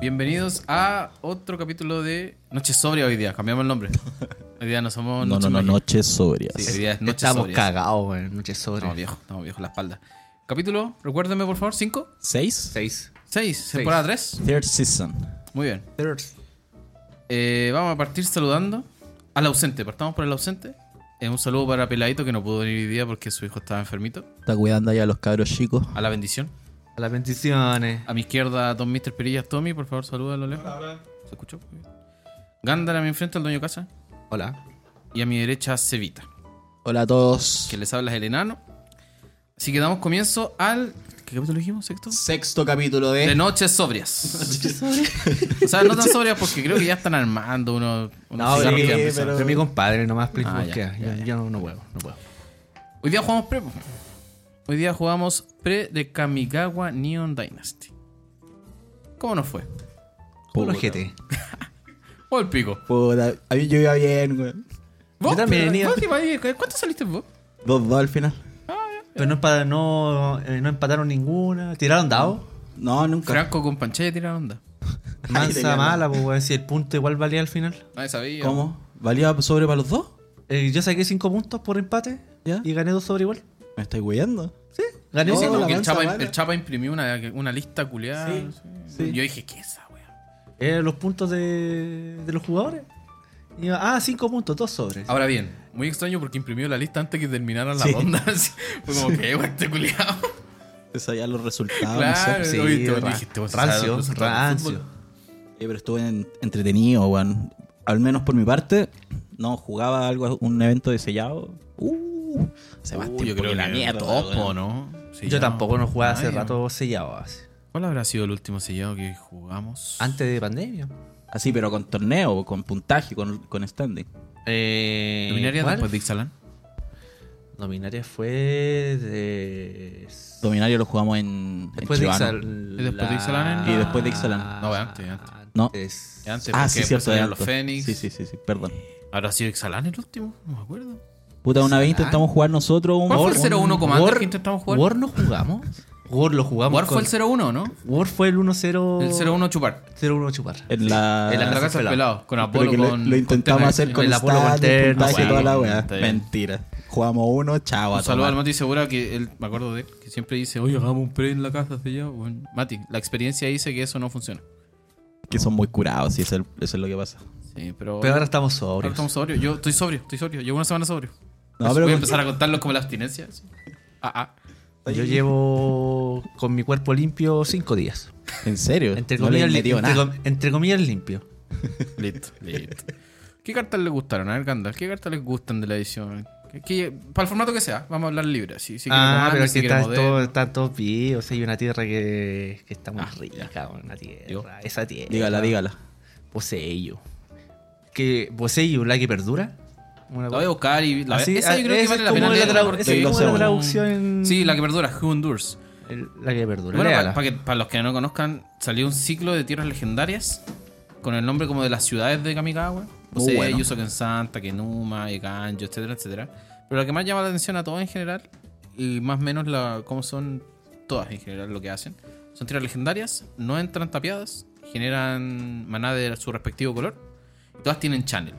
Bienvenidos a otro capítulo de Noche Sobria hoy día. Cambiamos el nombre. Hoy día no somos No, no, no, Magia. noches sobrias. Sí, hoy día es Noche Estamos Sobria. cagados, weón. Noche sobre. Estamos viejos, estamos viejos la espalda. Capítulo, recuérdeme por favor, 5, ¿Seis? Seis. 6, temporada 3. Third season. Muy bien. Third. Eh, vamos a partir saludando al ausente. Partamos por el ausente. Eh, un saludo para Peladito que no pudo venir hoy día porque su hijo estaba enfermito. Está cuidando ahí a los cabros chicos. A la bendición. A las bendiciones. A mi izquierda, Don Mr. Perillas Tommy, por favor, salúdalo lejos. ¿Se escuchó? Muy bien. Gándara a mi enfrente, al dueño de casa. Hola. Y a mi derecha, Cevita. Hola a todos. que les habla el enano. Así que damos comienzo al. ¿Qué capítulo dijimos? ¿Sexto? Sexto capítulo de... De Noches Sobrias. o sea, no tan sobrias porque creo que ya están armando unos. unos No, cigarros sí, que han pero... empezado. pero mi compadre nomás please, Ah, ya, porque ya, yo, ya. yo no, no puedo, no puedo. Hoy día jugamos pre. po. Hoy día jugamos pre de Kamigawa Neon Dynasty. ¿Cómo nos fue? Puro ojete. ¿O el pico? Puta, a mí yo iba bien, güey. ¿Vos? también, Pero- iba- vos, Ibai, ¿Cuánto saliste vos? Dos, dos al final. Pero no, empa- no, eh, no empataron ninguna. ¿Tiraron dado? No, nunca. Franco con Panchella tira onda. Ahí te Mansa llaman. mala, pues, weón. Si el punto igual valía al final. Nadie sabía. ¿Cómo? ¿Valía sobre para los dos? Eh, yo saqué cinco puntos por empate ¿Ya? y gané dos sobre igual. ¿Me estáis güeyando? Sí, gané No, Sí, cinco. como la que el mansa chapa, vara. el chapa imprimió una, una lista culiada. Sí, no sé. sí. Yo dije, ¿qué es esa, weón? Eh, los puntos de, de los jugadores. Y yo, ah, cinco puntos, dos sobres. Ahora bien, muy extraño porque imprimió la lista antes que terminaran las Sí. rondas. Fue como que, güey, este culiado. Sabía los resultados, no Claro, sé. sí, Sí, tú ra- dijiste, vos sabes rancio, los resultados del rancio. Eh, pero estuve en- entretenido, weón. Al menos por mi parte, no jugaba algo, un evento de sellado. Uh, hace más Uy, tiempo yo creo que la mierda, topo, weón. ¿no? Sí, Yo ya. tampoco no jugaba hace Nadie. rato sellado. así. ¿Cuál habrá sido el último sellado que jugamos? Antes de pandemia. Así, pero con torneo, con puntaje, con, con standing. Eh, ¿Dominaria ¿cuál? después de Ixalan? Dominaria fue de... Dominario lo jugamos en, en Después de Chivano. Ixalan. ¿Y después de Ixalan en- Y después de Ixalan. No, antes, antes. No. Antes. Antes, Ah, porque sí, después cierto. salieron adelanto. los Fénix. Sí, sí, sí, sí, perdón. ¿Habrá sido Ixalan el último? No me acuerdo. Puta, una vez ¿Será? intentamos jugar nosotros un... ah. ¿Cuál fue el un- 0-1 comando War- que intentamos jugar? War no jugamos. War lo jugamos. War fue con- el Ah, 0-1, ¿no? War fue el 1-0. El 0-1 chupar. 0-1 chupar. En la... En En la casa del pelado, con Pero Apolo, que lo- con... lo, intentamos con hacer Terna. con el Apolo con standing, Terna, puntaje, weón. toda la weá. Está bien. Mentira. Jugamos uno, chavo. a Un saludo tomar. al Mati Segura, que él, me acuerdo de él, que siempre dice, oye, hagamos un pre en la casa, así ya. Bueno, Mati, la experiencia dice que eso no funciona. Que son muy curados, sí, eso es, eso es lo que pasa. Sí, pero... Pero ahora ahora estamos sobrios. estamos sobrios. Yo estoy sobrio, estoy sobrio. Llevo una semana sobrio. No, Voy pero... a empezar a contarlos como la abstinencia. así. Ah, ah. Yo llevo con mi cuerpo limpio 5 días. En serio. Entre no le comillas, li- metió entre nada. com- entre comillas limpio. Listo, listo. ¿Qué cartas les gustaron? A ver, Gandalf, ¿qué cartas les gustan de la edición? ¿Qué- qué- para el formato que sea, vamos a hablar libre. Si, si quiere ah, comando, pero si que quiere está modelo. todo, está todo bien. O sea, hay una tierra que, que está muy Ah, rica, una tierra. Digo. Esa tierra. Dígala, dígala. Poseillo. Que Poseillo, la que perdura. Una La voy a buscar y la Así, Esa yo creo ah, que esa vale es la como pena. la leerla trau- porque- esa es como la Sí, traducción en- Sí, la que perdura, Honduras. el- la que perdura. Bueno, Léala. para, los que no conozcan, salió un ciclo de tierras legendarias con el nombre como de las ciudades de Kamikawa. O Muy sea, bueno. Yusoken Santa, Kenuma, Ekanjo, etcétera, etcétera. Pero la que más llama la atención a todos en general, y más o menos la, cómo son todas en general lo que hacen, son tierras legendarias, no entran tapiadas, generan maná de su respectivo color, y todas tienen channel.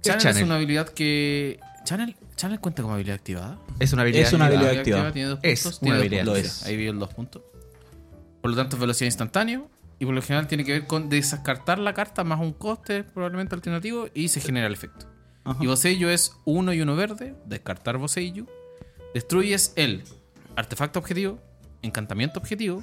¿Qué es Channel, es channel? una habilidad que... ¿Channel, channel cuenta como habilidad activada? Es una habilidad. Es una activada. habilidad. activa. tiene dos Es puntos. una tiene dos habilidad, puntos, lo sí. es. Ahí vi los dos puntos. Por lo tanto, es velocidad instantánea. Y por lo general tiene que ver con descartar la carta más un coste probablemente alternativo y se genera el efecto. Ajá. Y Bosello es uno y uno verde, descartar Bosello. Destruyes el artefacto objetivo, encantamiento objetivo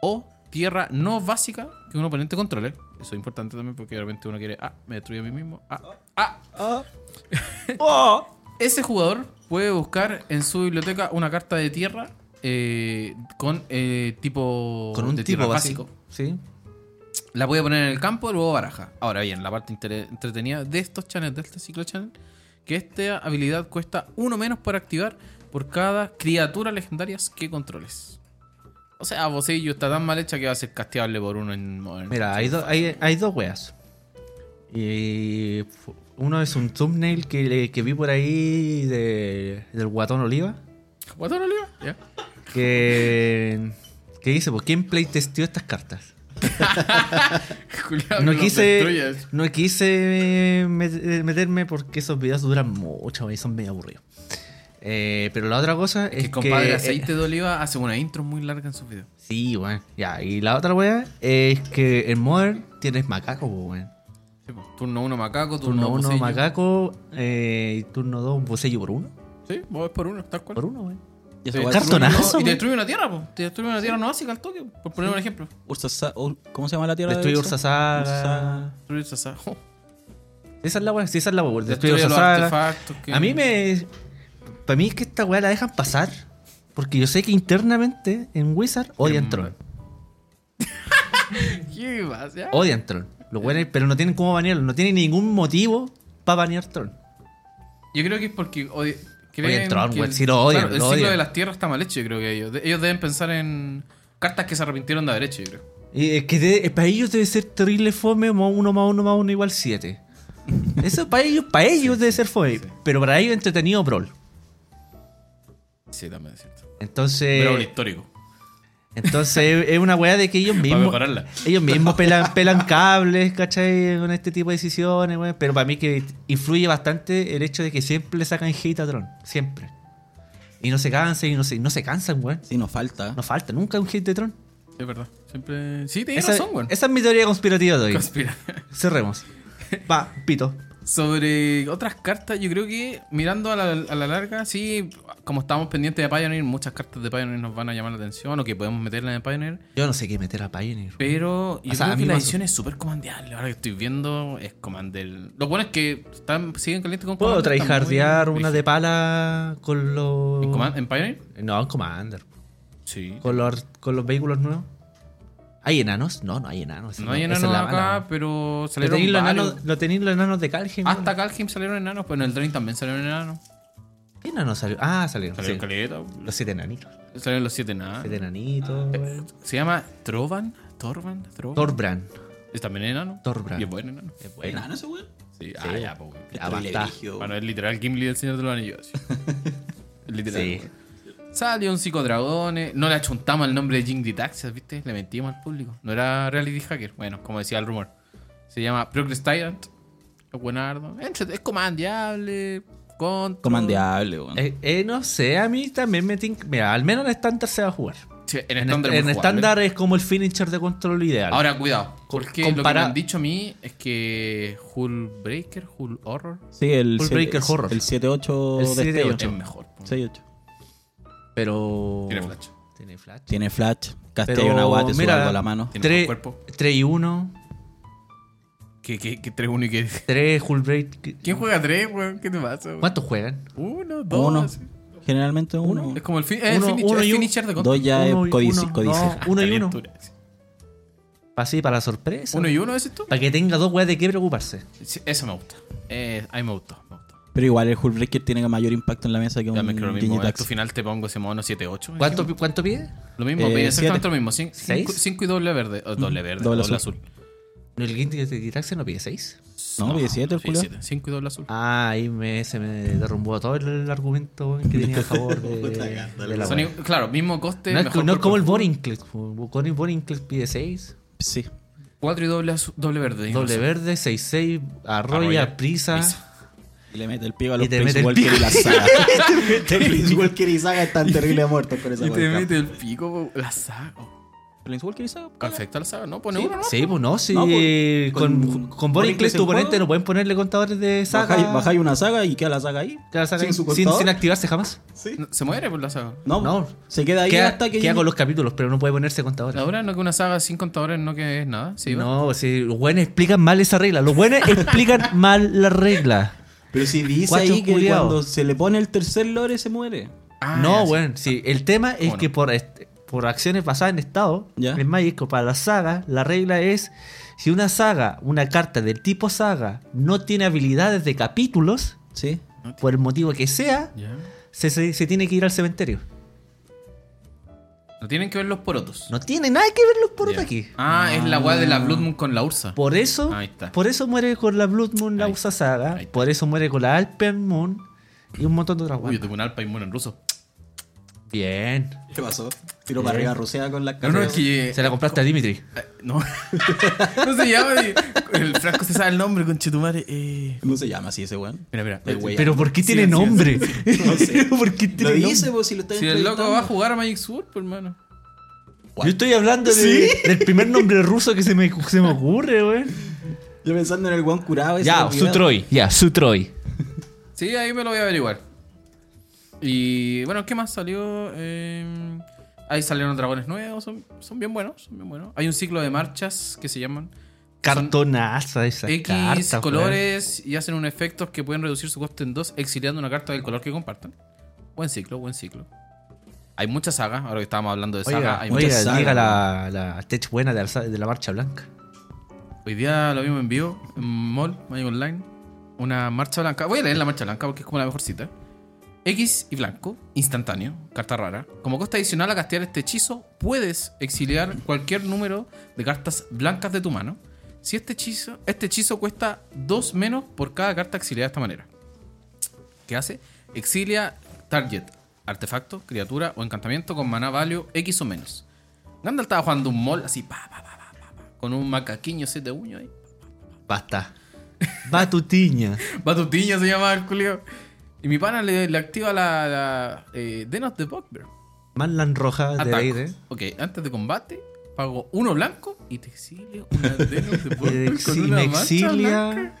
o tierra no básica que un oponente controle. Eso es importante también porque de repente uno quiere, ah, me destruye a mí mismo, ah, ah, ese jugador puede buscar en su biblioteca una carta de tierra eh, con eh, tipo Con un de tipo tierra básico. Sí. La puede poner en el campo y luego baraja. Ahora bien, la parte inter- entretenida de estos channels, de este ciclo channel, que esta habilidad cuesta uno menos para activar por cada criatura legendaria que controles. O sea, Bosello está tan mal hecha que va a ser casteable por uno en Modern. Mira, hay, do- hay, hay dos weas. Y fu- uno es un thumbnail que, le- que vi por ahí de- del guatón Oliva. ¿Guatón Oliva? Ya. Que, que dice, pues, ¿quién play testió estas cartas? Julián, No los quise, destruyes. no quise eh, met- meterme porque esos videos duran mucho y son medio aburridos. Eh, pero la otra cosa es, Que el compadre que- eh, aceite de oliva hace una intro muy larga en sus videos. Sí, weón. Ya, y la otra wea es que en Modern tienes macaco, po, weón. Sí, po. turno 1 macaco, turno Turno 1 bocello. macaco, eh, y turno 2 un bocello por uno. Sí, vos ves por uno, tal cual. Por uno, weón. Y Te esa weá- destruye- cartonazo, Y te güey. destruye una tierra, po. Te destruye una tierra no básica al toque, por poner un ejemplo. Ursa Sa- Ur- ¿Cómo se llama la tierra? de Destruye Ursa? Ursa Saga. Ursa- Destruye esa sa- oh. Esa es la wea, sí, esa es la wea. Destruye Destruye Ursa los Saga. artefactos. que- A mí me. Para mí es que esta wea la dejan pasar. Porque yo sé que internamente en Wizard odian Tron. ¿Qué pasa? Ya. Odian Tron. Los weones, pero no tienen cómo banearlo. No tienen ningún motivo para banear Tron. Yo creo que es porque odi- creen Oye, Tron, que güey, el- sí lo odian, claro, el lo ciclo odian. de las tierras está mal hecho, yo creo que ellos. De- ellos deben pensar en cartas que se arrepintieron de haber hecho, yo creo. Y es que de- para ellos debe ser terrible fome, más uno más uno más uno igual siete. Eso para ellos, para ellos debe ser fome. Pero para ellos entretenido Brawl. Sí, también es cierto. Eh, Entonces. Pero histórico. Entonces es una weá de que ellos Para mismos. mejorarla. Ellos mismos pelan, pelan cables, ¿cachai? Con este tipo de decisiones, weón. Pero para mí que influye bastante el hecho de que siempre le sacan hate a Tron. Siempre. Y no se cansan, y no se, no se cansan, weón. Sí, nos falta. No falta nunca un hate de Tron. Es verdad. Siempre. Sí, tienes Esa, razón, güey. esa es mi teoría conspirativa de hoy. Conspira. Cerremos. Va, pito. Sobre otras cartas, yo creo que mirando a la, a la larga, sí, como estamos pendientes de Pioneer, muchas cartas de Pioneer nos van a llamar la atención o que podemos meterlas en Pioneer. Yo no sé qué meter a Pioneer. Pero yo O sea, a creo mí que la me edición es súper comandeable. Ahora que estoy viendo, es commander. Lo bueno es que están, siguen calientes con ¿Puedo Commander, están muy tryhardear una de rígidos. pala con los. ¿En, Command- en Pioneer? No, en Commander. Sí. ¿Con los, con los vehículos nuevos? ¿Hay enanos? No, no hay enanos. No hay Esa es enanos la acá, mala. pero No salieron tenéis los varios. enanos, no tenéis los enanos de Calgen. Hasta Calheim salieron enanos, pero en el Drain también salieron enanos. ¿Qué enano salió? Ah, salieron. Salieron Ah. sí. caleta, Los siete enanitos. Salieron los siete enanos. Siete Eh, enanitos. weón. Se llama Trovan. Torvan. Trovan. Torbran. Es también enano. Torbran. Y es buen enano. Es bueno. Enano ese weón. Sí, ah, ya, pues. güey. Ya, Terrible basta. brígido. Bueno, es literal Gimli del Señor de los Anillos. así. literal. Sí. Salió un psicodragones. No le achuntamos el nombre de Jing Taxas, ¿viste? Le mentimos al público. No era reality hacker. Bueno, como decía el rumor. Se llama Progress Tyrant. Es buenardo. Entre- Es comandeable. Control. Comandeable, weón. Eh, eh, no sé, a mí también me tinc... Mira, al menos en estándar se va a jugar. Sí, en En, estándar. est- es en muy jugable. estándar es como el finisher de control ideal. Ahora, cuidado. Co- Porque lo que compara- me han dicho a mí es que Hull Breaker, Hull Horror Sí, el Full siete- Breaker Horror. El 7-8 El destello. 7-8. es mejor. po. 6-8. Pero. Tiene flash. Tiene flash. Tiene flash, castea Pero, una guate, sube mira, algo a la mano. Tiene Tres- mejor cuerpo. 3 y 1. Que, que, que 3-1 y que. 3 Hull Break. ¿Quién juega 3, weón? ¿Qué te pasa? weón? ¿Cuántos juegan? Uno, dos. Uno. así. Generalmente uno. Es como el, fin, es el Uno- finisher, uno el y un- finisher de Dos ya es Uno y codice. uno. codice. No, uno y uno. Calentura, sí. Así, para la sorpresa. ¿Uno y uno es esto? Para que tenga dos weas de qué preocuparse. Sí, eso me gusta. Eh, a mí me gustó. Me gustó. Pero igual el Hullbreaker tiene mayor impacto en la mesa que un También creo lo mismo. ¿eh? En tu Gigitax. final te pongo ese mono 7-8. ¿Cuánto, pi- cuánto pide? Lo mismo, Eh, pero siete. exactamente lo mismo. 5 ¿Seis? y doble verde. o doble verde. doble Doble, azul. azul. No, el Guindy de Gitaxe no pide 6. No, pide siete el culiao. 5 y doble azul. Ah, ahí me, se me derrumbó todo el argumento weón, que tenía a favor de, de la Son wea. igual- claro, mismo coste. No, es, mejor no es como el cuerpo. Borinclex. Con el Borinclex pide 6. Sí. Cuatro y doble, azu- doble verde. digamos. Doble verde, 6-6. Arroya, Arroya, prisa. prisa. Y le mete el pico a los Y te mete Prince el Walker y pico. la saga. Prince Walker y saga están terrible muertos con Y te mete el pico, po, la saga. oh. Prince Walker y saga. Afecta la saga, ¿no? Pone uno, ¿no? Sí, pues no, sí. No, pues, con con- con, con Borinclex Borinclex tu en oponente juego. no pueden ponerle contadores de saga. Bajáis bajáis una saga y queda la saga ahí. Claro, saga- sin su sin, contador. sin activarse jamás. No, Se muere por la saga. No, No. se queda ahí queda, hasta que. queda con los capítulos, pero no puede ponerse contadores. La dura no que una saga sin contadores no que es nada. Sí, va. No, si los buenos explican mal esa regla. Los buenos explican mal la regla. Pero si dice Guacho ahí que culiao. cuando se le pone el tercer lore se muere. Ah, no, ya, sí. bueno, sí. El tema es ¿Cómo que no? por, este- por acciones basadas en estado, Ya. en Magic, o para la saga, la regla es si una saga, una carta del tipo saga, no tiene habilidades de capítulos, Sí. por el motivo que sea, Ya. se, se- se tiene que ir al cementerio. No tienen que ver los porotos. No tiene nada que ver los poros Ya. aquí. Ah, es la weá de la Blood Moon con la Ursa. Por eso, Ahí está. por eso muere con la Blood Moon la Ahí Usa Saga, Ahí está. por eso muere con la Alpen Moon y un montón de otras Uy, yo guapas. tengo un Alpa Inmune en ruso. Bien. ¿Qué pasó? Tiro para arriba Rusia con la No, no, es que. Se la compraste a Dimitri. Ah, eh, No. no se llama. eh, El frasco se sabe el nombre, conchetumare. Eh. ¿Cómo se llama así ese weón? Mira, mira. El güey. Pero ¿por qué Sí, tiene sí, sí, nombre? sí. No sé. ¿Por qué Lo tiene nombre? dice, pues, si lo está Si el loco va a entrevistando. jugar a Magic Sword, pues hermano. What? Yo estoy hablando de- del primer nombre ruso que se me, se me ocurre, weón. Yo pensando en el weón curado. ese Ya, olvidado. Sutroy. Ya, Sutroy. Sí, ahí me lo voy a averiguar. Y bueno, ¿qué más salió? Eh, ahí salieron dragones nuevos, son, son bien buenos, son bien buenos. Hay un ciclo de marchas que se llaman Cartonaza esa X carta, weón. colores y hacen unos efectos que pueden reducir su coste en dos exiliando una carta del color que compartan. Buen ciclo, buen ciclo. Hay muchas sagas, ahora que estábamos hablando de sagas, Oiga, hay oiga, muchas muchas diga sagas, la, la tech buena de la, de la marcha blanca. Hoy día lo vimos en vivo, en Mall, Magic Online. Una marcha blanca. Voy a leer la marcha blanca porque es como la mejor cita. X y blanco, instantáneo, carta rara. Como costa adicional a castear este hechizo, puedes exiliar cualquier número de cartas blancas de tu mano. Si este hechizo, este hechizo cuesta 2 menos por cada carta exiliada de esta manera. ¿Qué hace? Exilia target, artefacto, criatura o encantamiento con maná value X o menos. Gandalf estaba jugando un mol así, pa, pa, pa, pa, pa, pa, con un macaquiño 7 uño ahí. Basta. Batutiña. Batutiño se llama el culio. Y mi pana le, le activa la, la eh, Denos de Bugbear. Manlan roja de Ataco. aire. Ok, antes de combate, pago uno blanco y te exilio una Denos de Y de Bugbear con exi- una me mancha exilia blanca.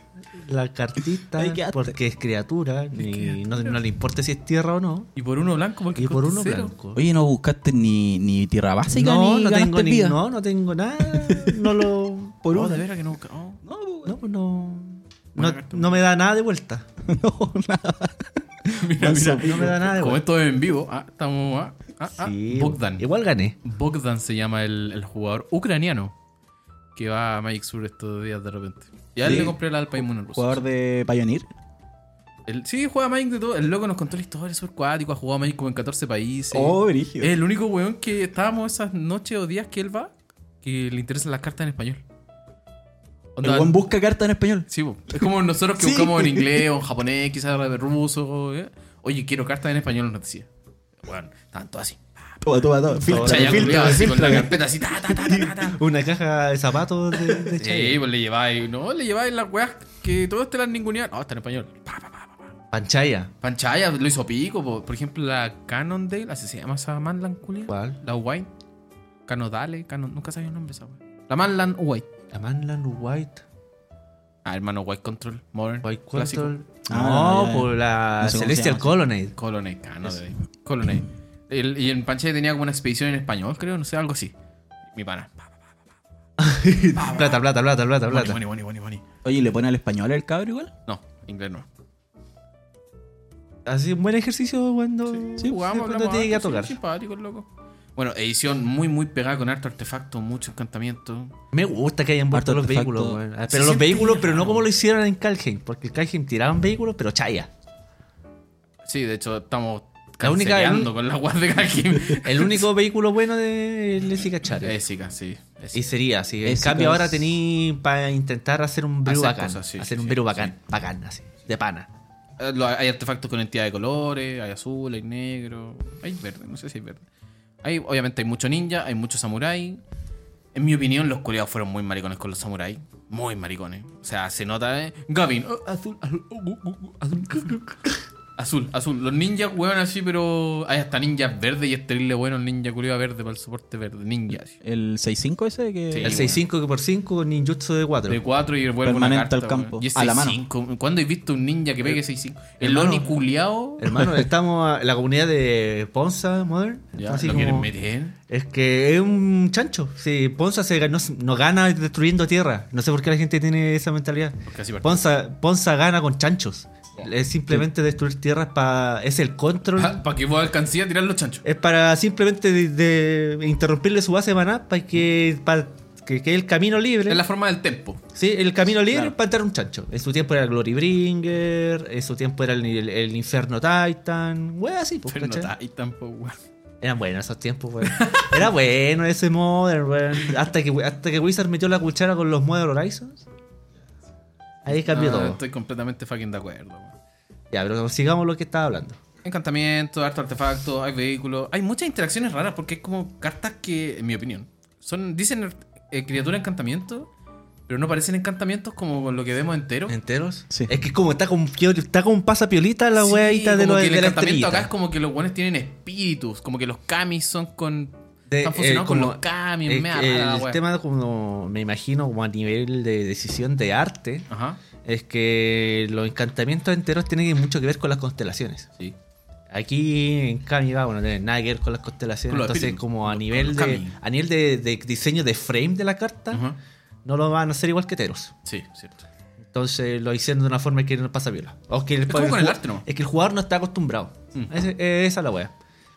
la cartita Ay, qué asco. porque es criatura y no, no le importa si es tierra o no. Y por uno blanco, porque Y por coste uno cero. blanco. Oye, no buscaste ni, ni tierra básica no, ni no ganaste tengo ni, vida. no, no tengo nada. No lo. Por Por uno. uno. de veras que no. oh. No, pues, No, pues no. No, Buena carta. no me da nada de vuelta. Mira, Manso mira. No me da nada de Como vuelta. esto es en vivo, ah, estamos. Ah, ah, ah, Sí, Bogdan. Igual gané. Bogdan se llama el, el jugador ucraniano que va a Magic Sur estos días de repente. Y a él Sí. le compré el Alpa Inmune ruso. Jugador de Pioneer. El- sí, juega Magic de todo. El loco nos contó la historia super cuático. Ha jugado Magic como en 14 países. Oh, es brígido. el único weón que estábamos esas noches o días que él va que le interesan las cartas en español. El Onda- weón busca cartas en español. Sí, bo. es como nosotros que Sí. buscamos en inglés o en japonés, quizás en ruso. ¿eh? Oye, quiero cartas en español, nos decía. Bueno, tanto así. Toma, toma, toma. Filtra, Chaya filtra, culiao, así con la filtra. carpeta así, ta, ta, ta, ta, ta, ta. Una caja de zapatos de, de Sí, Chile. pues le lleváis, no, le lleváis las weas que todos te las ningunean. No, está en español. Pa, pa, pa, pa, pa. Panchaya. Panchaya lo hizo pico, po. por ejemplo, la Cannondale, así se llama esa Manland culia. ¿Cuál? La White. Canodale, Canon, nunca sabía el nombre esa wea. La Manland White. La Manlan White. Ah, hermano, White Control, Modern. White clásico. Control. Ah, No, ya, ya. por la No sé cómo se Celestial llama. Colonnade. Colonel, Cannondale. Colonel. El- y en Panchaya tenía como una expedición en español, creo, no sé, algo así. Mi pana. Pa, pa, pa. Plata, plata, plata, plata, Money, plata. money, money, money, money. Oye, ¿le pone al español el cabro igual? No, inglés no. Ha sido un buen ejercicio cuando, Sí, jugamos, cuando hablamos te llegue a harto, sí, tocar. simpático el loco. Bueno, edición muy, muy pegada con harto artefacto, mucho encantamiento. Me gusta que hayan vuelto Harto los artefacto. vehículos, weón. Ah, Se Pero los siente vehículos, pero no raro. como lo hicieron en Calheim. Porque en Calheim tiraban vehículos, pero chaya. Sí, de hecho, estamos La única- cancelando con la guas de Kajim. El único vehículo bueno de Leslie Cachare. Ésica, sí. ésica. Y sería así. En Ese cambio, caso. ahora tení para intentar hacer un brew Hacer bacán. cosas, sí, hacer sí, un sí, brew sí. bacán. Bacán, así. De pana. Eh, lo- Hay artefactos con entidad de colores, hay azul, hay negro, hay verde, no sé si hay verde. Hay, obviamente hay mucho ninja, hay mucho samurái. En mi opinión, los coreados fueron muy maricones con los samuráis. Muy maricones. O sea, se nota, ¿eh? Gavin, oh, azul, azul, oh, oh, oh, azul, azul, azul, azul. Los ninjas, weón, así, pero hay hasta ninjas verdes y es terrible bueno el ninja coreano verde para el soporte verde. Ninja, así. ¿El 6-5 ese? Que... Sí. El bueno. 6-5 que por 5, ninjutsu de 4. De 4 y vuelve una Permanente carta, al campo, weón. Y es a la 6-5. ¿Cuándo has visto un ninja que pegue 6-5? El hermano. Oni culiao. Hermano, estamos a- en la comunidad de Ponza, Modern. Ya, Así ¿Lo como- quieren meter? Es que es un chancho. Si Ponza se, no, no gana destruyendo tierra. No sé por qué la gente tiene esa mentalidad. Porque así partimos. Ponza, Ponza gana con chanchos. Es simplemente destruir tierras para. Es el control. Ah, Para que vos alcancías a tirar los chanchos. Es para simplemente de, de interrumpirle su base de maná para que, para que quede el camino libre. Es la forma del tempo. Sí, el camino libre Claro. para entrar un chancho. En su tiempo era el Glorybringer, en su tiempo era el, el- el Inferno Titan, wea así, pues, Pero no ¿cachai? está ahí tampoco, weón. Eran buenos esos tiempos, weón. Era bueno ese Modern, weón. Hasta que, hasta que Wizard metió la cuchara con los Modern Horizons. Ahí cambió No, todo. Ah, Estoy completamente fucking de acuerdo, weón. Ya, pero sigamos lo que estaba hablando. Encantamiento, harto artefacto, hay vehículos. Hay muchas interacciones raras porque es como cartas que, en mi opinión, son dicen eh, criatura encantamiento, pero no parecen encantamientos como lo que vemos entero. ¿Enteros? Sí. Es que es como está con, pior- está con pasapiolita la Sí, weadita de, como lo, que de el la encantamiento estrellita. acá es como que los guanes tienen espíritus, como que los kamis son con. De- están eh, funcionando con como- los kamis, Es mea que rara la el wea. tema, como me imagino, como a nivel de decisión de arte, Ajá, es que los encantamientos enteros tienen mucho que ver con las constelaciones. sí. Aquí en Kami va, bueno, no tiene nada que ver con las constelaciones. Con los entonces, espíritus, como a con- nivel con los de kami. a nivel de, de diseño de frame de la carta, Ajá. no lo van a hacer igual que Teros. Sí, cierto. Entonces lo hicieron de una forma que no pasa piola. O que el, Es como con el ju- arte, ¿no? Es que el jugador no está acostumbrado. Mm. Ese- eh, esa es la wea.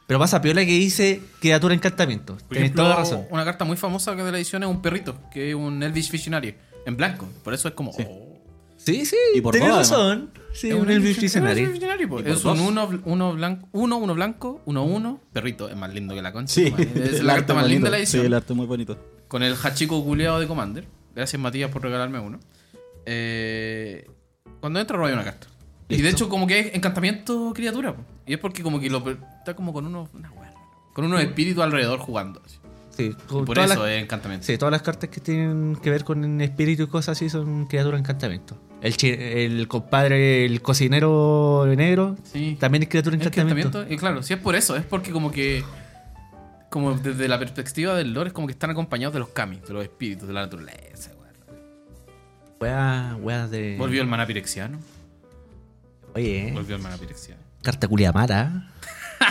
Pero pasa piola que dice criatura encantamiento. Por Tienes ejemplo, toda la razón. Una carta muy famosa que de la edición es un perrito, que es un Elvish Visionario, en blanco. Por eso es como. oh, Sí, sí. Y por tenés dos, razón. Sí, es un Elvish Es un Visionary. Visionario, po. Y por Es un dos. uno, bl- uno blanco, uno, uno blanco, uno, uno. Perrito, es más lindo que la concha. Sí, madre. Es el la arte carta más bonito. linda de la Sí, edición. el arte muy bonito. Con el hachico culeado de Commander. Gracias, Matías, por regalarme uno. Eh, cuando entra, roba una carta. Y de Listo. hecho, como que es encantamiento criatura. po. Y es porque, como que lo per- está como con unos, una wea, con unos espíritus alrededor jugando. así. Sí, con Por todas eso las- es encantamiento. Sí, todas las cartas que tienen que ver con espíritu y cosas así son criatura encantamiento. El, chi- el compadre, el cocinero negro, Sí. también es criatura encantamiento. encantamiento. Y claro, si es por eso, es porque como que. Como desde la perspectiva del lore, es como que están acompañados de los kamis, de los espíritus, de la naturaleza, weón. Weas, weas de. Volvió el maná pirexiano. Oye, eh, Volvió el maná pirexiano. carta culia mala.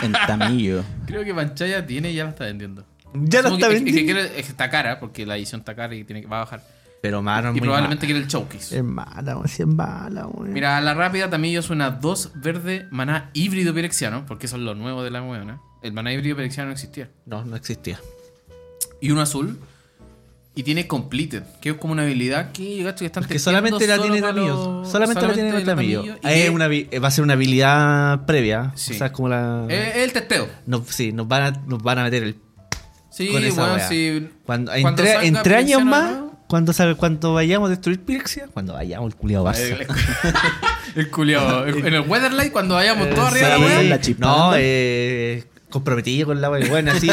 En tamillo. Creo que Manchaya tiene y ya la está vendiendo. Ya la Supongo está que- es- es que vendiendo. quiere- es que está cara, porque la edición está Eh. cara y tiene que, va a bajar. Pero mano, Y probablemente quiere el showcase. Es mala, weón, sí es mala, weón. Mira, a la rápida también es una 2 verde maná híbrido pirexiano, porque eso es lo nuevo de la buena. El maná híbrido pirexiano no existía. No, no existía. y uno azul. Y tiene completed, que es como una habilidad que gacho que están Que testeando solamente la solo tiene para Tamillo. los- Solamente, la tiene solamente Tamillo. Tamillo, y Eh, que- una vi- eh, va a ser una habilidad previa. Sí. O sea, es como la. eh, es el testeo. Nos- sí, nos van, a, nos van a meter el Sí, Con esa bueno, wea. sí. Cuando, Cuando entre, salga entre años Pirexiano más, de nuevo. cuando, sal- cuando vayamos a destruir Pirexia, cuando vayamos, el culiado va a El, el ser. culiado. En el Weatherlight, cuando vayamos todos arriba de sí. la wea, weá. la No, chipanda. eh, comprometido con la wea. Bueno, así,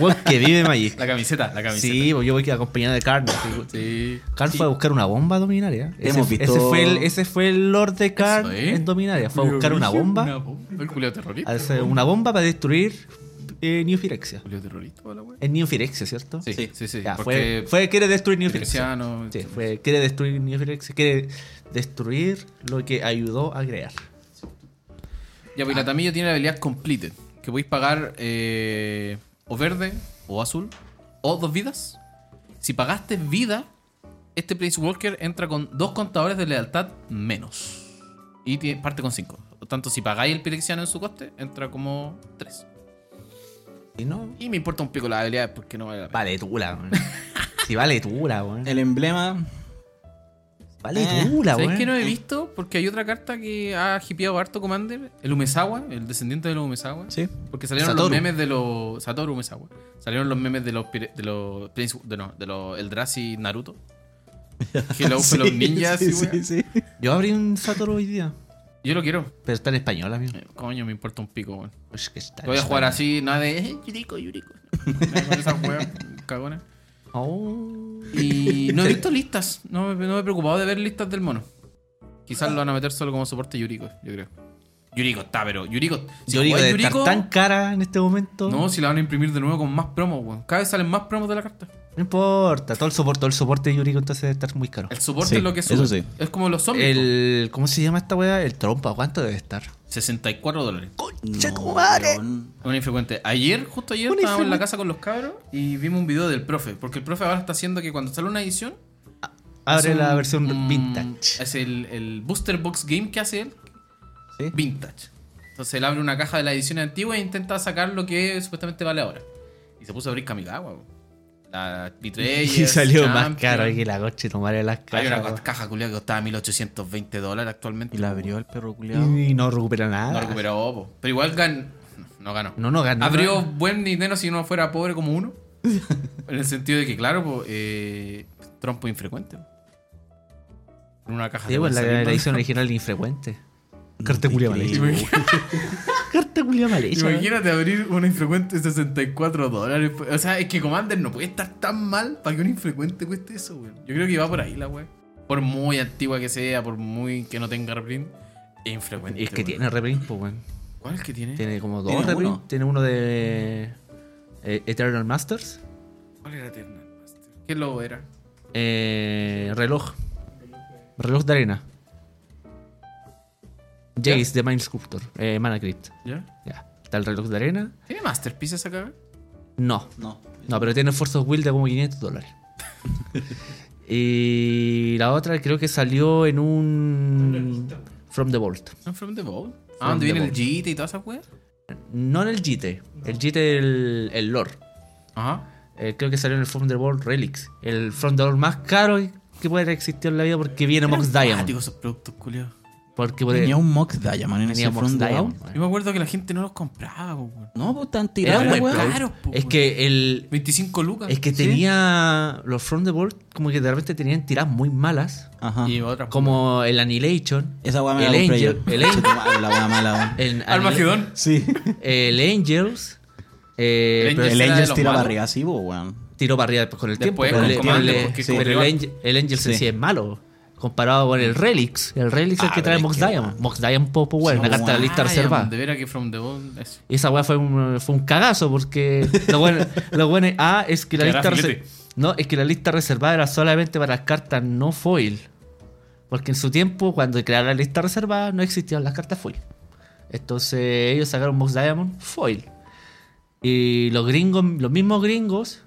weón que vive Magic. La camiseta, la camiseta. Sí, pues yo voy a ir acompañado de Karn. así, weón. Sí. Karn Sí. fue a buscar una bomba a Dominaria. Te Ese, hemos visto- ese fue el, ese fue el lord de Karn Eso, ¿eh? en Dominaria. Fue a buscar una Una bomba, bomba. Oh, El culiado a terrorista. hacer una bomba para destruir eh, New Phyrexia. Culiao terrorista, la wea. Es New Phyrexia, ¿cierto? Sí, sí, sí. Ya, porque fue, fue, quiere destruir New Phyrexia. Pirexiano. Sí, fue- quiere destruir New Phyrexia, quiere destruir lo que ayudó a crear. Ya, pues la Tamillo tiene la habilidad completed. Que podéis pagar eh, o verde, o azul, o dos vidas. Si pagaste vida, este Place Walker entra con dos contadores de lealtad menos. Y tie- parte con cinco. Por lo tanto, si pagáis el Pirexiano en su coste, entra como tres. Y no, Y me importa un pico las habilidades porque no vale la pena. vale tula, weón. Si vale tula, Eh, weón. El emblema. Vale Eh, tula, ¿Sabéis weón. que no he visto? Porque hay otra carta que ha hipeado harto Commander. El Umezawa, el descendiente del Umezawa. Sí. Porque salieron Satoru. los memes de los. Satoru Umezawa. Salieron los memes de los. pire- De los. Prince- de no, de los Eldrazi Naruto. Hello, Sí, los ninjas. sí, y wea. sí, sí. Yo abrí un Satoru hoy día, Yo lo quiero. pero está en español, amigo. Eh, Coño, me importa un pico, weón. Ush, que está Yo en Voy a jugar español. así, nada de. "Eh, Yuriko, Yuriko. Me con esa wea, cagona. Oh. Y no he visto listas. No me, no me he preocupado de ver listas del mono. Quizás lo van a meter solo como soporte Yuriko, yo creo. Yuriko está, pero. Yuriko. Si Yo digo, jugáis de estar tan cara en este momento. No, si la van a imprimir de nuevo con más promos, weón. Cada vez salen más promos de la carta. No importa, todo el soporte, todo el soporte de Yuriko entonces debe estar muy caro. El soporte Sí, es lo que sube. eso sí. Es como los zombies. po. El, ¿Cómo se llama esta weá? El trompa, ¿cuánto debe estar? 64 dólares. ¡Concha No, tu madre! weón. Un infrecuente. Ayer, justo ayer, Un estábamos en infrecuente. la casa con los cabros y vimos un video del profe. Porque el profe ahora está haciendo que cuando sale una edición. Abre hace la un- mm, versión un- vintage. Es el, el Booster Box Game que hace él, Sí. vintage. Entonces él abre una caja de la edición antigua e intenta sacar lo que supuestamente vale ahora. Y se puso a abrir Kamigawa, weón. La Betrayers, Y salió más Champion. caro que la coche tomar de las Hay una cajas. weón. caja culia que costaba 1820 dólares actualmente. Y la abrió el perro culiado. Y no recupera nada. No recuperó, po. pero igual gan... no ganó. Ah, No, no ganó. Abrió buen dinero si no fuera pobre como uno. en el sentido de que, claro, po, eh, trompo infrecuente. po. En una caja Sí, pues, la, bolsa, la ¿no? edición original infrecuente. Carta culia mal hecha. Imagínate- Carta culia mal hecha. Imagínate abrir un infrecuente de 64 dólares. pues. O sea, es que Commander no puede estar tan mal para que un infrecuente cueste eso, güey. Yo creo que va por ahí la weá. Por muy antigua que sea, por muy que no tenga reprint, es infrecuente. Es que weón. tiene reprint, pues, weón. ¿Cuál es que tiene? Tiene como dos Tiene reprint. uno. Tiene uno de eh, Eternal Masters. ¿Cuál era Eternal Master? ¿Qué logo era? Eh, reloj. Reloj de arena. Jace de Mind Sculptor. Eh, Mana Crypt. ¿Ya? Ya. Está el reloj de arena. ¿Tiene Masterpiece esa caga? No. No. No, pero tiene Force of Will de como 500 dólares. y la otra creo que salió en un. From the Vault. ¿No From the Vault? Ah, ¿dónde the viene el Vault. JIT y todas esas weas? No en el JIT. El JIT el, el lore. Ajá. Eh, creo que salió en el From the Vault Relics. El From the Vault más caro que puede existir en la vida porque viene Mox Digo Diamond. esos productos, culiados. Porque por Tenía un Mox Diamond en tenía ese Mox front Diamond. Diamond. Yo me acuerdo que la gente no los compraba, po, weón. No, pues tan Era tirado, Eran muy muy weón. caro. caros, po, Es weón. que el. 25 lucas. Es que Sí. tenía. Los From the Vault como que de repente tenían tiradas muy malas. Ajá. Y otras. Como el Annihilation. Esa weá me el la compré Angel- yo. el Angel- Conchetumare, la weá mala, weón. el Armagedón. Sí. El Angels. eh, El pero Angels El era de Angels los tira malos. para arriba así, po, weón. tiró para arriba después con el Después tiempo. con pero Commander, el- porque sí, con pero el, rival- Angel- el Angels en Sí. sí es malo. Comparado con el Relics. El Relics es Ah, el que trae pero Mox es que- Diamond. Mox Diamond Popo, bueno, una Sí, carta de la lista Ah, Diamond, reservada. De veras que From the Vault es. Y esa weá fue un, fue un cagazo porque lo bueno, lo bueno es, ah, es que la Cagá lista filete. reser- no, es que la lista reservada era solamente para las cartas no foil. Porque en su tiempo, cuando crearon la lista reservada, no existían las cartas foil. Entonces ellos sacaron Mox Diamond foil. Y los gringos, los mismos gringos,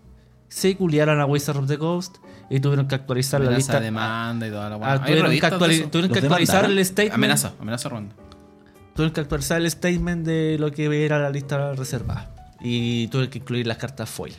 se culiaron a Wizard of the Coast y tuvieron que actualizar la Amenaza lista. de demanda y toda la Ah, weá. Hay tuvieron que, revistas de actuali- eso. tuvieron que ¿Los actualizar demandaron? el statement. Amenaza, amenaza ronda. Tuve que actualizar el statement de lo que era la lista reservada. Y tuve que incluir las cartas foil.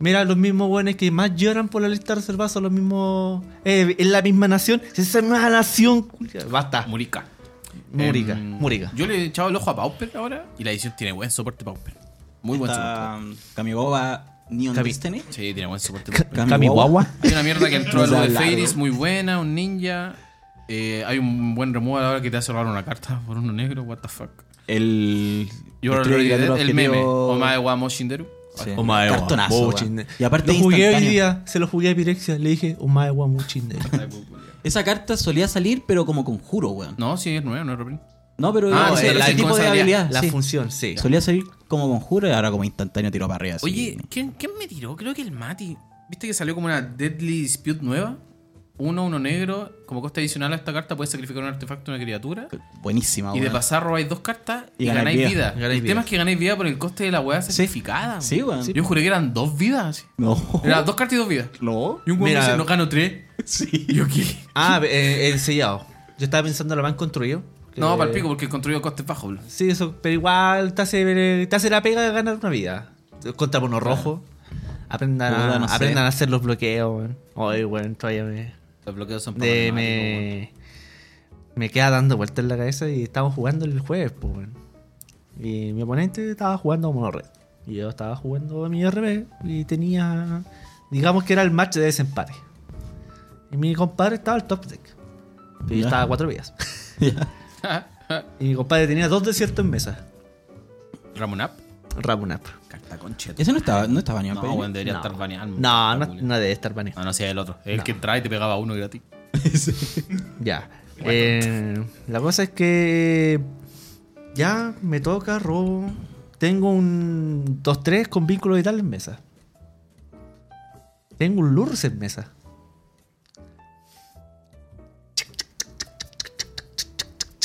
Mira, los mismos buenos que más lloran por la lista reservada son los mismos. eh, en la misma nación. Si Es una nación. culia. Basta. Murica. Ah, Murica. Em, Murica. Yo le he echado el ojo a Pauper ahora y la edición tiene buen soporte Pauper. Muy buen soporte. Está Kamigawa Neon Cami- Destiny. Sí, tiene buen soporte Pauper. Cami- Kamiwawa. Hay una mierda que entró algo de Largo. Fairies muy buena, un ninja. Eh, hay un buen removal ahora que te hace robar una carta por uno negro, what the fuck. El. Yo destruye already criatura dead, el objetivo- meme. Omae wa Moshinderu. Sí. Omae wa Cartonazo, Bobo weón. Chinde. Y aparte Lo jugué hoy instantáneo. día. Se lo jugué a Pirexia. Le dije, Umae wa muchinde. Esa carta solía salir, pero como conjuro, weón. No, sí, es nuevo, no es reprint. No, pero Ah, no, sí, ese la- tipo ¿cómo de salía? habilidad. La sí. función, sí. Solía salir como conjuro y ahora como instantáneo tiro para arriba. así. Oye, ¿quién, quién me tiró? Creo que el Mati. ¿Viste que salió como una Deadly Dispute nueva? Uno, uno negro. Como coste adicional a esta carta puedes sacrificar un artefacto a una criatura. Buenísima, Y de weón. pasar robáis dos cartas y, Ah, Y ganáis ganáis vida. vida. Ganáis el vida. tema es que ganáis vida por el coste de la weá sacrificada. Sí, weón. Yo juré que eran dos vidas. así. No. Eran dos cartas y dos vidas. ¿No? Y un weón me Mira. dice, no gano tres. Sí. Y yo, ¿qué? Ah, eh, el sellado. Yo estaba pensando en lo más construido. No, Que- para el pico, porque el construido coste es bajo. boludo. Sí, eso, pero igual te hace, te hace la pega de ganar una vida. Contra mono rojo. Aprendan, a, Puta, no sé. aprendan a hacer los bloqueos, weón. Hoy, weón, todavía me, Los bloqueos son de- problemáticos, weón. me, me queda dando vueltas en la cabeza y estábamos jugando el jueves, pues, weón. Y mi oponente estaba jugando mono red. Y yo estaba jugando mi RB y tenía. Digamos que era el match de desempate. Y mi compadre estaba al top deck. Y yo Ya. estaba a cuatro vías. Y mi compadre tenía dos desiertos en mesa. Ramonap. Ramunap. Carta concheta. Ese no estaba, no estaba ni en No, PN. weón, debería No. estar baneado. No, no, Está culiao. no debe estar baneado. No, no, si el otro. El que entraba y te pegaba uno gratis. Ya. Eh, la cosa es que ya me toca robo. Tengo un 2-3 con vínculo vital en mesa. Tengo un Lurs en mesa.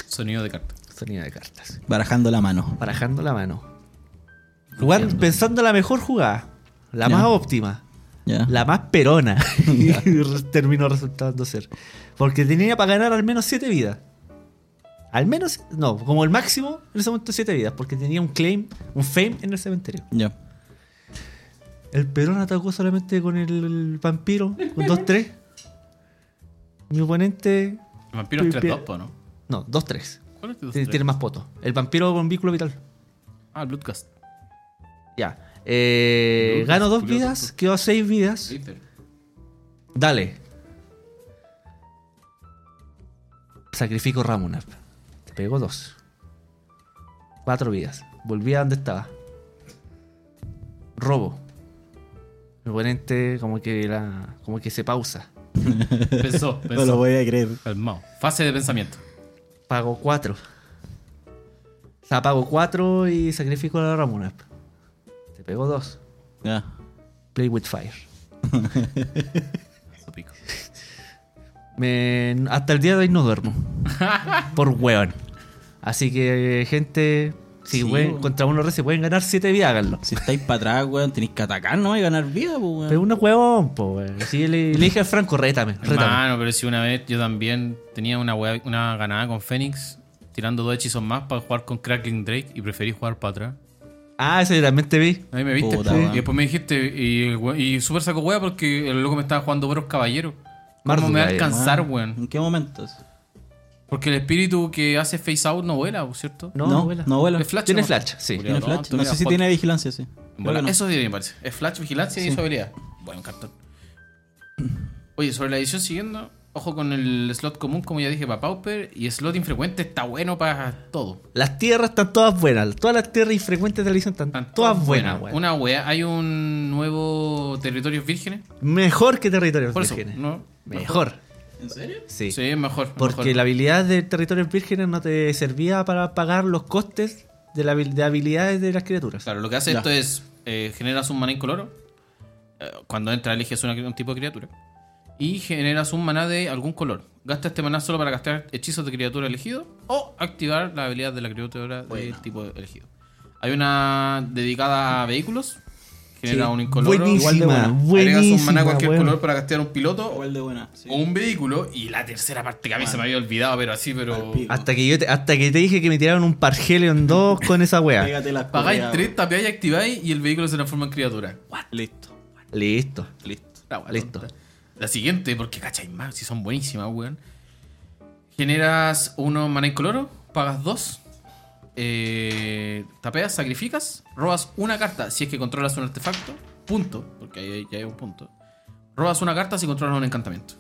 Sonido de carta. Sonido de cartas. Barajando la mano. Barajando la mano. Jugando- pensando la mejor jugada. La Ya. más óptima. Ya. La más perona. y terminó resultando ser. Porque tenía para ganar al menos 7 vidas. Al menos, no, como el máximo en ese momento 7 vidas. Porque tenía un claim, un fame en el cementerio. Ya. El perón atacó solamente con el vampiro, con 2-3. Mi oponente, El vampiro es Pi- 3-2, po, ¿no? no, 2-3. ¿Cuál es tu Tiene, tiene más poto. El vampiro con vínculo vital. Ah, el Bloodgust. Ya. Eh, Brutus, gano 2 curioso. vidas, quedo 6 vidas. Dale. Sacrifico Ramunar. Te pegó dos. Cuatro vidas. Volví a donde estaba. Robo. Mi oponente como que la. como que se pausa. Pensó, No lo pensó. voy a creer. Calmado. Fase de pensamiento. Pago cuatro. O sea, pago cuatro y sacrifico a Ramunar. Te pegó dos. Ya. Play with fire. Eso pico. Me- hasta el día de hoy no duermo. por weón. Así que, gente, si Sí, pueden- weón. contra uno re se pueden ganar 7 vidas, háganlo. Si estáis para atrás, weón, tenéis que atacar, ¿no? Y ganar vida, pues, weón. Pero uno es huevón, po, weón. Si le, le dije al Franco, rétame, rétame. Hermano, pero si una vez yo también tenía una, wea- una ganada con Fénix, tirando dos hechizos más para jugar con Crackling Drake y preferí jugar para atrás. Ah, ese también te vi. Ahí me viste. Puta, po. weón. y después me dijiste, y, el we- y super saco wea porque el loco me estaba jugando puros caballeros. ¿Cómo Marduk, me va a ahí, alcanzar, Weón, weón? ¿En qué momentos? Porque el espíritu que hace face out no vuela, ¿cierto? No, no, vuela. No vuela. Es flash. Tiene ¿no? flash, sí. Tiene Culeado flash. tonto, No sé mira, si Hot. tiene vigilancia, sí. Bueno, Creo que no. Eso sí me parece. Es Flash, vigilancia y su habilidad. Bueno, cartón. Oye, sobre la edición siguiendo, ojo con el slot común, como ya dije, para Pauper. Y slot infrecuente está bueno para todo. Las tierras están todas buenas. Todas las tierras infrecuentes de la edición están, Están todas buenas, weón. Una wea. Hay un nuevo territorios vírgenes. Mejor que territorios Por eso. vírgenes. ¿no? Mejor. ¿En serio? Sí. Sí, es mejor. Porque mejor. la habilidad de territorios vírgenes no te servía para pagar los costes de, la, habil- de habilidades de las criaturas. Claro, lo que hace Ya. esto es eh, generas un maná incoloro. eh, Cuando entra, eliges una- un tipo de criatura. Y generas un maná de algún color. Gasta este maná solo para gastar hechizos de criatura elegido o activar la habilidad de la criatura del tipo elegido. Hay una dedicada a vehículos. Genera Sí. un incoloro. Igual de buena. Agregas un maná a cualquier weón. color para castear un piloto Igual Oh, de buena. sí. o un vehículo. Y la tercera parte que a mí se me había olvidado, pero así, pero. Al pico. Hasta que, yo te, hasta que te dije que me tiraron un Pargelion 2 con esa wea. Pégate las Pagáis culeadas, 3, tapeáis y activáis y el vehículo se transforma en criatura. weón. Listo. Listo. Listo. La wea Listo. tonta. La siguiente, porque cacháis más, si son buenísimas, weón. Generas uno maná incoloro, pagas dos, eh, tapeas, sacrificas, robas una carta si es que controlas un artefacto, punto, porque ahí hay- ya hay un punto. Robas una carta si controlas un encantamiento.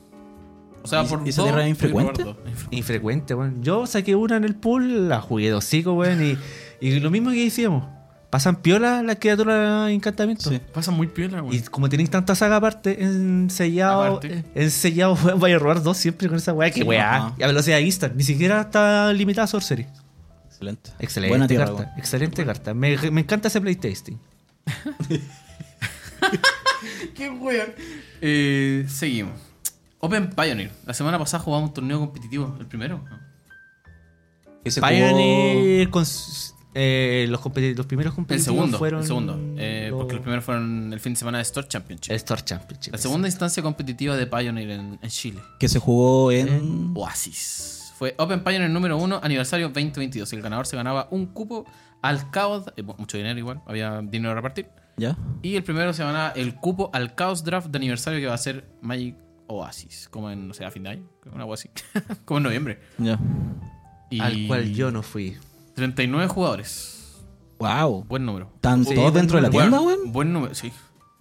O sea, ¿Y- por y esa dos, tierra podéis es infrecuente? robar dos. Infrecuente, weón. Yo saqué una en el pool, la jugué dos hocico, weón. Y, y lo mismo que hicimos. Pasan piola las criaturas de encantamiento. Sí. Pasa muy piola, Y weón. como tenéis tanta saga aparte, ensellado, Aparte. ensellado, weón, vaya a robar dos siempre con esa weá. Que Sí, weá. ajá. Y a velocidad instant. Ni siquiera está limitada a sorcery. Excelente. Excelente Buena tierra, carta. weón. Excelente carta. Me, me encanta ese playtasting. Qué weón. Eh, seguimos. Open Pioneer. La semana pasada jugamos un torneo competitivo, el primero. Que se jugó- Pioneer con s- eh, los, competi- los primeros El competitivos segundo, fueron el segundo. Eh, los- Porque los primeros fueron el fin de semana de Store Championship. el Store Championship. la segunda instancia competitiva de Pioneer en, en Chile. Que se jugó Eh. en. Oasis. Fue Open Pioneer número 1, aniversario 2022. El ganador se ganaba un cupo al caos. eh, bueno, mucho dinero igual, había dinero a repartir. ¿Ya? Y el primero se ganaba el cupo al caos draft de aniversario que va a ser Magic Oasis. Como en, no sé, a fin de año. Una cosa así. como en noviembre. Ya. Y Al cual yo no fui. 39 jugadores. ¡Wow! Buen número. ¿Tan Sí, todos dentro de la Buen- tienda, weón? Buen número, sí.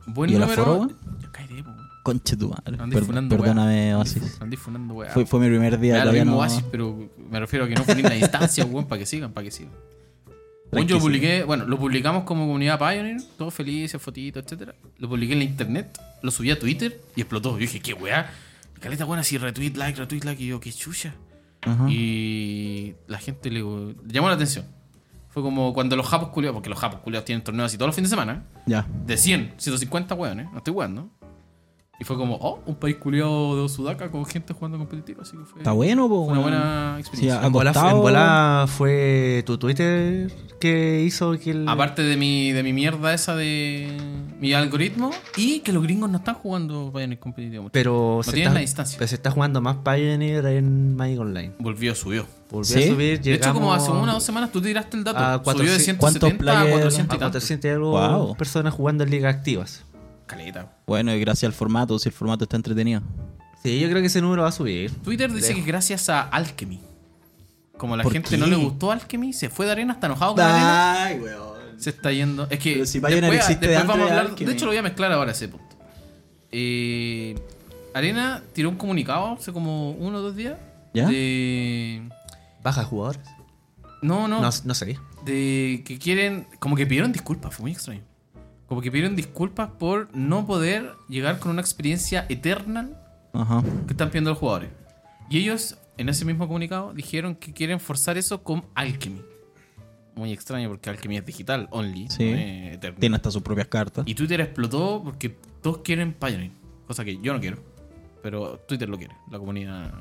Buen ¿Y el número. aforo, weón? Ya cállate, po, weón. Conche tu madre. Están Per- difundiendo perdóname, weá. Oasis. Están difundiendo weá. Fue, fue mi primer Me día. da lo todavía mismo no- Oasis, pero me refiero a que no ponen la instancia, weón, para que sigan, para que sigan. Weón, yo Tranqui, lo sí. publiqué, bueno, lo publicamos como comunidad Pioneer, todos felices, fotitos, etcétera. Lo publiqué en la internet, lo subí a Twitter y explotó. Yo dije, qué weá. Caleta buena, así retweet, like, retweet, like. Y yo, qué chucha. Ajá. Y la gente le le llamó la atención. Fue como cuando los japos culiados, porque los japos culiados tienen torneos así todos los fines de semana. Ya. De 100, 150 weones, no estoy jugando. Y fue como, oh, un país culiado de Sudaca con gente jugando competitivo, así que fue, Está bueno, po, fue una weón. buena Sí, experiencia. ha En bola, en costado, bola fue tu Twitter que hizo que el. Aparte de mi, de mi mierda esa de mi algoritmo y que los gringos no están jugando Pioneer competitivo mucho. Pero no tienen la instancia. pero se está jugando más Pioneer en Magic Online. Volvió, subió. Volví ¿Sí? a subir, De hecho, como hace llegamos una o dos semanas tú tiraste el dato. a subió de 400 170 a ¿cuántos 400 a y tanto. 400 y algo Wow. personas jugando en ligas activas. Caleta. Bueno, y gracias al formato, si el formato está entretenido. Sí, yo creo que ese número va a subir. Twitter dice Lejos. que gracias a Alchemy. Como la ¿Por gente qué? no le gustó Alchemy, se fue de arena, está enojado con arena. Ay, weón. Se está yendo. Es que Pero si Pioneer después, existe después antes vamos a de hablar. Alchemy. De hecho, lo voy a mezclar ahora ese punto. Eh, Arena tiró un comunicado hace como uno o dos días ¿Ya? de. Baja jugadores. No, no, No, no sé. De que quieren. Como que pidieron disculpas, fue muy extraño. Como que pidieron disculpas por no poder llegar con una experiencia eterna Ajá. que están pidiendo los jugadores. Y ellos, en ese mismo comunicado, dijeron que quieren forzar eso con Alchemy. Muy extraño porque Alchemy es digital only, Sí. no es eterno. Tiene hasta sus propias cartas. Y Twitter explotó porque todos quieren Pioneer, cosa que yo no quiero. Pero Twitter lo quiere, la comunidad.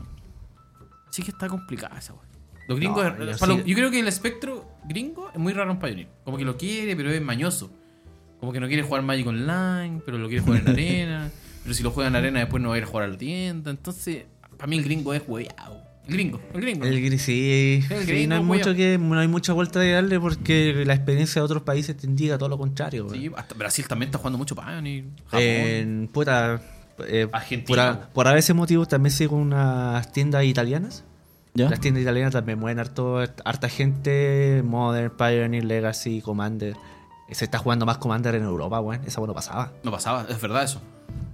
Sí que está complicada esa weá. Los gringos. No, yo para lo- sí- yo creo que el espectro gringo es muy raro en Pioneer. Como que lo quiere, pero es mañoso. Como que no quiere jugar Magic Online, pero lo quiere jugar en arena. Pero si lo juega en arena, después no va a ir a jugar a la tienda. Entonces, para mí el gringo es hueveado. El gringo, el gringo. El gris, sí. El Sí, gringo, no, hay muy mucho a- que, no hay mucha vuelta de darle porque la experiencia de otros países te indica todo lo contrario. weón. Sí, hasta Brasil también está jugando mucho Pioneer. Japón. En puta. eh, por, Argentina. a, por a veces motivos también sigo unas tiendas italianas. ¿Ya? Las tiendas italianas también mueven harto, harta gente. Modern, Pioneer, Legacy, Commander. Se está jugando más Commander en Europa, weón. Esa bueno pasaba. No pasaba, es verdad eso.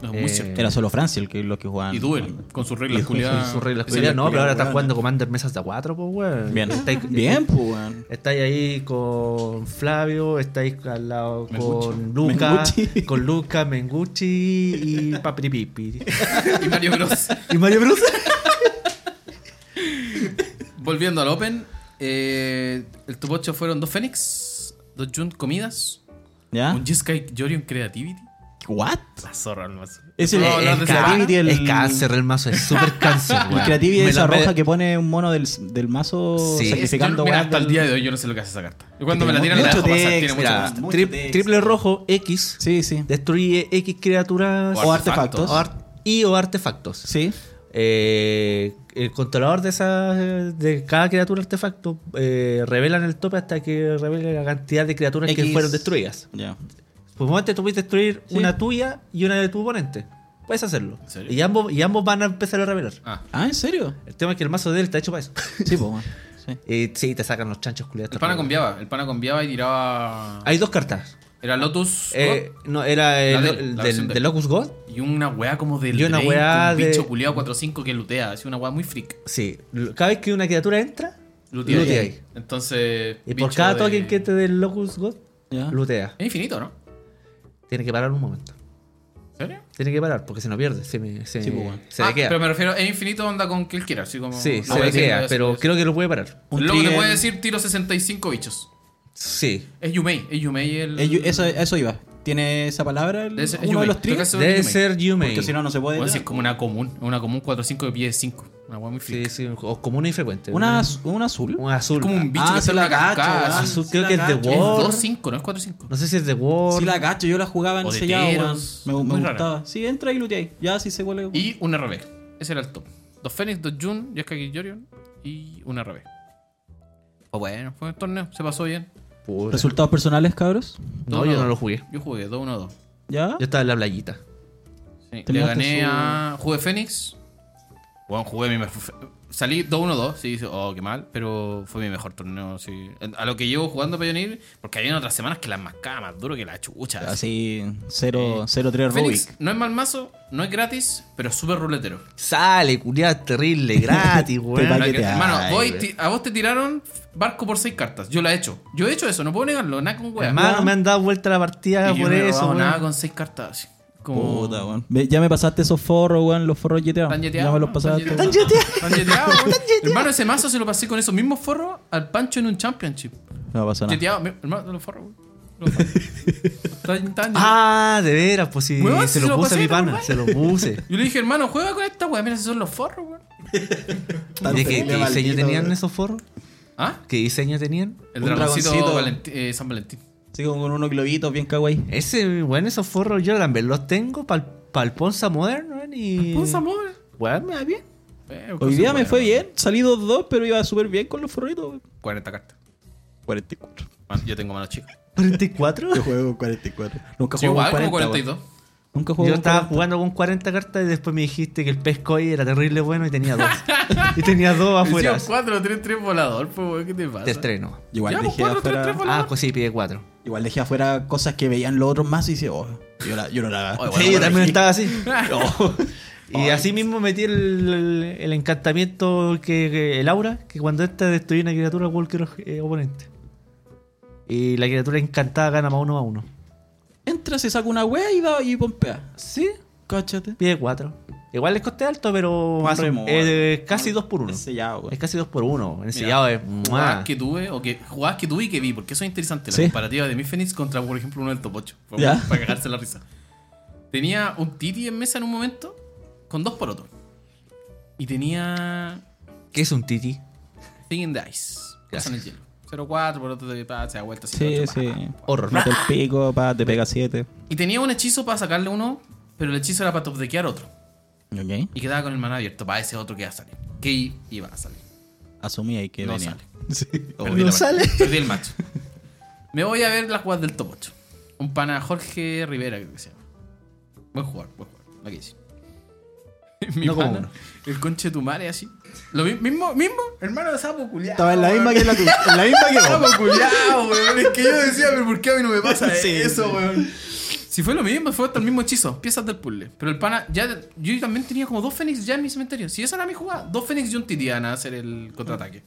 No, es muy Eh, cierto. Era solo Francia el que, los que jugaban. Y Duel, con sus reglas Y- culiadas. Sus reglas Esa culiadas, es la no, pero culiada, ahora estás weón. jugando Commander mesas de a cuatro, pues, weón. Bien. Estáis- Bien, pues, weón. Estáis ahí con Flavio, estáis al lado con Luca, Mengucci. con Luca, Mengucci y Papripipi. culiada. Y Mario Bros. y Mario Bros. Volviendo al Open, eh, el top 8 fueron dos Fénix, dos Jun Comidas, Ah. ¿Ya? un G-Sky Jorion Creativity. ¿What? La zorra, el mazo. Es No, el, no, el no, Creativity, el, Es cáncer el mazo, es súper cáncer, el weón. Creativity Me esa la- me- roja que pone un mono del, del mazo Sí. sacrificando Yo- mira, weón, hasta el del- día de hoy yo no sé lo que hace esa carta. Yo cuando me tiene la tiran la mucho dejo pasar, text, tiene mucho mira. Mira, gusto. Mucho tri- texto. triple rojo X Sí, sí. destruye X criaturas O artefactos. o ar- y o artefactos. Sí. Eh, el controlador de esas eh, de cada criatura artefacto eh, revelan el tope hasta que revele la cantidad de criaturas que X. fueron destruidas. Ya. Por momento tú puedes destruir Sí. una tuya y una de tu oponente. Puedes hacerlo. ¿En serio? Y ambos, y ambos van a empezar a revelar. Ah, Ah, ¿en serio? El tema es que el mazo de él está hecho para eso. Sí, pues, weón. Sí. y sí, te sacan los chanchos culiados. el pana conviaba, el pana conviaba y tiraba. Hay dos cartas. Era Lotus Eh, no, era La el, de él, el la del, versión de de él. Locus God. God, y una weá como del y una Drain, weá un de- bicho culiado 4-5 que lutea, así una weá muy freak. Sí. Cada vez que una criatura entra, Lutea. Lutea. Entonces. y por bicho de- cada Ah. token que te dé el Locus God, Ya. lutea. Es infinito, ¿no? Tiene que parar un momento. ¿En serio? Tiene que parar porque si no pierde, se, me, se, Sí, pues, bueno. se Ah, dequea. Pero me refiero, es infinito onda con que él quiera, así como. Sí, No, se pero dequea, sí, no, pero sí, creo que lo puede parar. sí. Luego te trigger- puede decir tiro 65 bichos. Sí. Es Yumei, es Yumei el. Eh, yo- Eso, eso iba. ¿Tiene esa palabra? el- Ese- es uno Yumei. de los Creo que triggers. eso- Debe Yumei. ser Yumei. Porque si no, no se puede. Bueno, sí, es como una común, una común 4-5 de pie 5. Una weá muy Sí, fría. sí, o común y frecuente. una, az- una azul. un azul. como un bicho ah, que sí sale la una cascada, cacho. así. weón, Azul, sí creo la que es de cacho. Es War. 2-5, no es 4-5. No sé si es de War. Sí la cacho, yo la jugaba en O de sellado, weón. teros. Me, Muy me rara. gustaba. Sí, entra y lootea ahí. Ya, sí se vuelve. Y un RB. Ese era el top. Dos Fénix, dos Jun, Yaskaki Jorion y un RB. Pues bueno, fue un torneo, se pasó bien. Puta. ¿Resultados personales, cabros? No, yo no lo jugué. Yo jugué 2-1-2. ¿Ya? Yo estaba en la playita. Sí, le Terminaste gané su- a. Jugué Fénix. Bueno, jugué mi mejor. Salí 2-1-2, sí, dice, oh, qué mal, pero fue mi mejor torneo, sí. A lo que llevo jugando Pioneer, porque había otras semanas que las mascaba más duro que la chucha. Ah, así. Así, 0-3 Eh, Fénix Rubik. no es mal mazo, no es gratis, pero es súper ruletero. Sale, culiada terrible, gratis, Te weón. pagué. Paquete, hermano, ay, voy, güey. ti- a vos te tiraron barco por 6 cartas. Yo la he hecho. Yo he hecho eso, no puedo negarlo, nada con weá. Hermano, me han dado vuelta la partida Y yo por no he eso, robado weón. nada con 6 cartas. así, Como... Puta, weón. Ve- Ya me pasaste esos forros, weón, los forros yeteados. Están Ya yeteados. me los pasaste. Están yeteados. Están yeteados. Hermano, ese mazo se lo pasé con esos mismos forros al Pancho en un championship. No pasa nada. Yeteado. Mi- Hermano, los forros, güey. Los forros. Están- están- Ah, de veras, pues sí. Weón, si se lo lo puse a pasé, mi ¿te pana, acordás? se lo puse. Yo le dije, hermano, juega con esta weá. Mira, esos son los forros, weón. ¿De qué, qué diseño tenían eso? esos forros? ¿Ah? ¿Qué diseño tenían? El Un dragoncito, dragoncito. Valenti- eh, San Valentín. Sí, como con unos globitos bien kawaii. Ese, bueno, esos forros yo también los tengo para el Ponza Modern, weón, y... Ponza Modern. Weón, me da bien. Eh, Hoy día me bueno, fue bien. Salí 2-2, pero iba súper bien con los forritos, weón. 40 cartas. 44. Man, yo tengo manos chicas. 44. Yo juego con 44. Nunca Sí, juego igual, con como 40. 42. weón. Nunca juego Yo con estaba 40. jugando con 40 cartas y después me dijiste que el pescoy era terrible bueno y tenía dos. y tenía dos afuera. 4, 3, 3 volador, pues, weón, ¿qué te pasa? Te estreno. Igual Ya, pues, dejé cuatro, tres, afuera. tres, pues. Ah, pues sí, pide cuatro. Igual dejé afuera cosas que veían los otros más y dice, oh, yo, la- yo no la Oye, hago. bueno, sí, yo bueno, también estaba así. Y así mismo metí el, el- el encantamiento que, que- el aura, que cuando esta destruye una criatura cualquier eh, oponente. Y la criatura encantada gana más uno a uno. Entra, se saca una wea y, da, y pompea. Sí, Cáchate. pide cuatro. Igual les coste alto, pero Un más o- remo, eh, casi dos por uno. Es sellado, weón. Es casi dos por uno. En sellado es. Jugadas ¡mua! pues. que tuve, o que jugadas que tuve y que vi, porque eso es interesante. La Sí. comparativa de mi Fénix contra, por ejemplo, uno del Topocho. Fue Ya. Para cagarse la risa. Tenía un Titi en mesa en un momento con dos por otro. Y tenía ¿Qué es un titi? Thing in the Ice. Cosa en el Gracias. hielo. 0-4, por otro te pa, se da vuelta. Sí, 108, sí. pa, pa. Horror. Ah. Mete el pico, pa, te pega 7. Y tenía un hechizo para sacarle uno, pero el hechizo era para topdequear otro. Ok. Y quedaba con el maná abierto para ese otro que iba a salir. Que iba a salir. Asumí ahí que No venía. sale. Sí. Perdí no la partida. sale. Perdí el match. Me voy a ver las jugadas del top 8. Un pana Jorge Rivera, creo que se llama. Buen jugador, buen jugador. No quise. Mi No como pana, uno. el conche de tu madre así. Lo mi- mismo, mismo, hermano de sapo culiado. Estaba en la misma que la tuya. En la misma que vos. Sapo culiado, weón. Es que yo decía, pero ¿por qué a mí no me pasa Sí. eso, weón? Si fue lo mismo, fue hasta el mismo hechizo, piezas del puzzle. Pero el pana, ya, yo también tenía como dos Fénix ya en mi cementerio. Si esa era mi jugada, dos Fénix y un Titi iban a hacer el contraataque.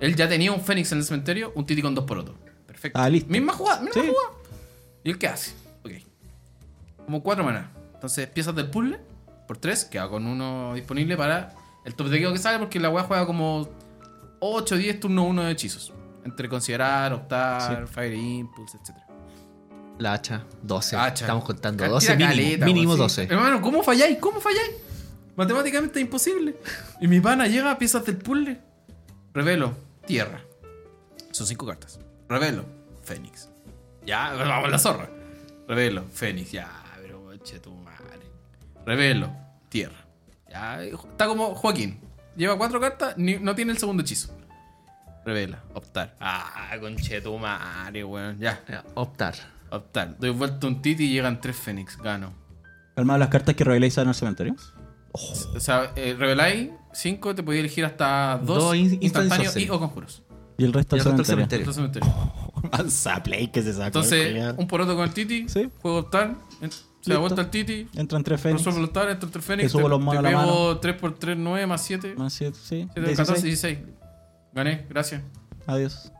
Él ya tenía un Fénix en el cementerio, un Titi con dos por otro. Perfecto. Ah, listo. Misma jugada, misma Sí. jugada. ¿Y él qué hace? Ok. Como cuatro manas. Entonces, piezas del puzzle por tres, queda con uno disponible para el top de que sale, porque la weá juega como 8 o 10 turnos uno de hechizos. Entre considerar, optar, Fire Impulse, etcétera. La hacha, 12. Hacha. Estamos contando Ah, Ca- 12. tira Mínimo, caleta, mínimo weón, sí. 12. Hermano, ¿cómo falláis? ¿Cómo falláis? Matemáticamente es imposible. Y mi pana llega a piezas del puzzle. Revelo, tierra. Son cinco cartas. Revelo, Fénix. Ya, vamos a la zorra. Revelo, Fénix. Ya, pero coche tu madre. Revelo, tierra. Ya, está como Joaquín. Lleva cuatro cartas, ni- no tiene el segundo hechizo. Revela, optar. Ah, conche tu madre, weón. Ya, Eh, Optar. Optar. Doy vuelta un titi y llegan tres Fénix. Gano. Calma las cartas que reveláis en el cementerio. O sea, eh, reveláis 5, te podía elegir hasta dos Dos in- instantáneos instantes y o conjuros. Y el resto Y del el resto del cementerio. Entonces, me entero. Avanza play que se sacó. Entonces, el un poroto con el titi, Sí. juego optar, en- se da Listo. vuelta el titi, Entran tres Fénix. resuelvo el optar, entro tres Fénix, Te subo los monos a la mano. 3 por 3, 9 más 7, Más 7, sí. 7 16. 14, 16. Gané, gracias. Adiós.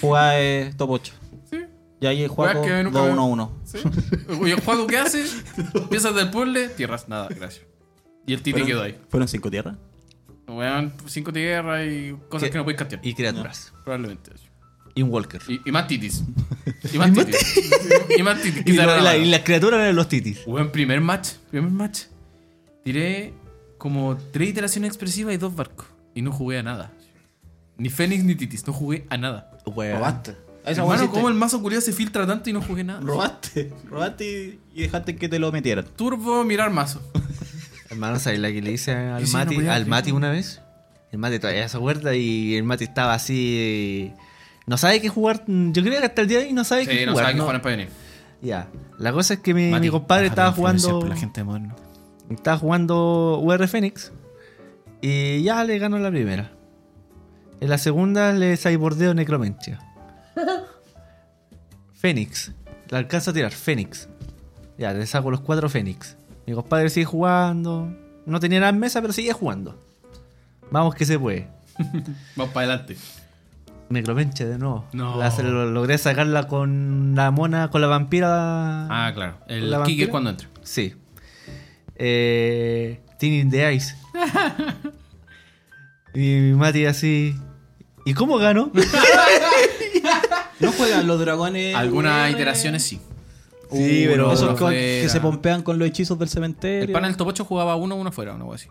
Jugá eh, top 8. Sí. Y ahí juego Weas que nunca veo. 2-1-1. ¿Sí? ¿Y el juego qué hace? Piezas del puzzle, tierras, nada, gracias. Y el titi quedó ahí. ¿Fueron 5 tierras? Weón, 5 tierras y cosas ¿Qué? que no podéis castear. Y criaturas. Probablemente. Y un walker. Y, y más titis. Y más titis. y más titis. Y, Quizá lo- era y la la- y mano. las criaturas eran los titis. Weón, primer match. Primer match. Tiré como tres iteraciones expresivas y dos barcos. Y no jugué a nada. Ni Fénix ni Titis. No jugué a nada. Eh, Robaste. Eso Hermano, hiciste. ¿cómo el mazo culiado se filtra tanto y no jugué nada? Robaste. Robaste y, y dejaste que te lo metieran. Turbo mirar mazo. Hermano, ¿sabes la que le hice al Yo sí no Mati, podía al creer. Mati una vez? El Mati todavía se acuerda y el Mati estaba así. No sabe qué jugar. Yo creo que hasta el día de hoy no sabe Sí, qué no jugar. sabe que ¿no? jugar en Pioneer. Ya. La cosa es que mi, Mati, mi compadre déjate estaba influenciar jugando. por la gente moderna. Estaba jugando UR Fénix. Y ya le ganó la primera. En la segunda le cyborgeo Necromancia. Fénix. La alcanza a tirar. Fénix. Ya, le saco los cuatro Fénix. Mi compadre sigue jugando. No tenía nada en mesa, pero sigue jugando. Vamos que se puede. Vamos para adelante. Necromancia de nuevo. No. La- se lo- logré sacarla con la mona, con la vampira. Ah, claro. El ¿La Kike vampira? cuando entra. Sí. Eh, Teen in the Ice. y Mati así. ¿Y cómo gano? ¿No juegan los dragones? Algunas iteraciones sí. Eh, Sí, pero- Esos pero que, que fuera. se pompean con los hechizos del cementerio. El pan en el top 8 jugaba uno, uno fuera, una cosa así.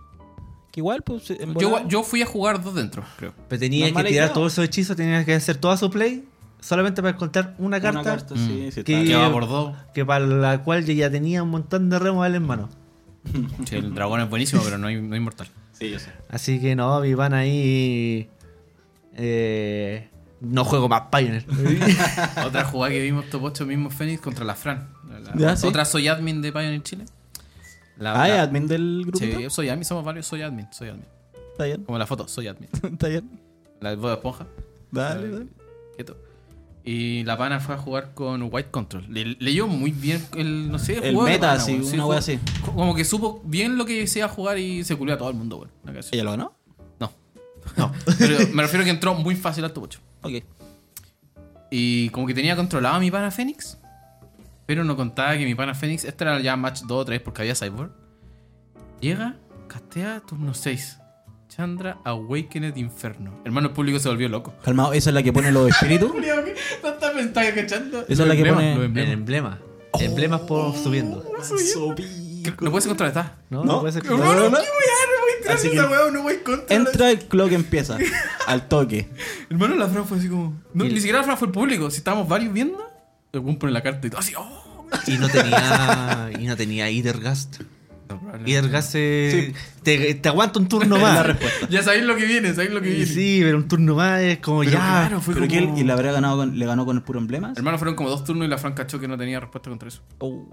Que igual, pues. en Yo, volada- yo fui a jugar dos dentro, creo. Pero tenía Normal que tirar idea. todos esos hechizos, tenía que hacer toda su play solamente para encontrar una carta, Una carta, Mm. sí, sí, Que Que- está. va por dos. que para la cual yo ya tenía un montón de remos en mano. Sí, el dragón es buenísimo, pero no hay, no hay mortal. Sí, yo sé. Así que no, mi van ahí. eh, no juego más Pioneer. Otra jugada que vimos top 8 mismo Fénix contra la Fran. La- Ya, sí. Otra soy admin de Pioneer Chile. La, Ah, ¿es la- admin del grupo. Sí, soy admin, somos varios, soy admin, soy admin. Está bien. Como la foto, soy admin. Está bien. La de Bob Esponja. Dale, dale. Quieto. Y la pana fue a jugar con White Control. Le- leyó muy bien el, no sé, El juego de meta, pana, así, weón. una jugó- wea así. co- Como que supo bien lo que se iba a jugar y se culió a todo el mundo, weón. Una cosa así. ¿Ella lo ganó? No. No. Pero me refiero que entró muy fácil al topocho. Ok. Y como que tenía controlado a mi pana Fénix. Pero no contaba que mi pana Fénix, este era ya match 2 o 3 porque había Cyborg. Llega, castea turno 6. Chandra Awakened Inferno. Hermano, el público se volvió loco. Calmado, esa es la que pone los espíritus. Esa es la que pone- em- El emblema. Emblemas por subiendo. Lo puedes contratar. No, No. no puede ser. No, no, no. Así que... weón, no voy contra. Entra el clock empieza. Al toque. Hermano, la Fran fue así como. No, ni siquiera la Fran fue el público. Si estábamos varios viendo, el weón pone la carta y todo así. ¡Oh! Y no tenía. Y no tenía Idergast. Mm. Idergast eh, te, te aguanta un turno más. Ya sabéis lo que viene, sabéis lo que Y viene. sí, pero un turno más es como Pero ya. claro, fue Pero como- que él y le habrá ganado con- le ganó con el puro emblema. Hermano, fueron como dos turnos y la Fran cachó que no tenía respuesta contra eso. Oh.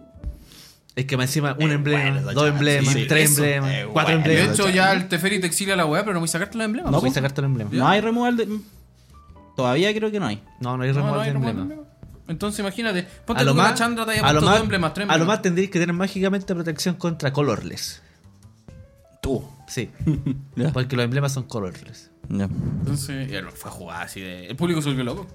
Es que más encima un emblema, bueno, dos ya, emblemas, sí, tres eso, emblemas, eh, cuatro bueno. De Pero emblemas. hecho, ya el Teferi te exila la weá, pero no voy a sacarte los emblemas. No pues, po. voy a sacarte el emblema. No hay removal de. Todavía creo que no hay. No, no hay No, no removal hay de removal de emblema. emblema. Entonces, imagínate, ponte A lo tú una más, Chandra te haya a lo puesto dos más, emblemas, tres a lo emblemas. más tendríais que tener mágicamente protección contra colorless. Tú. Sí, Ya. porque los emblemas son colorless. Ya. Entonces, y él fue a jugar así de. El público se volvió loco.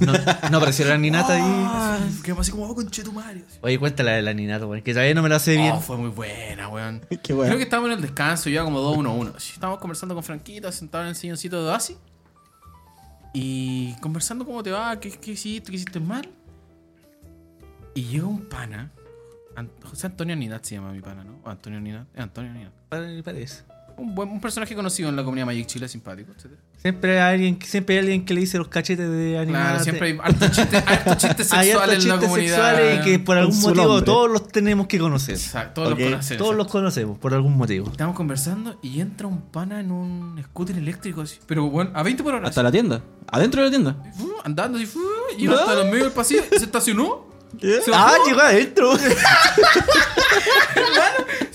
No, no apareció la ninata ahí. Que así como, oh, conchetumario. Oye, cuéntala de la ninata, weón, que todavía no me la sé bien. Oh, fue muy buena, weón. Qué buena. Creo que estábamos en el descanso, ya como 2-1-1. Sí, Estábamos conversando con Franquito, sentado en el silloncito de Oasis. Y conversando cómo te va, qué, qué hiciste, qué hiciste mal. Y llega un pana. An- José Antonio Ninat se llama mi pana, ¿no? O Antonio Ninat. Es Antonio Ninat. Pare- parece. Un, buen, un personaje conocido en la comunidad Magic Chile, simpático, etc. Siempre hay alguien, siempre hay alguien que le dice los cachetes de animal. Claro, siempre hay hartos chistes harto chiste Hay sexuales en hartos la chistes comunidad. sexuales y que por Con algún su motivo nombre. todos los tenemos que conocer. Exacto, todos Ok, los conocen. Todos los conocemos, por algún motivo. Estamos conversando y entra un pana en un scooter eléctrico así. Pero bueno, a 20 por hora. Hasta la tienda. Adentro de la tienda. así, fu, andando así, fu, y iba hasta los medio del pasillo, se estacionó. Se bajó, Ah, llegó adentro. así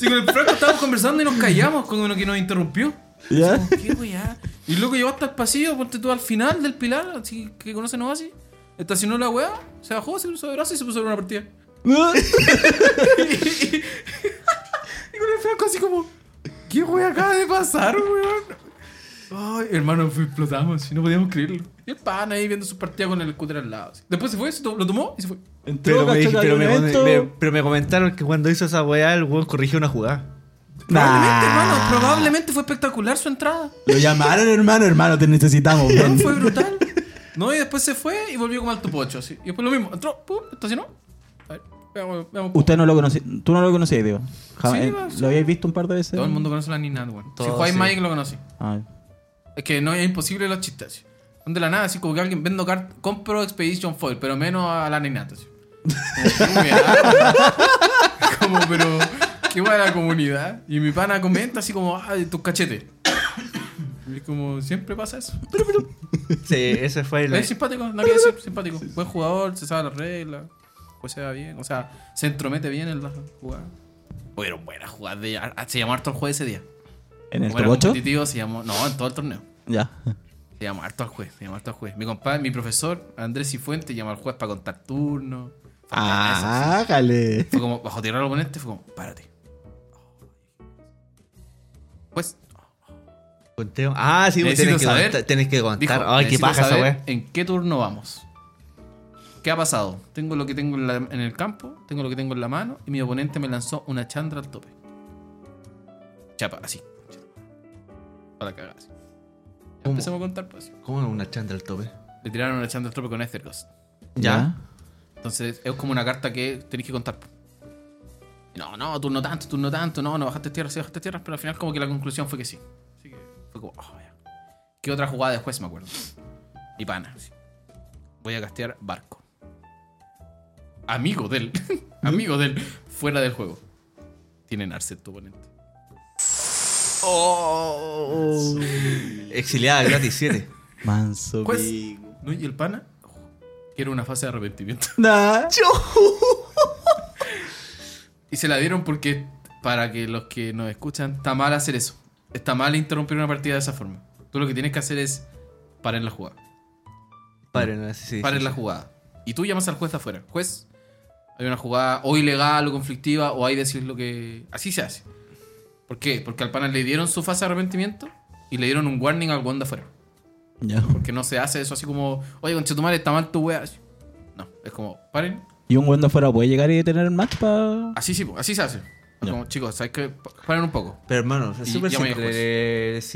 con el Franco estábamos conversando y nos callamos con uno que nos interrumpió. Ya. Como, ¿Qué weá? Y luego llegó hasta el pasillo, ponte tú al final del pilar, así que conocen así. Estacionó la weá, se bajó, se cruzó de brazos y se puso a ver una partida. Y con el Franco así como, ¿qué weá acaba de pasar, weón? Ay, hermano, fue- explotamos, y no podíamos creerlo. Y el pan ahí viendo su partida con el scooter al lado. así. Después se fue, se to- lo tomó y se fue. Pero me, dije- pero me- comentó. me- pero me comentaron que cuando hizo esa weá, el weón corrigió una jugada. Probablemente, hermano, probablemente fue espectacular su entrada. Lo llamaron, hermano, hermano, te necesitamos. No, ven. fue brutal. No, y después se fue y volvió como al topocho, así. Y después lo mismo, entró, pum, estacionó. A ver, veamos, veamos. cómo. Usted no lo conocía, tú no lo conocías, digo. Jamás- Sí, eh, va, sí. ¿Lo habías visto un par de veces? Ah, Todo el mundo conoce a la Ninat, weón. Si Todo, jugáis sí. Magic lo conocí. Ay. Es que no es imposible los chistes. así. Son de la nada, así como que alguien vendo cartas. Compro Expedition Foil, pero menos a la Ninat. así. Como, qué weá, weón. Como, pero. Qué guay la comunidad. Y mi pana comenta así como, ah, tus cachetes. Y como, siempre pasa eso. Sí, ese fue el. Es simpático, no quiere decir simpático. Buen jugador, se sabe las reglas, pues se da bien, o sea, se entromete bien en las jugadas. Fueron buenas jugadas de ah, Se llamó harto el juego ese día. ¿En el Como era tobocho? competitivo, se llamó. No, en todo el torneo. Ya. Se llamó harto al juez, se llamó harto al juez. Mi compadre, mi profesor, Andrés Cifuentes, llamó al juez para contar turnos. Fue como eso. Ágale. Fue como bajo tierra al oponente, fue como, párate. Pues, conteo. Ah, sí, vos Necesito tenés que, saber. contar, tenés que contar. Dijo, Ay, qué "Necesito paja esa saber weá. ¿En qué turno vamos? ¿Qué ha pasado? Tengo lo que tengo en, la- en el campo, tengo lo que tengo en la mano y mi oponente me lanzó una chandra al tope. Chapa, así. Para cagar. así. ¿Cómo? Empecemos a contar, pues. ¿Cómo una chanda al tope? Le tiraron una chandra al tope con Etherghost. Ya. Entonces es como una carta que tenéis que contar. po. No, no, turno tanto, turno tanto, no, no bajaste tierra, sí bajaste tierra, pero al final como que la conclusión fue que sí. Así que fue como, oh, ya. ¿Qué otra jugada después me acuerdo? Y pana. sí. Voy a castear barco. Amigo del, amigo del, fuera del juego. Tienen Arset tu oponente. Oh. Exiliada gratis 7. Manso. Pues, vi- ¿no? Y el pana, quiero una fase de arrepentimiento. Nah. Y se la dieron porque, para que los que nos escuchan, está mal hacer eso. Está mal interrumpir una partida de esa forma. Tú lo que tienes que hacer es parar la jugada. Paren, así sí. Parar la jugada. Y tú llamas al juez de afuera. Juez, hay una jugada o ilegal o conflictiva o hay decir lo que... Así se hace. ¿Por qué? Porque al panel le dieron su fase de arrepentimiento y le dieron un warning al guan de afuera. Ya. Porque no se hace eso así como, oye, conchetumare, está mal tu wea. No, es como, paren, Y un Wendo afuera puede llegar y detener el match para. Así sí, po, así se hace. Ya. Como, chicos, hay que pa- paren un poco. Pero hermano, es Y súper llama al simple. juez. Le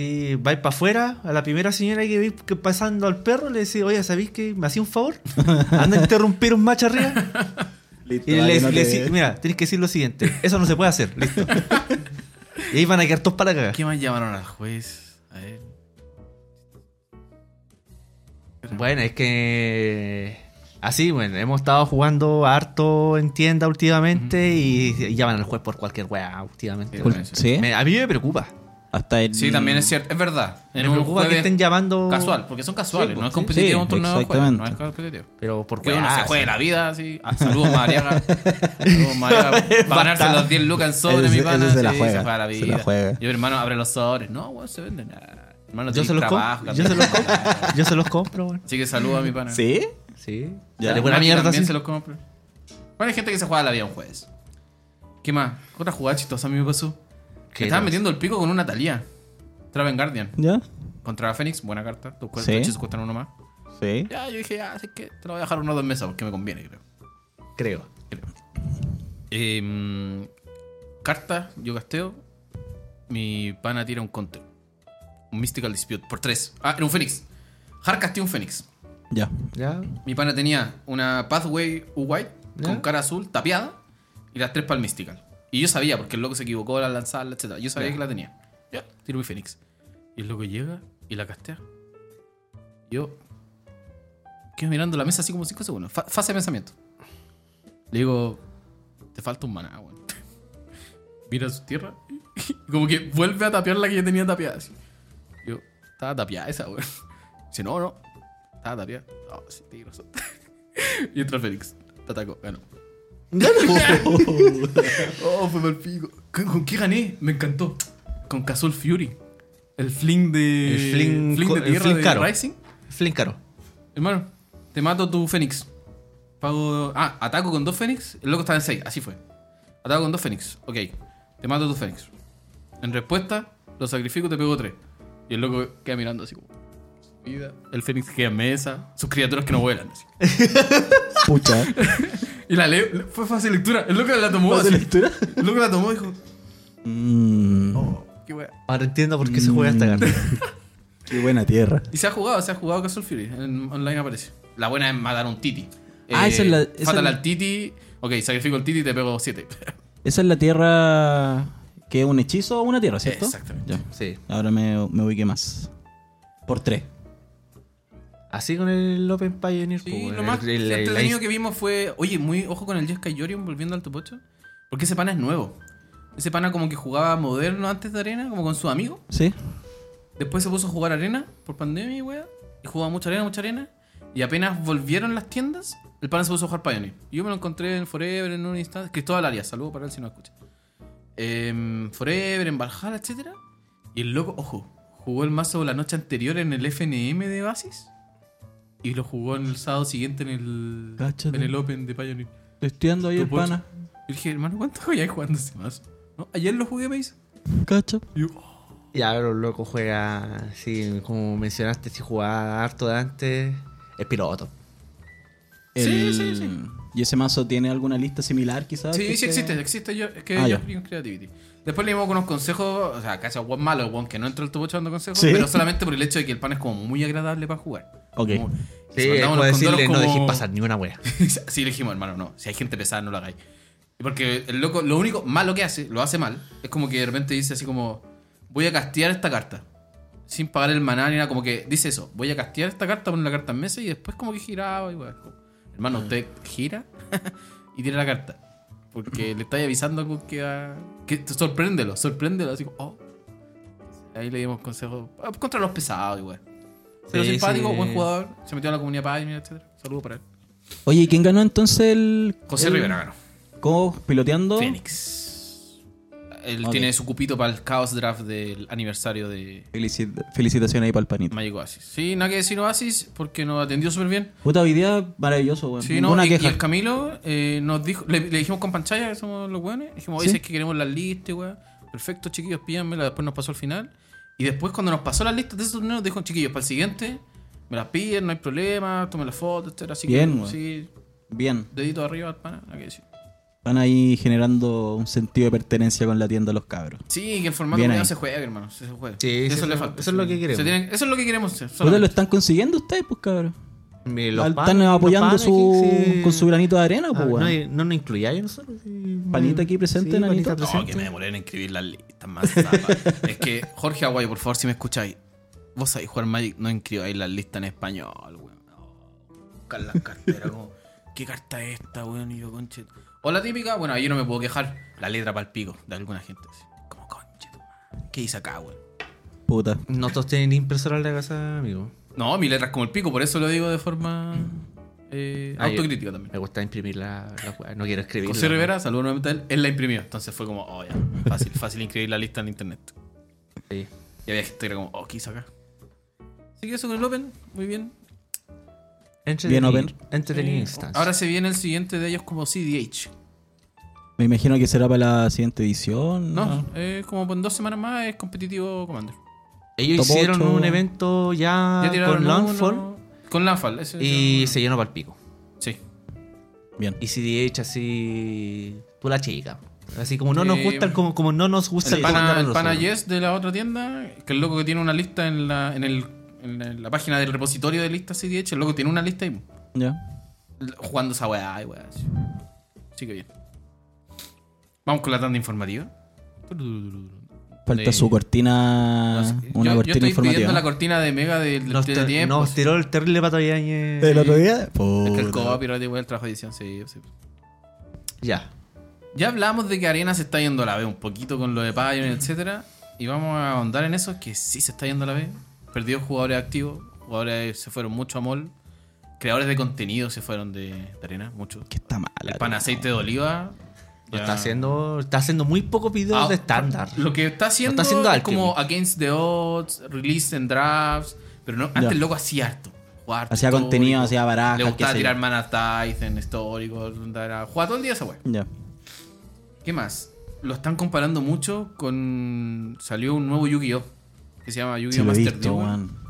decís, vais para afuera, a la primera señora que veis que pasando al perro, le decís, oye, ¿sabéis que me hacía un favor? Anda a interrumpir un match arriba. Listo, Y le, dale, le no te- decís, mira, tienes que decir lo siguiente. Eso no se puede hacer, listo. y ahí van a quedar todos para cagar. ¿Qué más llamaron al juez? A ver. Bueno, es que... Así, bueno, hemos estado jugando harto en tienda últimamente y llaman al juez por cualquier weá últimamente. Sí, Col- bueno, sí. Sí, Me- a mí me preocupa. hasta el. Sí, también es cierto. Es verdad. En me un preocupa juego que estén llamando... casual, porque son casuales, Sí, pues, no es sí. competitivo Sí, un torneo de juego, No es exactamente. competitivo. Pero por Porque uno weá, se juega la vida así. Ah, saludos, Mariaga. saludos, Mariaga. Va a ganarse los 10 lucas en sobre, Ese- mi ese pana. se la Sí, juega, Se juega la vida. se la juega. Yo, hermano, abre los sobres. No, weón, se venden. Ah, hermano, Yo tenés se los trabajo. compro. Yo se los compro. Yo se los compro, weón. Así que saludos a mi pana. Sí. Sí. Ya. Dale buena Nike mierda, También sí. se los compro. Bueno, hay gente que se juega la vida un jueves. ¿Qué más? ¿Qué Otra jugada chistosa a mí me pasó. ¿Qué Que estaban te metiendo el pico con una Talía. Traven Guardian. Ya. Contra Fénix, buena carta. Tus Sí. cuatro se cuestan uno más. Sí. Ya, yo dije, ya, así que te lo voy a dejar uno o dos mesas porque me conviene, creo. Creo. Em, carta, yo gasteo. Mi pana tira un counter. Un Mystical Dispute por tres. Ah, era un Fénix. Har casteó un Fénix. Ya. Ya. Mi pana tenía una Pathway U-White con ¿Ya? cara azul tapiada y las tres para el Mystical. Y yo sabía, porque el loco se equivocó al lanzarla, etc. Yo sabía que la tenía. Ya, tiro mi Fénix. Y el loco llega y la castea. Yo quedo mirando la mesa así como 5 segundos. Fa- fase de pensamiento. Le digo, te falta un maná, weón. Mira su tierra y como que vuelve a tapear la que yo tenía tapiada. así. Yo, estaba tapiada esa, weón. Dice, no, no, estaba tapiada. No, sí, te digo razón. y entra el Félix. Te atacó, ganó. oh, fue mal pico. ¿Con, con qué gané? Me encantó. Con Casual Fury. El fling de. El fling co- de el tierra fling de caro. Rising. Flincaro. Hermano, te mato tu Fénix. Pago. Ah, ataco con dos Fénix. El loco estaba en 6, así fue. Ataco con dos Fénix. Ok. Te mato tu Fénix. En respuesta, lo sacrifico, te pego tres. Y el loco queda mirando así como. Vida. El Fénix queda en mesa. Sus criaturas que no vuelan. así. Pucha. Y la leo. Fue fácil lectura. El loco la tomó. así. lectura? El loco la tomó y dijo. oh, Mmm. Qué wea. Ahora entiendo por qué se juega esta carta. Qué buena tierra. Y se ha jugado, se ha jugado Castle Fury. En online aparece. La buena es matar a un Titi. Eh, Ah, esa es la- esa Fatal es la- al Titi. Ok, sacrifico al Titi y te pego 7. Esa es la tierra que es un hechizo o una tierra, ¿cierto? Exactamente. Ya. Sí. Ahora me, me ubiqué más. Por tres. Así con el Open Pioneer. pues, Sí, weón. lo más El- el- el- entretenido que vimos fue. Oye, muy ojo con el Jeskai Yorion volviendo al Topocho. Porque ese pana es nuevo. Ese pana como que jugaba moderno antes de arena, como con su amigo. ¿Sí? Después se puso a jugar arena por pandemia y wea. Y jugaba mucha arena, mucha arena. Y apenas volvieron las tiendas, el pana se puso a jugar Pioneer. Y yo me lo encontré en Forever en un instante. Cristóbal Arias, saludo para él si no escucha. En Forever, en Valhalla, etc. Y el loco, ojo, jugó el mazo la noche anterior en el FNM de Basis. Y lo jugó en el sábado siguiente en el, Cáchate. en el Open de Pioneer. Estoy andando ahí Tu el pocho. pana. Y dije, hermano, ¿cuánto hay jugando ese mazo? ¿No? Ayer lo jugué, me dice. Cacho. Y yo, Y ahora el loco juega. Sí, como mencionaste, si jugaba harto de antes. Es piloto. Sí, El- sí, sí. ¿Y ese mazo tiene alguna lista similar quizás? Sí, que sí sea- existe, existe yo, es que Ah, yo ya. explico en Creativity. Después le dimos con unos consejos, o sea, casi a Juan malo, Juan que no entra al tubo dando consejos, Sí. pero solamente por el hecho de que el pan es como muy agradable para jugar. Como- Ok. y Sí, se es mandaban como unos decirle, condoros no como- dejéis pasar ni una wea. sí, le dijimos, hermano, no, si hay gente pesada, no lo hagáis. Y Porque el loco, lo único malo que hace, lo hace mal, es como que de repente dice así como, voy a castear esta carta. Sin pagar el maná ni nada, como que dice eso, voy a castear esta carta, poner la carta en mesa y después como que giraba y bueno, como, Hermano, usted gira y tira la carta. Porque le estáis avisando con que, a- que sorpréndelo, sorpréndelo, así como, oh. Ahí le dimos consejos ah, contra los pesados, igual. Pero Sí, simpático, sí. buen jugador, se metió a la comunidad Pagina, etc. Saludos para él. Oye, ¿y quién ganó entonces el... José el- Rivera ganó. ¿Cómo? ¿Piloteando? Fénix. él Ok. tiene su cupito para el Chaos Draft del aniversario de Felicit- felicitaciones ahí para el panito. Magic Oasis. Sí, nada que decir Oasis porque nos atendió súper bien. Puta, hoy día maravilloso, weón. Sí, Ninguna no, y, y queja. el Camilo eh, nos dijo, le, le dijimos con panchaya que somos los weones. Dijimos, oye, Sí. si es que queremos las listas, weón. Perfecto, chiquillos, pídanmela. Después nos pasó al final. Y después, cuando nos pasó las listas de esos torneos, dijo, chiquillos, para el siguiente, me las piden, no hay problema, tomen la foto, etcétera. Así Bien, que, weón. sí, Bien. dedito arriba, pana, nada que decir. Van ahí generando un sentido de pertenencia con la tienda los cabros. Sí, que el formato Bien culiao ahí. se juega, hermano. Se juega. Sí, eso, sí, le no, falta. eso es lo que Se queremos. tienen- eso es lo que queremos. sí, Puta, solamente. lo están consiguiendo ustedes, pues cabros. Me- los Al- pan- Están los apoyando pan su, aquí, sí. con su granito de arena, Ah, pues, no, weón. y- no nos incluyáis a nosotros. sí. Panita aquí presente, Sí, nanito. panita No, presente. que me demoré en escribir las listas más. zapas. es que, Jorge Aguayo, por favor, si me escucháis, vos sabéis jugar Magic, no escribáis las listas en español, weón. No, buscar las carteras, como, ¿qué carta es esta, weón? Y yo, conche. O la típica, bueno, ahí yo no me puedo quejar, la letra pa'l pico de alguna gente. así, como, conche, tu madre, ¿qué hice acá, weón? Puta. Nosotros tenemos impresora en la casa, amigo. No, mi letra es como el pico, por eso lo digo de forma eh, Ah, yo- autocrítica también. Me gusta imprimir la, la weá, No quiero escribir. José Rivera, saludos nuevamente a él, él la imprimió. Entonces fue como, oh, ya, fácil, fácil inscribir la lista en internet. Y había gente que era como, oh, ¿qué hice acá? Así que eso con el Open, muy bien. Bien, Entretenido. Open. Entretenido Eh, instance. Ahora se viene el siguiente de ellos como CDH. Me imagino que será para la siguiente edición. Ah. No, eh, como en dos semanas más es competitivo Commander. Ellos Top hicieron ocho. un evento ya, Ya tiraron Ah, con uno- Landfall Con Landfall, ese. y se llenó para el pico. Sí. Bien. Y CDH así. Tú la chica. Así como no nos Eh, gustan, como, como no nos gusta El pana, el pana Yes de la otra tienda, que el loco que tiene una lista en la, en el, en la página del repositorio de listas CDH, el loco tiene una lista y Ya. jugando esa weá, ay, weá. sí. Así que bien. Vamos con la tanda informativa. Falta Sí. su cortina. No sé, una yo, yo cortina estoy pidiendo informativa. la cortina de Mega del Nos, de, ter- tiempo. nos tiró el terrible pato Yáñez. ¿El otro día? Es que el Puta. copyright igual el trabajo de edición, sí, sí. Ya. Ya hablamos de que Arena se está yendo a la B un poquito con lo de Pioneer, etcétera, y vamos a ahondar en eso que sí se está yendo a la B. Perdió jugadores activos, jugadores se fueron mucho a mol, creadores de contenido se fueron de, de Arena, muchos. Que está mala. El pan aceite de oliva Lo ya- Está haciendo, está haciendo muy pocos videos Ah, de estándar. Lo que está haciendo, Lo está haciendo es harto. como against the odds, release and drafts. Pero no, antes Ya. el loco hacía harto. jugaba harto Hacía contenido, hacía barajas, Le gustaba qué sé yo. tirar manas Titan, histórico. Jugaba todo el día esa wea. Ya. ¿Qué más? Lo están comparando mucho con. Salió un nuevo Yu-Gi-Oh! Que se llama Sí, Yu-Gi-Oh! lo he Master visto, Duel. weón.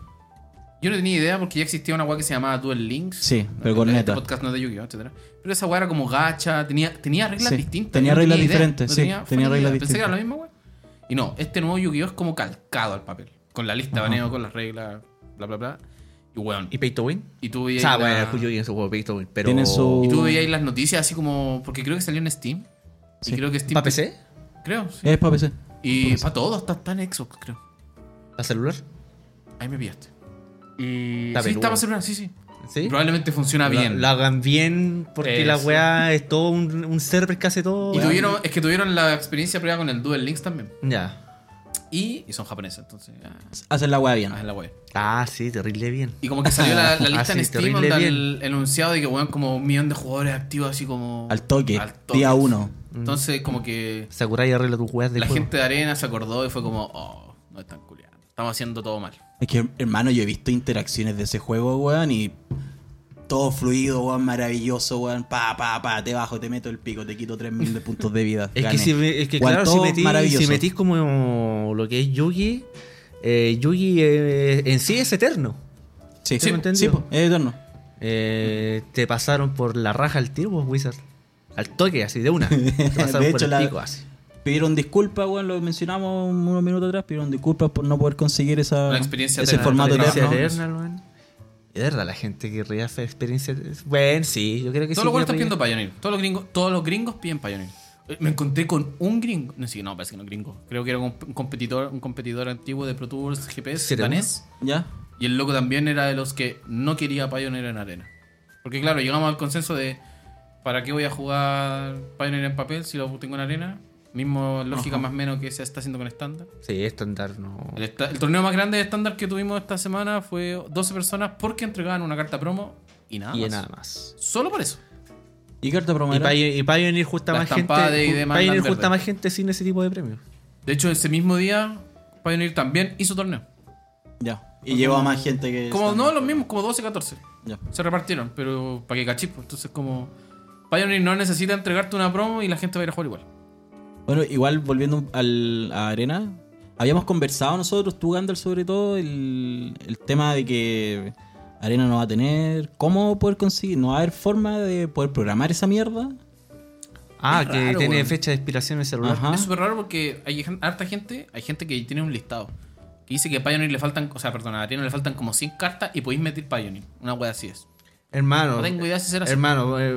Yo no tenía idea porque ya existía una weá que se llamaba Duel Links. Sí, pero con con Este neta. podcast no es de Yu-Gi-Oh! etcétera. Pero esa weá era como gacha, tenía, tenía reglas Sí, distintas. tenía yo no reglas idea, diferentes, no sí, tenía fucking reglas idea. Pensé que era la distintas. misma weá. Y no, este nuevo Yu-Gi-Oh! es como calcado al papel. Con la lista de baneo, con las reglas, bla, bla, bla. Y weón. ¿Y Y, Pay to Win? y tú veías. O sea, la- bueno, el pues Julio en su juego Pay to Win, pero. Tiene su- y tú veías ahí las noticias así como. Porque creo que salió en Steam. Y uh. Sí. creo que Steam. ¿Para PC? Creo, sí. Es para PC. Y pues. para todo, hasta, hasta en Xbox, creo. ¿Para celular? Ahí me pillaste. Y... Está Sí, peludo. estaba celular, sí, sí. ¿Sí? Probablemente funciona Lo- bien. Lo hagan bien, porque la Eso. weá es todo un, un server que hace todo. Y weá. tuvieron, es que tuvieron la experiencia previa con el Duel Links también. Ya. Y, y son japoneses, entonces. Ah, Hacen la weá bien. ah, es la wea. Ah, sí, terrible bien. Y como que salió la, la lista Ah, sí, en Steam, terrible onda bien. el, el enunciado de que, weón, como un millón de jugadores activos, así como. Al toque, día uno. Entonces, como que Sakurai arregla tus weas del la juego. gente de Arena se acordó y fue como, oh, no están culiando. Estamos haciendo todo mal. Es que, hermano, yo he visto interacciones de ese juego, weón, y todo fluido, weón, maravilloso, weón. Pa, pa, pa, te bajo, te meto el pico, te quito 3.000 de puntos de vida. Es que, Gané. si, me- es que Weón, claro, si todo metís, maravilloso. si metís como lo que es Yugi, eh, Yugi eh, en sí es eterno. Sí, Sí, sí, entendido. sí, po, es eterno. Eh, te pasaron por la raja al tiro, pues, Wizard. Al toque, así, de una. Te pasaron De por hecho, el la- pico, así. Pidieron disculpas, weón, lo mencionamos unos minutos atrás, pidieron disculpas por no poder conseguir esa, La experiencia ese eterna, formato la eterno. experiencia Eternal, weón. Es verdad, la gente que rea hacer experiencia. Bueno, sí, yo creo que Todos los sí. que güeyes están rea- pidiendo Pioneer. Todos los gringos, todos los gringos piden Pioneer. Eh, Me encontré con un gringo. No, sí, no, parece que no es gringo. Creo que era un un competidor, un competidor antiguo de Pro Tours GPS ¿Será danés. ¿Ya? Y el loco también era de los que no quería Pioneer en arena. Porque claro, llegamos al consenso de ¿para qué voy a jugar Pioneer en papel si lo tengo en arena? Mismo lógica más o menos que se está haciendo con estándar. Sí, estándar, no. El, esta- el torneo más grande de estándar que tuvimos esta semana fue 12 personas porque entregaban una carta promo y nada Y más. nada más. Solo por eso. ¿Y carta Y promedora? para y pa' venir justa La más gente. estampada de- de para venir Mandan Verde. justa más gente sin ese tipo de premios. De hecho, ese mismo día, Pioneer también hizo torneo. Ya. Y llevó a más gente que. Como Standard. no los mismos, como 12, 14. Ya. Se repartieron, pero para que cachipo. Entonces, como Pioneer no necesita entregarte una promo y la gente va a ir a jugar igual. Bueno, igual volviendo al, a Arena, habíamos conversado nosotros, tú Gandalf sobre todo, el, el tema de que Arena no va a tener cómo poder conseguir, no va a haber forma de poder programar esa mierda. Ah, Es que raro, tiene weón. fecha de expiración en el celular. Ajá. Es súper raro porque hay gen- harta gente, hay gente que tiene un listado. Que dice que a Pioneer le faltan, o sea, perdón, a Arena le faltan como 100 cartas y podéis meter Pioneer. Una wea así es. Hermano. No tengo idea si será así. Hermano, eh,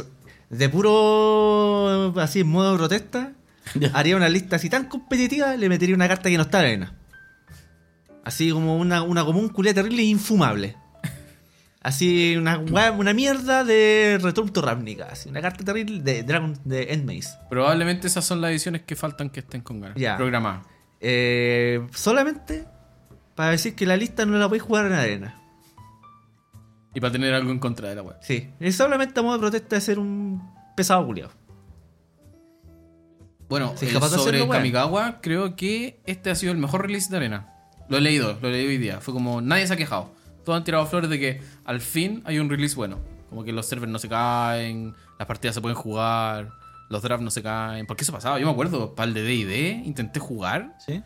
de puro eh, así en modo protesta, Ya. haría una lista así tan competitiva, le metería una carta que no está en arena. Así como una, una común culia terrible e infumable. Así una, gua- una mierda de Return Ramnica. Así una carta terrible de Dragon de Endmaze. Probablemente esas son las ediciones que faltan que estén con ganas. Ya. Programadas. Eh, solamente para decir que la lista no la podéis jugar en arena. Y para tener algo en contra de la web. Sí. Es solamente a modo de protesta de ser un pesado culiado. Bueno, Sí, el capaz de sobre hacerlo, weón. Kamikawa, creo que este ha sido el mejor release de Arena. Lo he leído, lo leí hoy día. Fue como nadie se ha quejado. Todos han tirado flores de que al fin hay un release bueno. Como que los servers no se caen, las partidas se pueden jugar, los drafts no se caen. Porque eso pasaba, yo me acuerdo, para el de DD, intenté jugar. ¿Sí?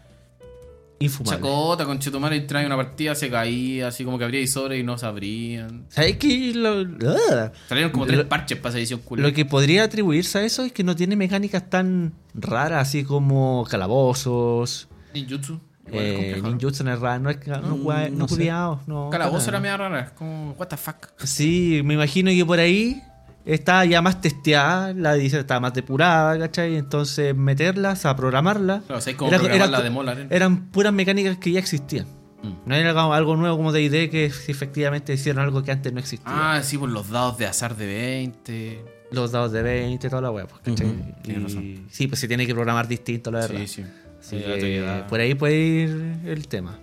Infumable. Chacota, con Chetumare y trae una partida, se caía, así como que abría y sobre y no se abrían. ¿Sabes qué? Lo, ¡Ugh! Salieron como tres Lo- parches para esa edición cool. Lo que podría atribuirse a eso es que no tiene mecánicas tan raras, así como calabozos, Ninjutsu. igual es eh, complejo, ¿no? ninjutsu no es rara, no es no, Mm, guay- no no sé. culiao, no, Calabozo era nada. media rara, es como, what the fuck. Sí, me imagino que por ahí está ya más testeada, la edición está más depurada, ¿cachai? Entonces meterlas, a programarlas, Claro, o sea, es como Era- programar era- la de Mola, ¿eh? eran puras mecánicas que ya existían. Mm. No era algo- algo nuevo como de idea que efectivamente hicieron algo que antes no existía. Ah, sí, por los dados de azar de 20. Los dados de 20, toda la wea, pues, ¿cachai? Ujú, tienes Y- razón. Sí, pues se tiene que programar distinto, la verdad. Sí, sí. Así Sí, que la teoría. por ahí puede ir el tema.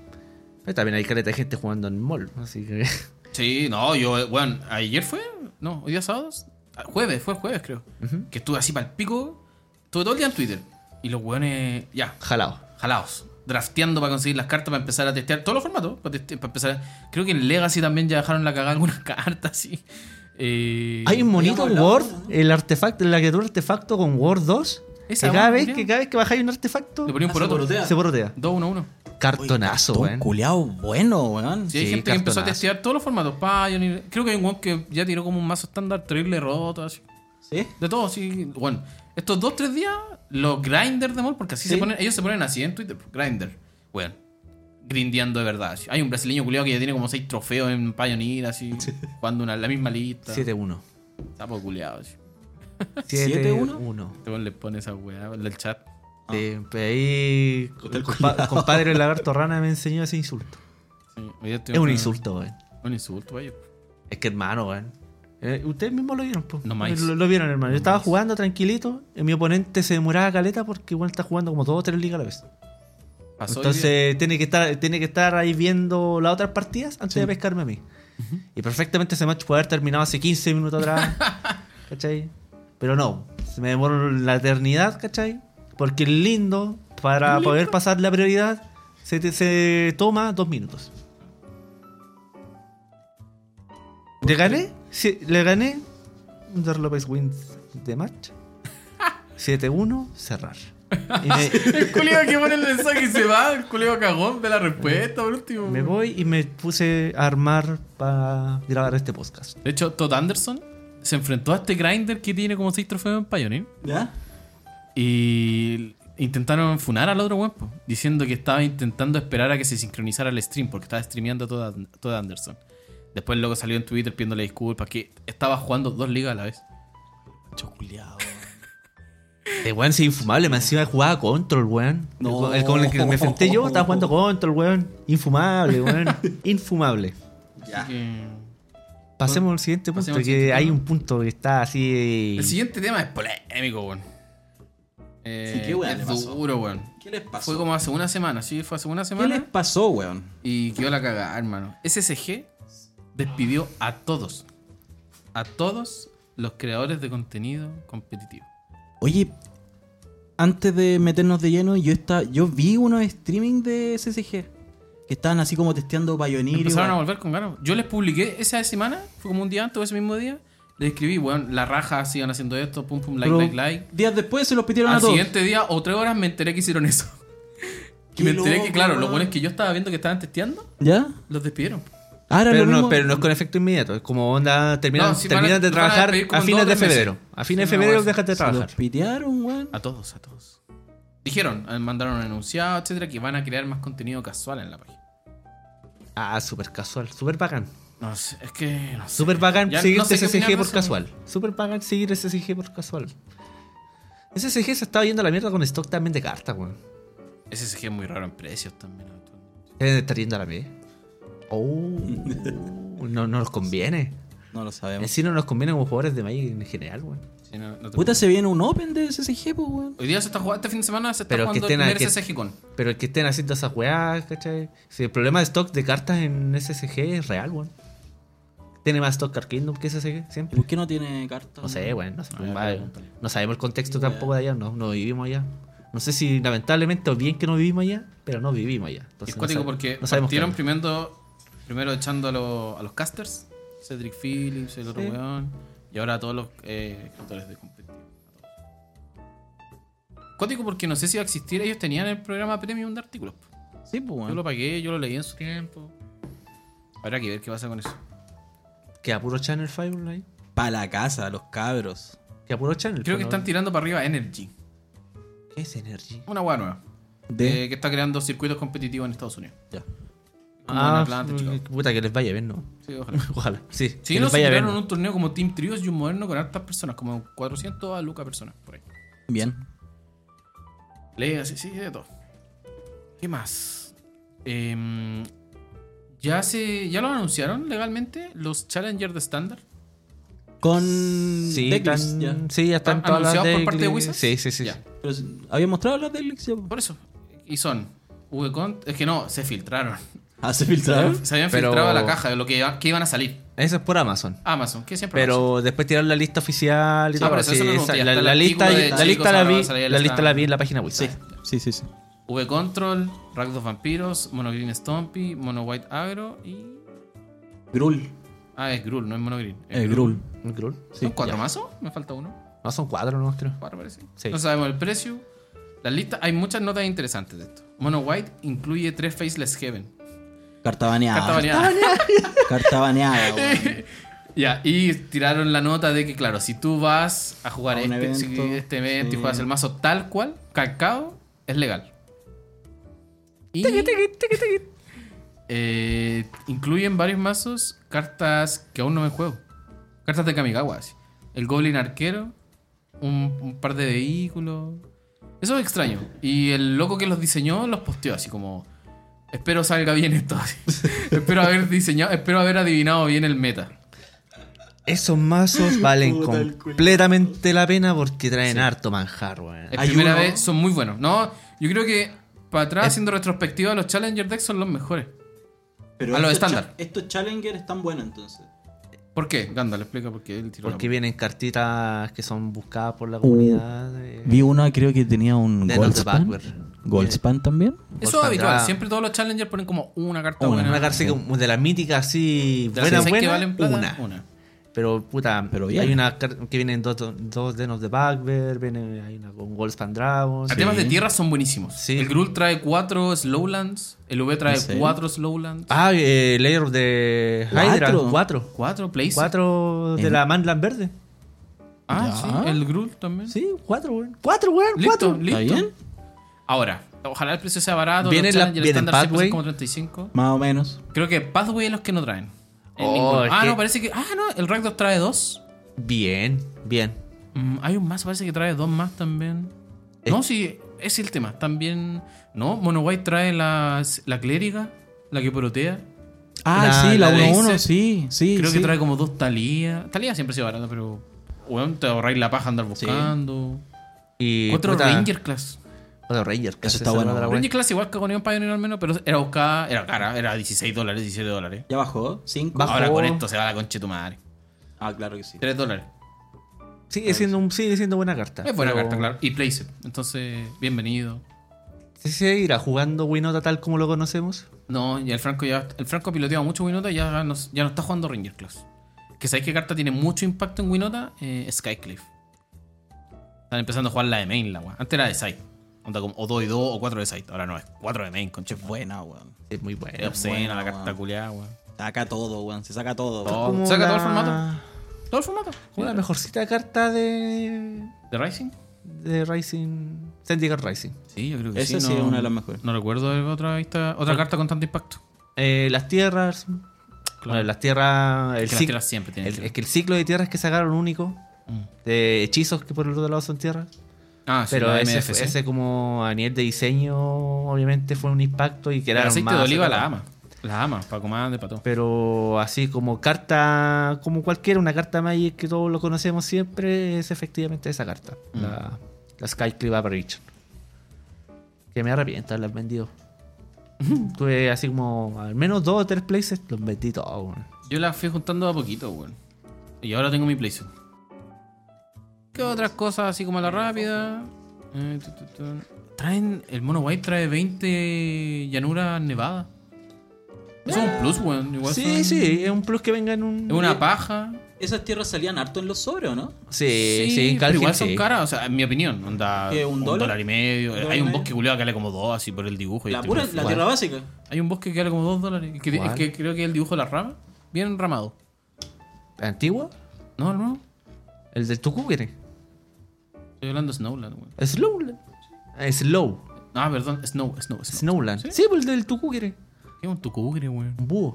Pero también hay caleta de gente jugando en mall, así que. Sí, no, yo, eh, weón, ayer fue, no, hoy día sábado, Ah, jueves, fue jueves creo, que estuve así para el pico, estuve todo el día en Twitter. Y los weones, ya, Jalado. jalados, drafteando para conseguir las cartas, para empezar a testear todos los formatos, para, teste- para empezar. a- Creo que en Legacy también ya dejaron la cagada algunas cartas, sí. Eh, Hay un monito habíamos hablado, Word, el artefacto, la criatura artefacto con Word 2. Esa que cada, weá, vez culiao. que cada vez que bajáis un artefacto, Le ponía un Ah, se poroto. porotea. 2-1-1. ponía- se borrotea. Cartonazo, ¿eh? Un weón. culeado bueno, weón. Sí, hay Sí, gente que empezó a cartonazo. testear todos los formatos. Pioneer. Creo que hay un weón que ya tiró como un mazo estándar, terrible roto, así. ¿Sí? De todo, sí. Bueno, estos dos, tres días, los grinders de mol, porque así Sí. se ponen, ellos se ponen así en Twitter, pues, grinder. Bueno, grindeando de verdad. así. Hay un brasileño culiado que ya tiene como seis trofeos en Pioneer, así, jugando una, la misma lista. 7-1. Sapo culiado, así. 7-1. 7-1. Este weón le pone esa weá en el chat. Sí, pues ahí. el compa- compadre Lagarto Rana me enseñó ese insulto. Sí, hoy día estoy- Es un insulto, weón. Un insulto, vaya. Es que hermano, weón. Eh, ustedes mismos lo vieron, pues. No más. Lo, lo vieron, hermano. Yo estaba jugando tranquilito. y mi oponente se demoraba caleta porque igual está jugando como dos o tres ligas a la vez. Pasó hoy día. Entonces tiene que estar, tiene que estar ahí viendo las otras partidas antes de pescarme a mí. Y perfectamente ese match puede haber terminado hace 15 minutos atrás. ¿Cachai? Pero no, se me demoró la eternidad, ¿cachai? Porque el lindo, para poder pasar la prioridad, se, te- se toma dos minutos. ¿Le gané? Sí, le gané. Dar López wins de match. 7-1, cerrar. Y me- El culiado que pone el mensaje y se va, el culiado cagón de la respuesta, por último. Me voy y me puse a armar para grabar este podcast. De hecho, Todd Anderson se enfrentó a este grinder que tiene como seis trofeos en Pioneer. ¿Ya? Y intentaron funar al otro weón, po, diciendo que estaba intentando esperar a que se sincronizara el stream, porque estaba streameando todo Todd Anderson. Después el loco salió en Twitter pidiéndole disculpas, que estaba jugando dos ligas a la vez. Mucho culeado. El weón se infumable, me encima jugaba control, weón. No. El, con el que me enfrenté yo estaba jugando control, weón. Infumable, weón. Infumable. Ya. Así que- Mm. Pasemos al siguiente punto, Pasemos al que siguiente hay tema. un punto que está así. El siguiente tema es polémico, weón. Eh, Sí, qué weá le es pasó. duro, weón. ¿Qué les pasó? Fue como hace una semana, sí, fue hace una ¿Qué les semana. pasó, weón? Y quedó la cagada, hermano. SSG despidió a todos. A todos los creadores de contenido competitivo. Oye, antes de meternos de lleno, yo esta- yo vi unos streaming de CCG que estaban así como testeando Pioneer. y Empezaron a weá. volver con ganas. Yo les publiqué esa semana, fue como un día antes o ese mismo día. Les escribí, weón, la raja, sigan haciendo esto, pum, pum, like, Pero like, like. Días después se los pidieron a Al todos. siguiente día o tres horas me enteré que hicieron eso. Y Qué me enteré loco, que, claro, lo weón. bueno es que yo estaba viendo que estaban testeando, ¿Ya? los despidieron. Ahora Pero lo no, mismo- pero no es con efecto inmediato, es como onda, terminan, No, sí, van a- terminan de van a trabajar despedir como a en fines dos o de tres meses. febrero. A fines Sí, de una febrero wea dejas de se trabajar. los pitearon, weón. A todos, a todos. Dijeron, eh, mandaron un enunciado, etcétera, que van a crear más contenido casual en la página. Ah, súper casual, súper bacán. No sé, es que. No sé. Súper bacán Ya seguir no sé qué opinar de SSG por eso. casual. Súper bacán seguir SSG por casual. SSG se estaba yendo a la mierda con stock también de cartas, weón. SSG es muy raro en precios también. actualmente. Deben estar yendo a la mierda. Oh, no, no nos conviene. No lo En sabemos. sí no nos conviene como jugadores de Magic en general, weón. Sí, no- no te- Puta, se viene un Open de CCG, pues, weón. Hoy día se está jugando, este fin de semana se está Pero que jugando el estén a- primer que- SSG con. Pero el que estén haciendo esas weas, ¿cachai? Si el problema de stock de cartas en SSG es real, weón. Tiene más stock Card Kingdom que SSG, ¿Y siempre. por qué no tiene carta? No sé, weón. No, sé, Ah, va- pregúntale. no sabemos el contexto tampoco de allá, no, no vivimos allá. No sé si lamentablemente o bien que no vivimos allá, pero no vivimos allá. Es Entonces, Pues no cuático sabe- porque no sabemos partieron qué primero, primero echando a, los- a los casters, Cedric Phillips, el otro Sí. weón, y ahora a todos los eh, escritores de competitivo. Cuático porque no sé si va a existir, ellos tenían el programa premium de artículos. po. Sí, pues, Yo lo weón. pagué, yo lo leí en su tiempo. Habrá que ver qué pasa con eso. onda. Que a puro Channel 5 online. Para la casa, los cabros. Que a puro Channel. Creo que pero están no- tirando para arriba Energy, ¿Qué es Energy? una hueá nueva, De. eh, que está creando circuitos competitivos en Estados Unidos. Ya. Como en Atlanta, Chicago. puta, que les vaya bien, ¿no? Sí, ojalá. Ojalá. Sí, Sí, que no, les se vaya bien, crearon ¿no? un torneo como Team Trios y un moderno con hartas personas, como 400 a Luca personas, por ahí. Bien. Leí sí, sí, de todo. ¿Qué más? Em, ya se. ¿Ya lo anunciaron legalmente los Challenger de estándar? Con. Sí, Declix, están- ya. sí, ya están ¿Están todas las anunciados por parte de Declic- Wizards? Sí, sí, sí. Ya. sí. Pero, ¿Había mostrado las Delix ya? po? Por eso. Y son. VCont. Es que no, se filtraron. Ah, se filtraron. Se habían ¿Eh? Pero- filtrado a la caja de lo que, iba- que iban a salir. Eso es por Amazon. Amazon, que siempre lo Pero después tiraron la lista oficial y Ah, todo. por eso, sí, eso no me esa- gusta, ya la, está el la lista, artículo de la chicos lista la ahora vi, va a salir la el lista stand. la vi en la página web. Sí, sí, sí, sí. hacen. V-Control, Rack of Vampiros, Mono Green Stompy, Mono White Agro y. Grul. Ah, es Grul, no es Mono Green. es Eh, Gruul. Grul. Grul. ¿Son cuatro ya. mazos? Me falta uno. No son cuatro, no creo. Cuatro parece. Sí. No sabemos el precio. Las listas, hay muchas notas interesantes de esto. Mono White incluye tres Faceless Heaven. Carta baneada. Carta baneada. Carta baneada, weón. Ya, y tiraron la nota de que, claro, si tú vas a jugar A un este evento, si- este evento sí. y juegas el mazo tal cual, calcado, es legal. Y, eh, incluyen varios mazos cartas que aún no me juego. Cartas de Kamigawa, así. El Goblin Arquero, un, un par de vehículos. Eso es extraño. Y el loco que los diseñó los posteó así como... Espero salga bien esto. así. espero haber diseñado, espero haber adivinado bien el meta. Esos mazos valen Puta, el culiao. completamente la pena porque traen harto manjar, weón. Es Hay primera uno- vez, son muy buenos. No, yo creo que para atrás, Es- haciendo retrospectiva, los Challenger decks son los mejores. Pero A lo estos estándar. cha- Estos Challenger están buenos entonces. ¿Por qué? Gandalf explica por qué él tiró Porque la... vienen cartitas que son buscadas por la comunidad. eh, Vi una, creo que tenía un Death of the Goldspan. Backward. Goldspan también. Eso es Goldspan habitual. Dragon. Siempre todos los Challenger ponen como una carta Una, buena. una carta así como de las míticas así De las buena, seis buena, que valen plata, una. una. Pero puta, Pero bien. hay una car- que vienen dos, dos Den of the Bugbear, viene, hay una con Wolfspan Dragon. A temas de tierra son buenísimos. Sí. El Grul trae cuatro Slowlands. El V trae ¿En serio? cuatro Slowlands. Ah, eh, Layer of the Hydra, Cuatro. cuatro. Cuatro Places. Cuatro de En- la Mandlan Verde. Ah, Ya. sí. El Grul también. Sí, cuatro, weón. Cuatro, weón, Listo, cuatro. listo. ¿Está bien? Ahora, ojalá el precio sea barato. Viene los la- Challenger viene estándar siempre Pathway. son como 35. Más o menos. Creo que Pathway es los que no traen. En Oh, ninguno. es ah, que- no, parece que. Ah, no, el Rakdos trae dos. Bien, bien. Mm, hay un más, parece que trae dos más también. Eh. No, sí, es el tema. También. No, Mono White trae las, la clériga, la que porotea. Ah, La- sí, la la de 1-1, Acer. sí, sí. Creo sí. que trae como dos Talía. Talía siempre ha sido barata, pero. Weón, te ahorráis la paja andar buscando. Y Cuatro puta, Ranger Class. Cuatro Ranger, Eso que hace está esa bueno. otra, weón. Ranger Class igual que con Neon Pioneer al menos, pero era buscada, era cara, era 16 dólares, 17 dólares. Ya bajó, 5. Bajó. Ahora con esto se va la concha de tu madre. Ah, claro que sí. 3 dólares. Sigue siendo, un- sigue siendo buena carta. Es buena pero carta, claro. Y Placeit. Entonces, bienvenido. ¿Sí se irá jugando Winota tal como lo conocemos? No, y el Franco ya. El Franco ha piloteado mucho Winota y ya no, ya no está jugando Ranger Class. Que sabéis qué carta tiene mucho impacto en Winota, eh, Skycliff. Están empezando a jugar la de main, la weá. Antes era de side. Onda como o 2 y 2 o 4 de side. Ahora no, es 4 de main, con chef. Buena, weón. Es muy Es bueno. obscena buena, la weón. carta culiada, weón. Saca todo, weón. Se saca todo. Todo. weón. Oh, saca todo el formato. Todo el formato. Una mejorcita carta de. ¿De Rising? de Rising. Syndicate Rising. Sí, yo creo que Esa sí. sí no- es una de las mejores. No recuerdo de otra, vista- otra carta con tanto impacto. Eh, las tierras. Bueno, las tierras. que El las cic- tierras siempre tienen el- que- es que el ciclo de tierras que sacaron único. Mm. De hechizos que por el otro lado son tierras. Ah, sí, Pero la ese, MFC. ese como a nivel de diseño, obviamente fue un impacto y que el era aceite de oliva la ama. La ama, para comer de pato. Pero así como carta, como cualquiera, una carta Magic que todos lo conocemos siempre, es efectivamente esa carta. Mm. La, la Skyclave Apparition. Que me arrepiento de haberlas vendido. Tuve así como al menos dos o tres places, los vendí todos. weón. Yo la fui juntando a poquito, weón. Y ahora tengo mi playset. ¿Qué otras cosas así como la rápida? Eh, tu, tu, tu. Traen. El mono white trae 20 llanuras nevadas. Eso es un plus, weón. Igual Sí, son- sí, es un plus que venga en un. Es una paja. Esas tierras salían harto en los sobres, ¿o no? Sí, sí, en pero Calgen, igual son sí. caras, o sea, en mi opinión, onda ¿Qué, un un, dólar? dólar? y medio. ¿Un dólar Hay y un medio? bosque culiado que vale como dos, así por el dibujo. y La te- pura, la tierra básica. Hay un bosque que vale como dos dólares. Que, es ¿Cuál? que creo que es el dibujo de las ramas, bien enramado. ¿Antigua? No, no, El del Tucu, ¿quién es? estoy hablando de Snowland, weón. Slowland. Ah, Slow. Ah, perdón, Snow, Snow, Snow. Snowland. Sí, pues el del Tucu, ¿quién es? ¿Qué es un tucugre, weón? Un búho.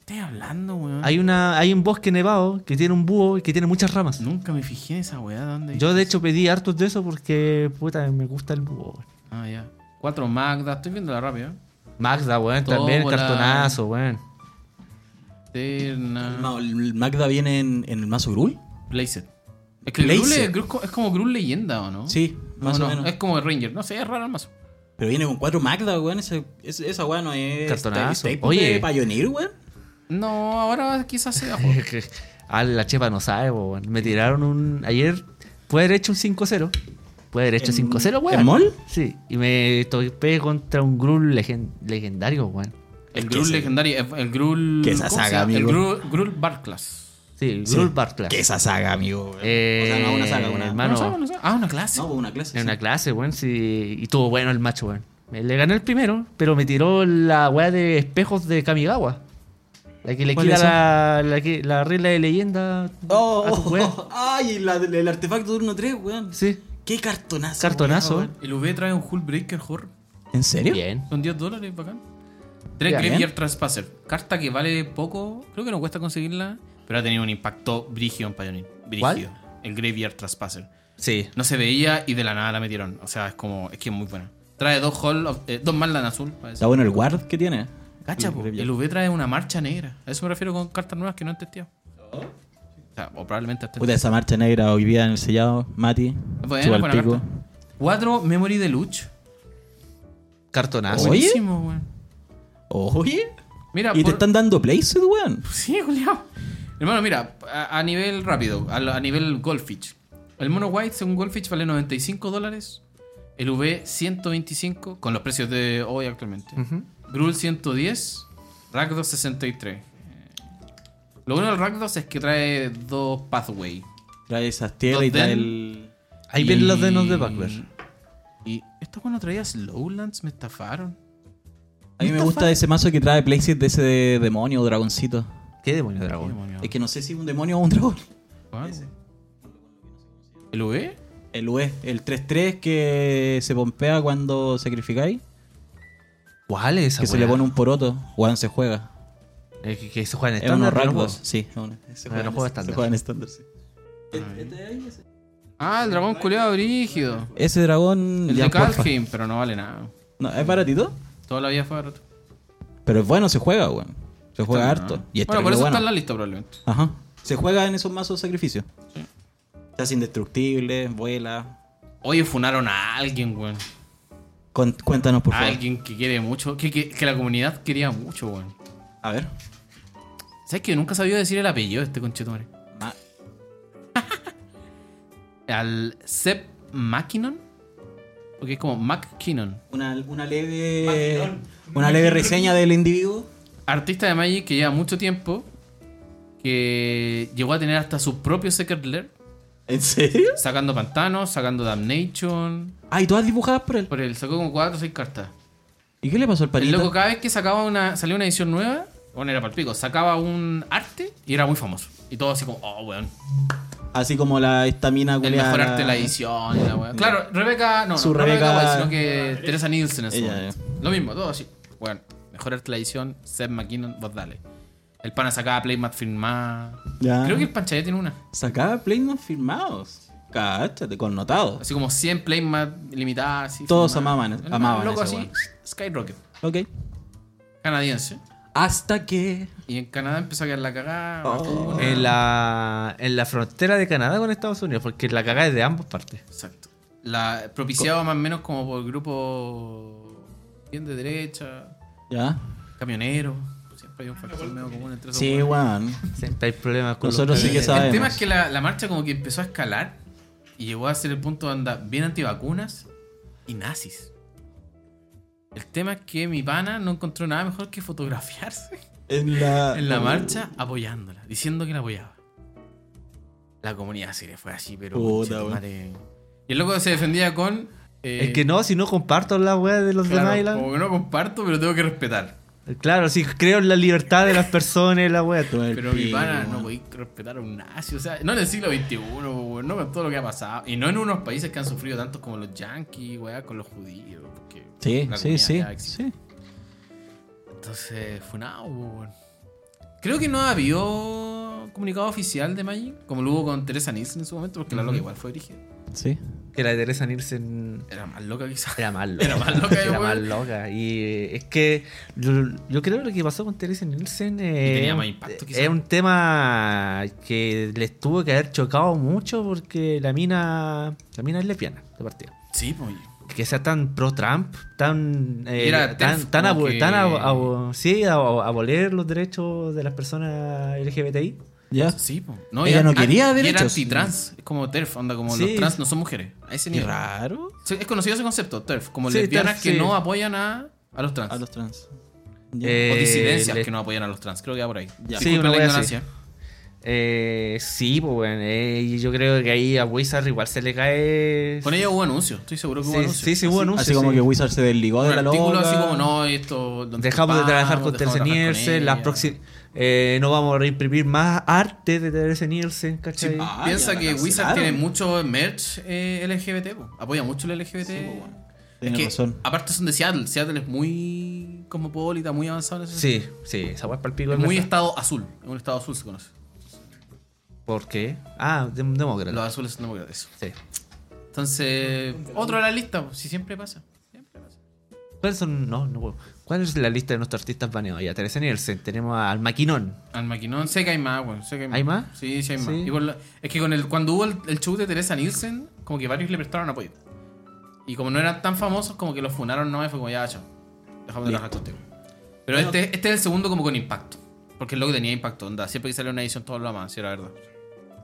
Estoy hablando, Ah. weón. Hay, una, hay un bosque nevado que tiene un búho y que tiene muchas ramas. Nunca me fijé en esa weá, ¿dónde? Yo de hecho pedí hartos de eso porque puta, me gusta el búho. weón. Ah, ya. Cuatro Magda, estoy viendo la ¿eh? rápida. Magda, weón, Todo también volado. cartonazo, weón. Oh. Terna. No, el Magda viene en, en el mazo Grul. Blazed. Es que el Blazed. Grul es, Grul es como Grul leyenda, ¿o no? Sí, No, más no, o menos. Es como el Ranger, no sé, es raro el mazo. Pero viene con cuatro Magda, weón. Ese- ese- esa weón no es. Cartonazo. sta- staple Oye. de Pioneer, weón. No, ahora quizás sea juego. ah, la chepa no sabe, weón. Me tiraron un. Ayer puede haber hecho un 5-0. Puede haber hecho ¿En- 5-0, weón. en mall? Sí. Y me topé contra un Grul legen- legendario, weón. El Es que Grul ese- legendario, el- el Grul. Que esa ¿cómo se saga, llama? El amigo. Grul, Grul Barclass. Sí, el Sí. Grul Barclass. Que esa saga, amigo. weón. Eh, o sea, no una saga, una. hermano. Ah, no. no. sabe, no sabe. Ah, una clase. No, pues una clase. En sí. una clase, weón, sí. Y tuvo bueno el macho, weón. Me- Le gané el primero, pero me tiró la weá de espejos de Kamigawa. La que le ¿Cuál quita es la, la, que- la regla de leyenda Oh, a tu weá. ay, la- el artefacto turno 3, weón. Sí. Qué cartonazo. Cartonazo, weón. Ah, El V trae un Hullbreaker Horror. ¿En serio? Bien. Son 10 dólares, bacán. Tres Ya, Graveyard Trespasser. Carta que vale poco. Creo que no cuesta conseguirla. Pero ha tenido un impacto brígido en Pioneer. Brígido. El Graveyard Trespasser. Sí. No se veía y de la nada la metieron. O sea, es como. Es que es muy buena. Trae dos Hall of- eh, dos Marlan azul. para Está decir. bueno el guard que tiene. Cacha, El po. Graveyard. El V trae una marcha negra. A eso me refiero con cartas nuevas que no han testeado. O, sea, o probablemente hasta Puta, esa marcha negra hoy día en el sellado, Mati. Bueno, suba al buena pico. carta. Cuatro Memory de Luch. Cartonazo. ¿Oye? Buenísimo, weón. Oye. Mira, Y te por- están dando places, weón. Pues Sí, Julio. Hermano, mira, a, a nivel rápido, a, la- a nivel Goldfish. El mono white, según Goldfish, vale 95 dólares. El V, 125, con los precios de hoy Oh. actualmente. Grul, 110. Rakdos, 63. Eh, Lo bueno del Rakdos es que trae dos Pathway. Trae esas tierras y Los trae den- el. Ahí Y- vienen los denos de Backler. Y esto cuando traía Slowlands me estafaron. A mí me gusta ese mazo que trae playset de ese de- demonio o dragoncito. ¿Qué demonio Qué dragón? demonio. Es que no sé si es un demonio o un dragón. Wow. ¿El V? El UE, el 3-3 que se pompea cuando sacrificáis. ¿Cuál es esa que se le weá? pone un poroto. Weón se juega. Eh, que, que se juega en Es uno estándar. pero no rangos. juego. Sí, es uno. Se Pero no juega estándar. Se juega en estándar, sí. Ah, el dragón culeado brígido. Ese dragón. El ya, de porfa. Calheim, pero no vale nada. No, es baratito. Toda la vida fue barato. Pero es bueno, se juega, weón. Se juega Está harto. bien, ¿no? Y es bueno, por terrible eso bueno. está en la lista probablemente. Ajá. Se juega en esos mazos de sacrificio. Estás indestructible, vuela. Oye, funaron a alguien, weón. Con- cuéntanos, por A favor. alguien que quiere mucho, que, que- que la comunidad quería mucho, weón. A ver. Ah, ¿Sabes que nunca sabía decir el apellido de este conchetumare? Ma- al Seb Mackinon. Porque es como McKinnon. Una, una leve. Una leve reseña del individuo. Artista de Magic que lleva mucho tiempo. Que llegó a tener hasta su propio Secret Lair. ¿En serio? Sacando pantanos, sacando Damnation. Ay, todas dibujadas por él. Por él sacó como 4 o 6 cartas. ¿Y qué le pasó al El palito? loco cada vez que sacaba una, salía una edición nueva, bueno, era para pico, sacaba un arte y era muy famoso. Y todo así como, oh, weón, Así como la estamina el mejor arte de la edición y la weón. Claro, Rebeca, no, Su no Rebeca, Rebeca- White, sino que Teresa Nielsen en su Ella, momento. Lo mismo, todo así. Weón, mejor arte de la edición, Seth McKinnon, vos dale. El pana sacaba Playmat firmada. Ya. Creo que el Panchayet tiene una. Sacaba Playman firmados. Cáchate, connotados. Así como 100 Playmat limitadas. así, Todos firmadas. amaban- Un amaban Loco ese así, weón. Skyrocket, Ok. canadiense. Hasta que. Y en Canadá empezó a quedar la cagada. Oh. vacuna. En la, en la frontera de Canadá con Estados Unidos, porque la cagada es de ambas partes. Exacto. La propiciaba más o menos como por grupo bien de derecha, Ya. camionero. pues Siempre hay un factor medio común entre esos. Sí, hueones. weón. Siempre hay problemas con Nosotros los sí que camioneros. sabemos. El tema es que la, la marcha como que empezó a escalar y llegó a ser el punto de andar bien antivacunas y nazis. El tema es que mi pana no encontró nada mejor que fotografiarse En la, en la marcha apoyándola, diciendo que la apoyaba. La comunidad se le fue así, pero... Puta, weón. conchetumare. Y el loco se defendía con... eh, Es que no, si no comparto la weá de los Claro, de Nyla. Como que no comparto, pero tengo que respetar. Claro, sí, creo en la libertad de las personas, la weá. Todo el Pero mi pico, pana, weón. no podéis respetar a un nazi. O sea, no en el siglo XXI, weón, no con todo lo que ha pasado. Y no en unos países que han sufrido tanto como los yanquis, weá, con los judíos. porque Sí, la sí, comunidad sí. ya existe. sí. Entonces, funado, weón. Creo que no había comunicado oficial de Magic, como lo hubo con Teresa Nielsen en su momento, porque la loca igual fue dirigida. Sí. Que la de Teresa Nielsen Era más loca quizás. era más loca. Era más loca, Era yo, más weón. loca. Y eh, es que yo, yo creo que lo que pasó con Teresa Nielsen eh, tenía más impacto, quizá. es un tema que les tuvo que haber chocado mucho porque la mina, la mina es lesbiana de partida. Sí, pues. que sea tan pro Trump, tan eh, Era tan TERF, tan, como abo- que- tan abo- abo- sí, a- a- abolir los derechos de las personas LGBTI. Ya. Sí, po. No, Ella y- no ah, quería y derechos. Era anti-trans. Es como TERF, onda, como Sí. los trans no son mujeres. A ese Qué nivel. raro. Sí, es conocido ese concepto, TERF, como Sí, lesbianas TERF, que sí. no apoyan a, a los trans. A los trans. Eh, o disidencias les- que no apoyan a los trans, creo que va por ahí. Ya. Sí, una Disculpen la wea así. ignorancia. Eh, sí, pues bueno, eh, y yo creo que ahí a Wizard igual se le cae. Con ella hubo anuncio, estoy seguro que hubo sí, anuncio. sí, sí, hubo anuncio, Así como sí. que Wizard se desligó Un de la artículo loca. así como, no, esto... donde dejamos de ocupamos, trabajar dejamos con de Teresa trabajar con Nielsen, las ella. próximas eh, no vamos a reimprimir más arte de Teresa Nielsen, Sí, ¿cachai? ah, ya piensa la que Wizard cancelaron. tiene mucho merch eh, LGBT, po. apoya mucho el LGBT. Sí, pues, weón. este". Es Tienes que, razón. Aparte son de Seattle, Seattle es muy cosmopolita, muy avanzado en ese sí, sí, esa weá es pa'l sentido. pico, es Es muy verdad. estado azul, es un estado azul se conoce. ¿Por qué? Ah, de- demócrata. Los azules son demócratas. Sí. Entonces, otro de la lista, pues, si siempre pasa. Siempre pasa. ¿Cuáles son? No, no puedo. ¿Cuál es la lista de nuestros artistas baneados? Ya, Teresa Nielsen, tenemos al Maquinón. Al maquinón, sé que hay más, weón. sé que ¿Hay más? Sí, sí hay más. Sí. Y por la- es que con el, cuando hubo el, el show de Teresa Nielsen, como que varios le prestaron apoyo. Y como no eran tan famosos, como que los funaron nomás y fue como, ya, chao. Dejamos de Listo. trabajar contigo. Pero este, este es el segundo como con impacto. Porque es lo que tenía impacto, onda. Siempre que sale una edición todo lo aman, sí, la verdad.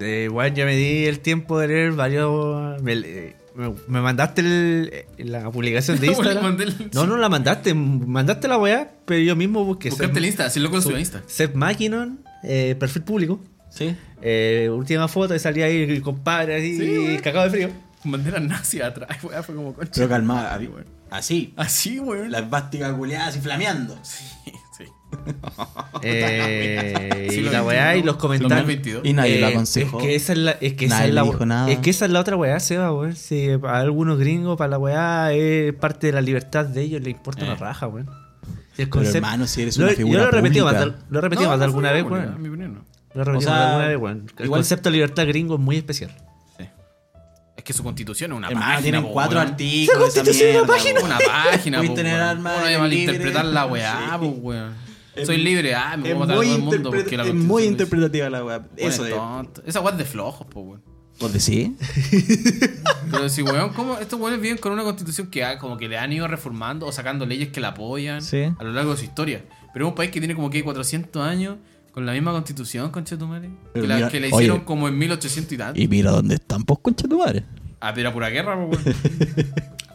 Eh, bueno, ya me di el tiempo de leer varios. Me, eh, me- me mandaste el- eh, la publicación de Bueno, Instagram. mandé el- No, no la mandaste. Mandaste la weá, pero yo mismo busqué. Buscaste el Insta, sí, loco lo Seb- subió a Insta. Seb Mackinon, eh, perfil público. Sí. Eh, última foto y salía ahí el compadre así, Sí, weón. cagado de frío. Bandera nazi atrás, weá, fue como concha. Pero calmada. así, Así. Así, weón. La esvástica culeada así flameando. Sí, sí. Eh, y Siglo la XXI, weá y los siglo comentarios. 22. Y nadie Eh, lo aconsejó. Es que esa es la, es que esa Nadie es le la- dijo nada. es que esa es la otra weá, Seba, weón. Si a algunos gringos, para la weá, es parte de la libertad de ellos, le importa una Eh. raja, weón. Si el Pero concepto- hermano, si eres Lo- una Yo figura lo he repetido más, de- pública. lo he repetido más de alguna vez, weón. weón. Mi opinión no. Lo he repetido O más de sea, alguna vez, weón. El igual- concepto de libertad gringo es muy especial. Es que su constitución es una Hermano, página. tienen po, cuatro weón. artículos. La esa constitución de la mierda, página. weón. Una página, Puedes po, tener weón. armas Uno llama a libres. interpretar la weá, Sí. po, weón. Es- Soy libre, ah, me Es puedo matar a muy, todo el mundo interpre- porque la es constitución muy dice- interpretativa la weá. Bueno, Eso es. tonto. Esa weá es de flojos, po, weón. ¿Vos decís? Pero si, weón, ¿cómo estos weones viven con una constitución que ah, como que le han ido reformando o sacando leyes que la apoyan Sí. a lo largo de su historia? Pero es un país que tiene como que 400 años con Con la misma constitución, conchetumare. Que Pero la mira, que le oye. hicieron como en 1800 y tanto. Y mira dónde están, pues, concha tu madre. Ah, pero a pura guerra, pues, weón.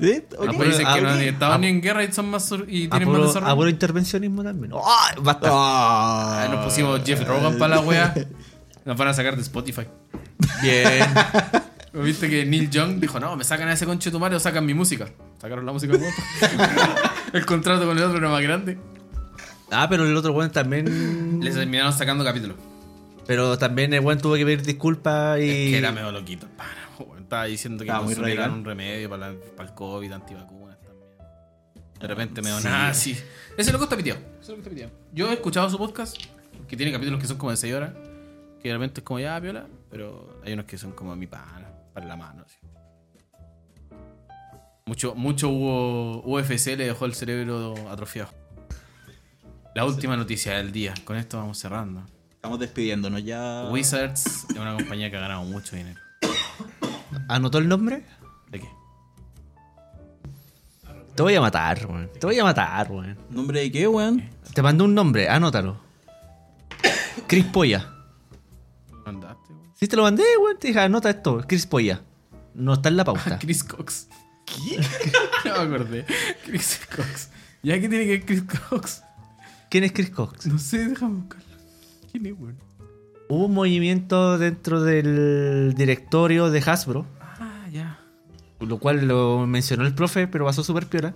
¿Sí? No, Ok. pues dicen Ah, que no ok. ni estaban ni en guerra y son más sur- y tienen A más Ah, puro, desarrollo. a puro intervencionismo también. ¡Ah! basta. Ah. Ah, nos pusimos Jeff Rogan para la wea. Nos van a sacar de Spotify. Bien. ¿Viste que Neil Young dijo, no, me sacan a ese conche tu madre o sacan mi música? Sacaron la música. weón. el contrato con el otro era más grande. Ah, pero el otro weón también. Les terminaron sacando capítulos. Pero también el weón tuvo que pedir disculpas y. Que era medio loquito. el pana, weón. Estaba diciendo que Estaba muy consumieran radical. un remedio para, la- para el COVID, antivacunas también. De repente medio nazi. Ese loco está piteado. Ese loco está piteado. Yo he escuchado su podcast, que tiene capítulos que son como de 6 horas, que realmente es como ya viola, pero hay unos que son como mi pana, para la mano. así. Mucho, mucho hubo- UFC le dejó el cerebro atrofiado. La última noticia del día. Con esto vamos cerrando. Estamos despidiéndonos ya. Wizards es una compañía que ha ganado mucho dinero. ¿Anotó el nombre? ¿De qué? Te voy a matar, weón. Te voy a matar, weón. ¿Nombre de qué, weón? Te mandé un nombre, anótalo. Chris Polla. Mandaste, güey. Sí, te lo mandé, weón. Te dije, anota esto, Chris Polla. No está en la pauta. Ah, Chris Cox. ¿Qué? no me acordé. Chris Cox. ¿Ya qué tiene que ver Chris Cox? ¿Quién es Chris Cox? No sé, déjame buscarlo. ¿Quién es, güey? Hubo un movimiento dentro del directorio de Hasbro, Ah, ya. lo cual lo mencionó el profe, pero pasó súper piola.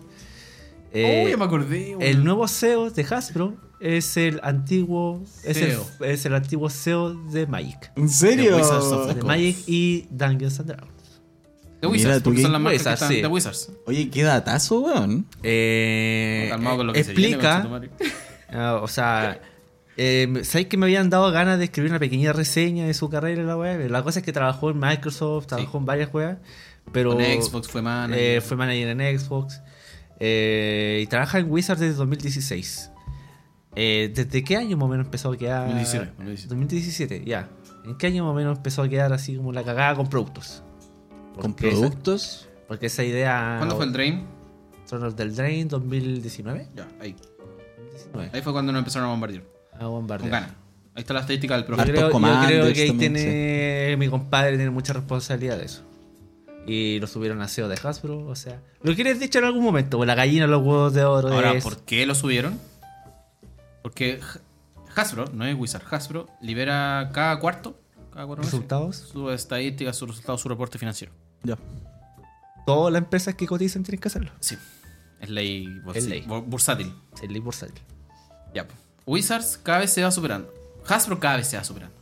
Eh, oh, ya me acordé, güey. El nuevo CEO de Hasbro es el antiguo es el, CEO. es el antiguo CEO de Magic. ¿En serio? The Wizards of De Cool. Magic y Dungeons and Dragons. De Wizards, Mira, tú porque que- son las marcas que Wizards, están sí. de Wizards. Oye, qué datazo, weón. Eh, Calmado con lo que explica, se viene, conchetumare. ah, o sea, eh, sabéis que me habían dado ganas de escribir una pequeña reseña de su carrera en la web. La cosa es que trabajó en Microsoft, trabajó en varias weas, pero Con Xbox fue man. Eh, fue manager en Xbox. eh, y trabaja en Wizards desde 2016. Eh, ¿Desde qué año más o menos empezó a quedar? 2019, 2017. 2017, ya. ¿En qué año más o menos empezó a quedar así como la cagada con productos? Con Porque esa- productos. porque esa idea. ¿Cuándo fue el Dream? Throne of the Drain 2019? Ya, ahí. 2019. Ahí fue cuando nos empezaron a bombardear. A Con bombardear. ganas. Ahí está la estadística del Ah, Yo profe. Hartos creo, yo commanders creo que ahí también, tiene mi compadre tiene mucha responsabilidad de eso. Y lo subieron a CEO de Hasbro, o sea, lo quieres dicho en algún momento, pues, la gallina los huevos de oro Ahora, es- ¿por qué lo subieron? Porque Ha- Hasbro, no es Wizard, Hasbro libera cada cuarto, cada cuatro meses, resultados. su estadística, su resultado, su reporte financiero. Ya. Todas las empresas que cotizan tienen que hacerlo. Sí, es ley, burs- Es ley. bu- bursátil. El ley bursátil. Ya. po. Wizards cada vez se va superando. Hasbro cada vez se va superando.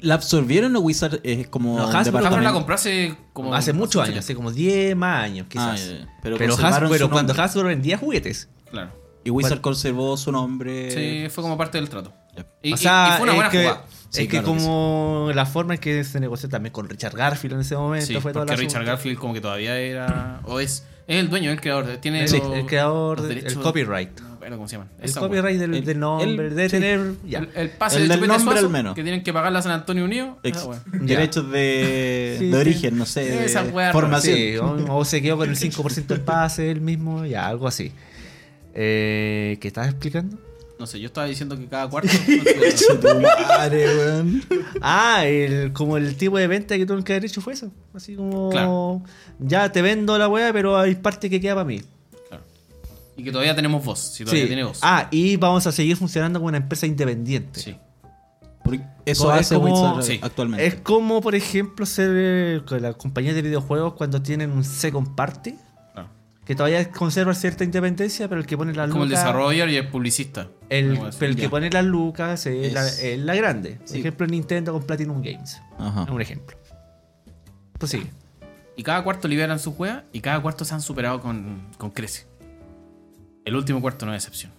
¿La absorbieron o Wizard es como. un No, Hasbro- Hasbro la departamento? compró hace como... hace muchos años, sí. hace como 10 más años quizás. Ah, ya, ya. Pero Pero, Hasbro, conservaron pero su cuando nombre. Hasbro vendía juguetes. Claro. Y Wizard conservó su nombre. Sí, fue como parte del trato. Ya. Y, Eh, o y- sea, y fue una buena es que, jugada. es Sí, que claro que como la forma en que se negoció también con Richard Garfield en ese momento Sí, fue toda porque la Richard asunto. Garfield como que todavía era... O es... Es el dueño, el creador. Tiene Sí, los- el creador, los del- el derechos- copyright. Bueno, ¿cómo se llaman? El Esa hueá. copyright del, El- del nombre, el- de sí. tener. Ya. El, el pase El del del chupete nombre suazo, al menos. que tienen que pagarla a San Antonio Unido. Ex- Ah, bueno. Derechos de, Sí, de sí. origen, no sé. Sí, esa de wea rara, formación. Sí, o, o se quedó con el 5% del pase, él mismo, ya, algo así. Eh, ¿Qué estás explicando? No sé, yo estaba diciendo que cada cuarto. Tu madre, weón. Ah, el, como el tipo de venta que tuvieron que haber hecho fue eso. Así como. Claro. Ya te vendo la weá, pero hay parte que queda para mí. Claro. Y que todavía tenemos voz, si todavía tiene voz. Ah, y vamos a seguir funcionando como una empresa independiente. Sí. Porque Eso Como- es hace como- Wizard sí. actualmente. Es como, por ejemplo, ser eh, con las compañías de videojuegos cuando tienen un second party, claro. que todavía conserva cierta independencia, pero el que pone la Como el lucas- desarrollador y el publicista. El, Como eso. pero el que Ya. pone las lucas es, Es- la, es la grande. Por Sí. ejemplo, Nintendo con Platinum Games. Ajá. Ah. Es un ejemplo. Pues sí. Y cada cuarto liberan su juega y cada cuarto se han superado con, con crece. El último cuarto no es excepción.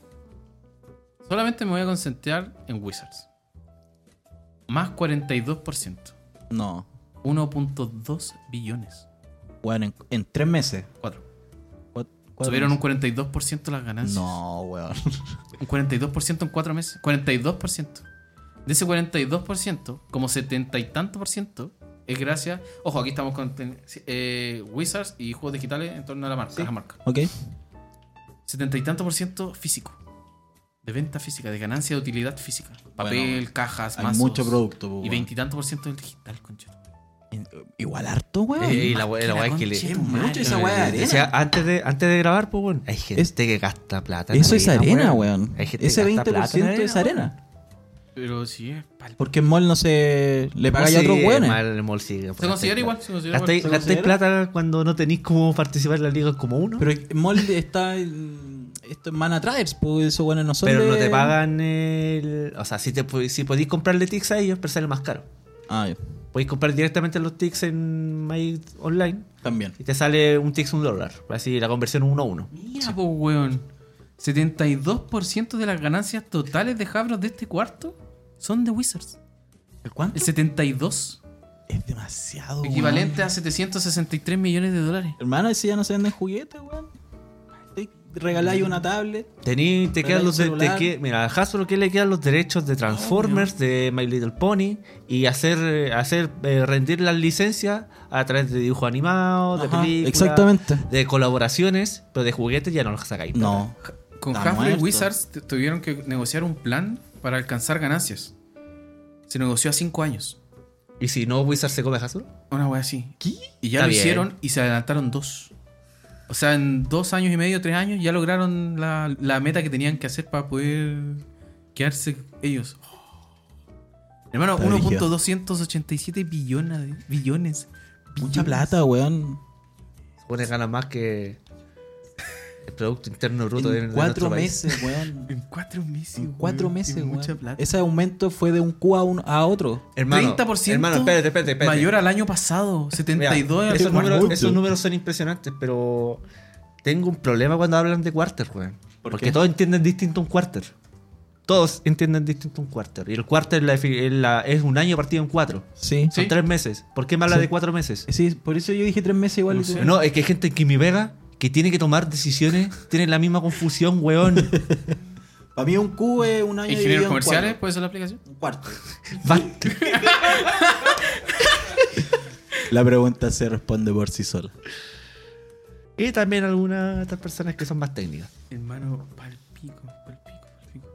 Solamente me voy a concentrar en Wizards. Más 42%. No. 1.2 billones. Weón, en, en tres meses. 4. Cuat- cuatro Subieron un meses. 42% las ganancias. No, weón. Un 42% en cuatro meses. 42%. De ese 42%, como 70 y tanto por ciento, es gracias. Ojo, aquí estamos con ten- eh, Wizards y juegos digitales en torno a la marca. a la marca. Ok. 70 y tanto por ciento físico. De venta física, de ganancia de utilidad física. Papel, cajas, hay mazos. mucho producto, po, Y weón. veintitantos por ciento del digital, concha. Igual harto, weón. Eh, y la wea- la wea es que le- Conche, mucho madre, esa wea de weón. arena. O sea, antes de, antes de grabar, pues, bueno, hay gente Es- que gasta plata. en Eso es arena, weón. weón. Hay gente Ese que 20% gasta plata en es weón. arena. Pero sí, es pal. Porque en mall no se. Le paga ya a Sí, otros el weones. mal- el mall sí, pues, Se considera gastáis igual, plata. se considera Gastáis igual. gastáis considera? plata cuando no tenéis como participar en la liga como uno. Pero el mall está. en- Esto es Mana Traders, pues esos weones no son. Pero no de- te pagan el. O sea, si, te, pu- si podéis comprarle tics a ellos, pero sale más caro. Ah, ya. Podéis comprar directamente los tics en My Online También. y te sale un tics un dólar. Así la conversión uno a uno. Mira, po, weón. 72% de las ganancias totales de Habros de este cuarto son de Wizards. ¿El cuánto? El 72. Es demasiado. Oh, weón. Equivalente a 763 millones de dólares. Hermano, ese ya no se venden juguetes, weón. Te regaláis una tablet. Tení, te Pero quedan hay los de- celular. te que- mira, a Hasbro que le quedan los derechos de Transformers, de My Little Pony y hacer eh, hacer eh, rendir las licencias a través de dibujos animados, de Ajá, películas, exactamente. de colaboraciones, pero de juguetes ya no los sacáis. No. Con Está Hasbro y muerto. Wizards t- tuvieron que negociar un plan para alcanzar ganancias. Se negoció a 5 años. ¿Y si no Wizard se come a Hasbro? Una wea así. Y ya Está lo bien. hicieron y se adelantaron dos. O sea, en dos años y medio, tres años, ya lograron la, la meta que tenían que hacer para poder quedarse ellos. Hermano, Está brígido. 1.287 billones, de- billones. Mucha billones. plata, weón. Pone ganas más que el Producto Interno Bruto de, de En nuestro cuatro país. meses, weón. En cuatro meses. En cuatro weón. meses, Es weón. Mucha plata. Ese aumento fue de un Q a, un- a otro. Hermano, 30% hermano, espérate, espérate, espérate. Mayor al año pasado. Mira, 72 al esos, cuarto. números, cuarto. esos números son impresionantes, pero tengo un problema cuando hablan de quarter, weón. ¿Por Porque qué? todos entienden distinto un quarter. Todos entienden distinto un quarter. Y el quarter es, la defi- es la- es un año partido en cuatro. Sí. Sí. Son tres meses. ¿Por qué me habla Sí. de cuatro meses? Sí, por eso yo dije tres meses igual. No y tú- sé. No, es que hay gente que me vega que tiene que tomar decisiones, tiene la misma confusión, weón. Para mí un Q es un año dividido Ingenieros en comerciales, cuatro. puede ser la aplicación. Un cuarto. Basta. La pregunta se responde por sí sola. Y también algunas otras personas que son más técnicas. Hermano, palpico, palpico, palpico.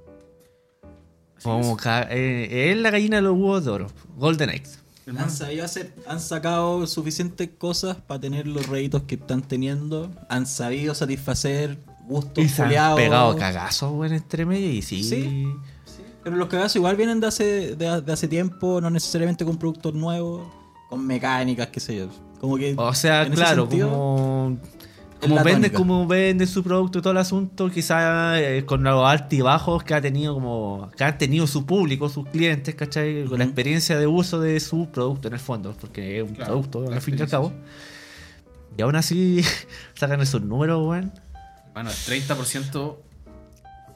Así Como es. ca- eh, es la gallina de los huevos de oro. Golden Eggs. Han Hermano, sabido hacer, han sacado suficientes cosas para tener los réditos que están teniendo. Han sabido satisfacer gustos Y se han culiados. pegado cagazos, weón, entre medio. Y sí. Sí. Sí, Pero los cagazos igual vienen de hace, de, de hace tiempo, no necesariamente con productos nuevos, con mecánicas, qué sé yo. Como que. O sea, en ese claro, sentido, como. es la Como vende, tónica. como vende su producto y todo el asunto, quizás con los altibajos que ha tenido como que han tenido su público, sus clientes, ¿cachai? Con la Ujú. experiencia de uso de su producto en el fondo, porque es un Claro, producto la al fin y al experiencia, cabo. Y aún así sacan esos números, weón. hermano, 30%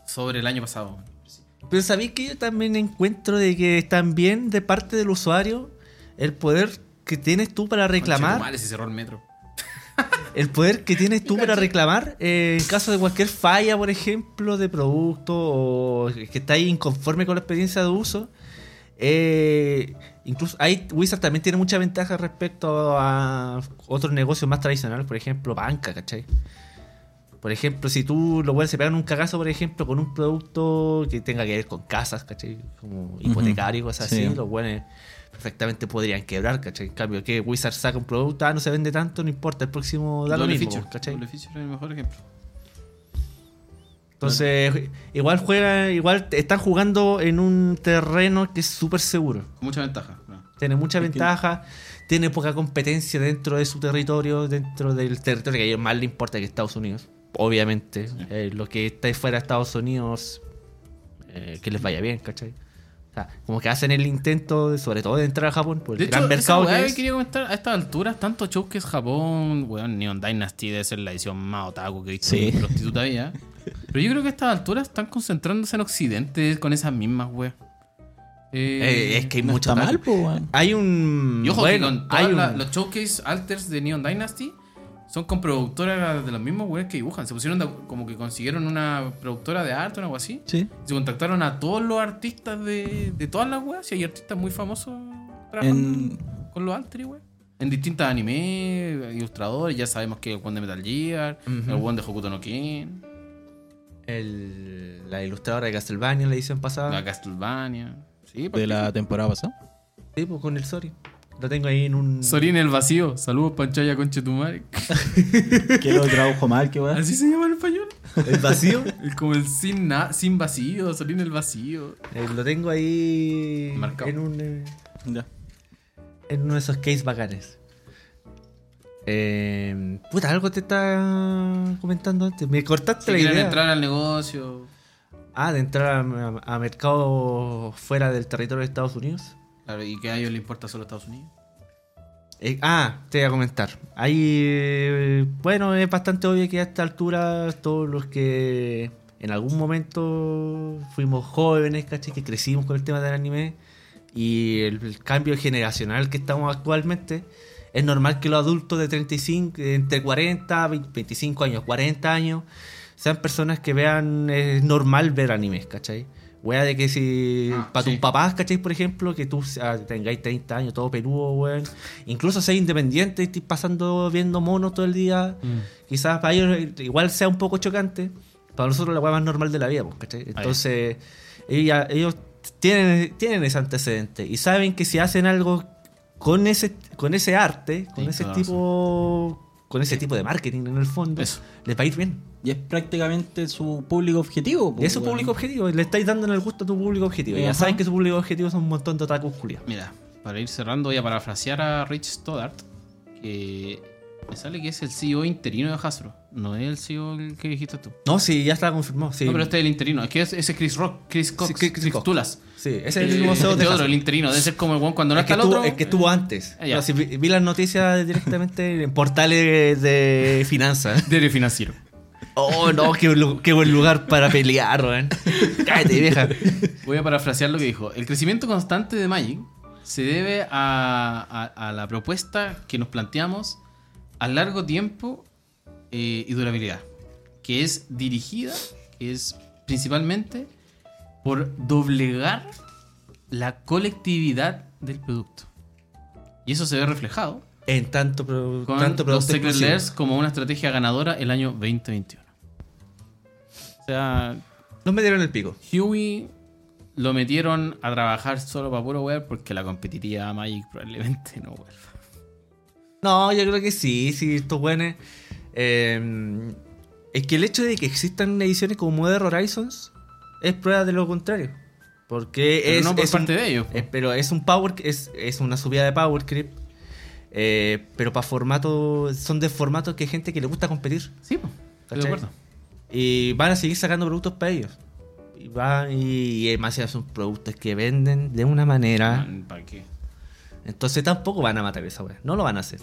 sobre el año pasado. Pero sabéis que yo también encuentro de que también de parte del usuario el poder que tienes tú para reclamar Mal, se cerró el metro. El poder que tienes tú para reclamar eh, en caso de cualquier falla, por ejemplo, de producto o que está inconforme con la experiencia de uso. Eh, incluso hay, Wizard también tiene mucha ventaja respecto a otros negocios más tradicionales, por ejemplo, banca, ¿cachai? Por ejemplo, si tú los weones se pegan un cagazo, por ejemplo, con un producto que tenga que ver con casas, ¿cachai? Como hipotecario, cosas sí. así, los buenos perfectamente podrían quebrar, ¿cachai? En cambio, que Wizard saca un producto, ah, no se vende tanto, no importa, el próximo da lo Doble mismo, feature, ¿cachai? doble feature es el mejor ejemplo. Entonces, igual juegan, igual te- están jugando en un terreno que es súper seguro. Mucha ventaja. ¿no? Tiene mucha Es que- ventaja, tiene poca competencia dentro de su territorio, dentro del territorio que a ellos más le importa que Estados Unidos. Obviamente, eh, lo que está fuera de Estados Unidos, eh, que les vaya bien, ¿cachai? O sea, como que hacen el intento, de, sobre todo de entrar a Japón, por Pues el De gran hecho, esa mercado weá que que es. quería comentar a estas alturas, tanto show que es Japón, weón, Neon Dynasty debe ser la edición más otaku que he visto Sí. de prostituta vida. Pero yo creo que a estas alturas están concentrándose en Occidente con esas mismas weas. Eh, Eh, es que hay no mucho está otaku. mal, po, weón. Hay un. Y ojo, bueno, que con todas hay un- la- los showcase alters de Neon Dynasty son con productoras de los mismos güeyes que dibujan. Se pusieron de- como que consiguieron una productora de arte o algo así. Sí. Se contactaron a todos los artistas de, de todas las weas. Y hay artistas muy famosos trabajando En- con los alters, güey. En distintas animes, ilustradores. Ya sabemos que el one de Metal Gear, el one de Hokuto no Ken. El- la ilustradora de Castlevania en la edición pasada. La Castlevania. Sí, pues. de la temporada pasada. Sí, pues, con el Sori. Lo tengo ahí en un. Sorín el vacío. Saludos, Panchaya Conchetumare. Que lo tradujo mal, que Ah. weón. Así se llama en español. ¿El vacío? Es como el sin, na- sin vacío, Sorín el vacío. Eh, lo tengo ahí. Marcado. En un. eh, Ya. en uno de esos case bacanes. Eh, puta, algo te está comentando antes. Me cortaste Si la quieren idea. entrar al negocio. Ah, de entrar a, a- a mercado fuera del territorio de Estados Unidos. Claro, y que a ellos les importa solo Estados Unidos. Eh, ah, te voy a comentar. Ahí, eh, bueno, es bastante obvio que a esta altura todos los que en algún momento fuimos jóvenes, ¿cachai? Que crecimos con el tema del anime y el, el cambio generacional que estamos actualmente, es normal que los adultos de 35, entre 40, 20, 25 años, 40 años, sean personas que vean, es normal ver animes, ¿cachai? Wea de que si Ah, para sí. tus papás, ¿cachai? Por ejemplo, que tú ah, tengáis 30 años, todo peludo, weón. Incluso seas independiente y estés pasando viendo monos todo el día. Quizás para ellos eh, igual sea un poco chocante. Para nosotros la wea más normal de la vida, pues, ¿cachai? Entonces, ella- ellos tienen, tienen ese antecedente y saben que si hacen algo con ese, con ese arte, con Sí, ese toda la tipo. Con ese tipo de marketing en el fondo, Eso. les va a ir bien. Y es prácticamente su público objetivo. po, Y es su weón. público objetivo, le estáis dando en el gusto a tu público objetivo. Ya Ajá. saben que su público objetivo son un montón de otakus Julia. Mira, para ir cerrando, voy a parafrasear a Rich Stoddart, que me sale que es el CEO interino de Hasbro. No es el CEO el que dijiste tú. No, sí, ya está confirmado. Sí, No, pero este es el interino. Es que ese es Chris Rock, Chris Cox, Sí, Chris- Chris, Chris Cox. Tulas. sí ese es Eh, el mismo CEO este de otro, Hasbro. el interino. Debe ser como el one cuando no Es que, está el estuvo, otro. es que estuvo antes. Ah, ya. No, sí, vi, vi las noticias directamente en portales de finanzas. Diario financiero. Oh, no, qué, lu- qué buen lugar para pelear, weón. Cállate, vieja. Voy a parafrasear lo que dijo. El crecimiento constante de Magic se debe a, a- a la propuesta que nos planteamos a largo tiempo eh, y durabilidad, que es dirigida, que es principalmente por doblegar la colectividad del producto. Y eso se ve reflejado En tanto, pro- con tanto los producto Secret exclusivo. Layers como una estrategia ganadora el año 2021. O sea, Nos metieron el pico. Huey lo metieron a trabajar solo para puro web porque la competitividad Magic probablemente no vuelva. No, yo creo que sí, sí, estos buenos. Eh, es que el hecho de que existan ediciones como Modern Horizons es prueba de lo contrario. Porque Pero es, no por es un- parte de ellos. po. Eh, pero es un power es, es una subida de power creep. eh, pero para formato. Son de formatos que hay gente que le gusta competir. sí, po, estoy de ¿cachai? acuerdo. Y van a seguir sacando productos para ellos. Y van y, y además ya son productos que venden de una manera. Man, ¿Para qué? Entonces tampoco van a matar esa wea. No lo van a hacer.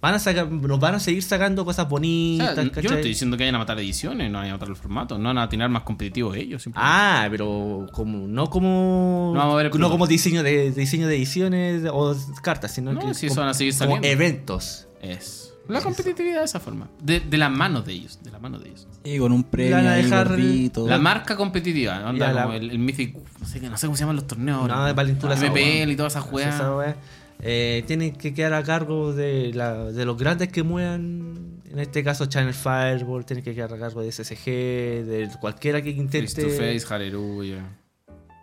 Van a sacar, nos van a seguir sacando cosas O bonitas, sea, yo no ¿cachai? estoy diciendo que vayan a matar ediciones, no vayan a matar los formatos, no van a tener más competitivos ellos. simplemente. Ah, pero como, no como. No vamos a ver el no producto. como diseño de diseño de ediciones o cartas, sino No, que si como- eso van a seguir como saliendo. eventos. Es la competitividad de esa forma. De, de las manos de ellos. De las manos de ellos. Sí, con un premio Van a ahí dejar- gordito. La marca competitiva. Onda Ya, la- como el, el Mythic. No sé, qué- no sé cómo se llaman los torneos ahora. Ah, No, de Valentura esa MPL hueá. y toda esa Esa juega. wea, eh, tienen que quedar a cargo de, la- de los grandes que muevan, en este caso Channel Fireball, tienen que quedar a cargo de SSG, de cualquiera que Face to intente, Face, Hallelujah.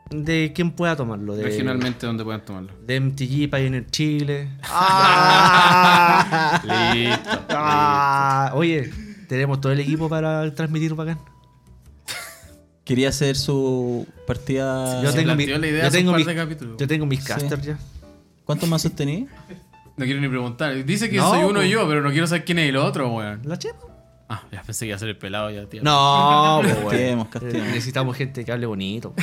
de quien pueda tomarlo, de, Regionalmente, donde puedan tomarlo. de MTG, Pioneer Chile. Listo. Ah, oye, tenemos todo el equipo para transmitir bacán. Quería hacer su partida. Yo Se tengo, mi- planteó la idea yo, hace tengo un par mis- de capítulos. yo tengo mis Sí. casters ya. ¿Cuántos más tenía? No quiero ni preguntar. Dice que No, soy uno po. yo, pero no quiero saber quién es el otro, weón. ¿La chepa? Ah, ya pensé que iba a ser el pelado ya, tío. No, pues, Casteemos, bueno. casteemos. Eh, Necesitamos gente que hable bonito.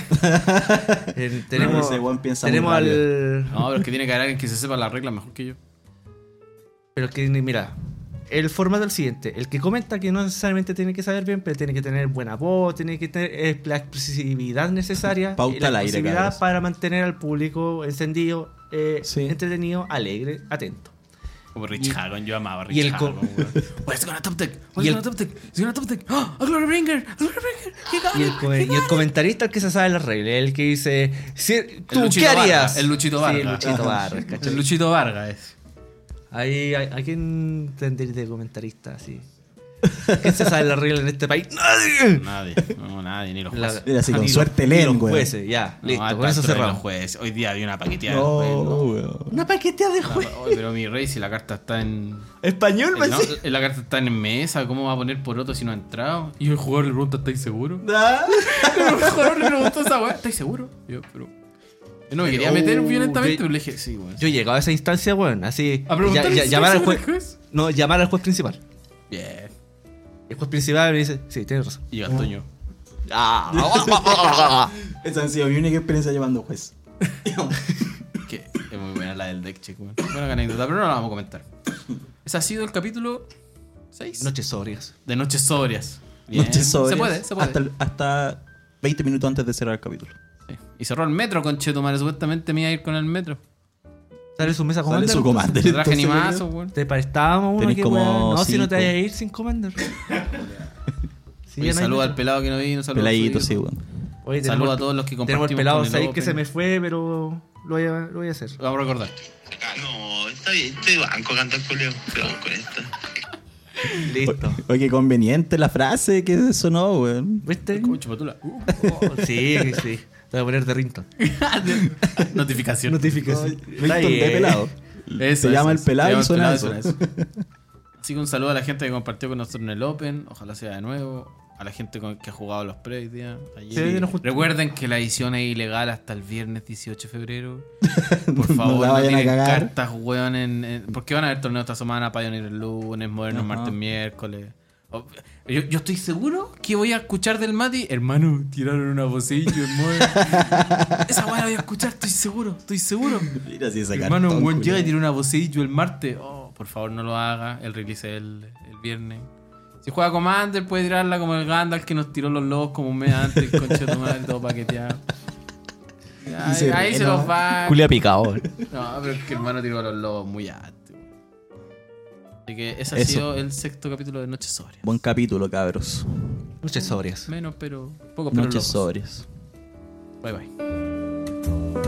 Eh, No, tenemos ese weón piensa tenemos muy al. No, pero es que tiene que haber alguien que se sepa las reglas mejor que yo. Pero es que, mira, el formato es el siguiente: el que comenta que no necesariamente tiene que saber bien, pero tiene que tener buena voz, tiene que tener eh, la expresividad necesaria. y Pauta la al aire, expresividad cabros. para mantener al público encendido, eh, Sí. entretenido, alegre, atento. Como Rich Hagan, yo amaba a Rich y el co- Hagan, weón. Where's gonna top tech? Y Where's el- gonna top tech? It's gonna top tech. ¡Ah! ¡A Glory Bringer! ¡A Glory Bringer! ¡He got Y el, it! co- y el comentarista el que se sabe las reglas, el que dice, "Sí, ¿tú qué Luchito harías? Vargas, el Luchito Sí, el Vargas. Luchito Vargas, ¿cachai? El Luchito Vargas es. Ahí, ¿a, a quién tendréis de comentarista así? ¿Quién se sabe la regla en este país? ¡Nadie! Nadie, no, nadie, ni los La- jueces. Mira, si ni con los- suerte ni leen, los güey. jueces, ya, No, a listo, con esta eso altura de cerramos. los jueces. Hoy día había una paqueteada. de los jueces, No, No, weón. Una paqueteada de juego. Oye, pero mi rey, si la carta está en. Español, en pues, me la, dice. en la carta está en mesa, ¿cómo va a poner por otro si no ha entrado? Y el jugador le pregunta, ¿estáis seguro? Ah. Pero el jugador le preguntó esa weá, ¿estáis seguro? Yo, pero. Yo no me quería meter Uh, violentamente, yo- pero le dije, sí, weón. Yo he llegado a esa instancia, weón, así. A preguntarle si llamar al estoy juez, seguro del juez. No, llamar al juez principal. Bien. El juez principal me dice, sí, tienes razón. Y Gastoño. Esa ha sido mi única experiencia llevando pues. juez. Que es muy buena la del deck check, weón. Buena anécdota, pero no la vamos a comentar. Ese ha sido el capítulo 6 Noches sobrias. de Noches Sobrias. Bien. Noches sobrias. Se puede, se puede. Hasta, hasta 20 minutos antes de cerrar el capítulo. Sí. Y cerró el metro, conchetumare. Supuestamente me iba a ir con el metro. Sale su mesa Sale commander. su commander. Se traje ni entonces, más, weón. weón. Te prestábamos uno Tenés que, como weón, No, si no cinco. te vayas a ir sin commander. Sí, Oye, ya no hay saluda metro. al pelado que no vino. saluda a su Peladito, hijo. sí, weón. Oye, tenemos Saluda a el- todos los que compartimos Tenemos el pelado con el Said que Open. se me fue, pero lo voy a, lo voy a hacer. Lo Vamos a recordar. Ah, No, está bien, estoy banco cantar Julio. Te banco eh. esta. Listo. Oye, qué conveniente la frase que sonó, weón. ¿Viste? Como chupatula. Uh, Sí, sí. Te voy a poner de Rinton. Notificación. Notificación. Rington de pelado. Eso, Se llama eso, el pelado se y suena llama el eso. pelado y Así que un saludo a la gente que compartió con nosotros en el Open. Ojalá sea de nuevo. A la gente con, que ha jugado los previos días. Sí, que nos justo- Recuerden que la edición es ilegal hasta el viernes 18 de febrero. No Por favor, la no, vayan a tiren cagar. cartas, weón. en- en- porque van a haber torneos esta semana. Pioneer el lunes, Moderno Ajá. martes, miércoles. O- Yo, yo estoy seguro que voy a escuchar del Mati. Hermano, tiraron una bocilla en Modern. Esa weá la voy a escuchar, estoy seguro, estoy seguro. Mira si esa Hermano, un cartón, buen llega y culiao. tiene una bocilla el martes. Oh, por favor, no lo haga. El release es el, el viernes. Si juega Commander, puede tirarla como el Gandalf que nos tiró los lobos como un mes antes. Concha de tu madre, todo paqueteado. Ahí, se ahí ve, se ¿no? los va. Julia picado. No, pero es que hermano tiró a los lobos muy antes. güey. Así que ese ha Eso. sido el sexto capítulo de Noche Sobria. Buen capítulo, cabros. Muchas sobrias. Menos, pero poco, pero Noches locos. sobrias. Bye bye.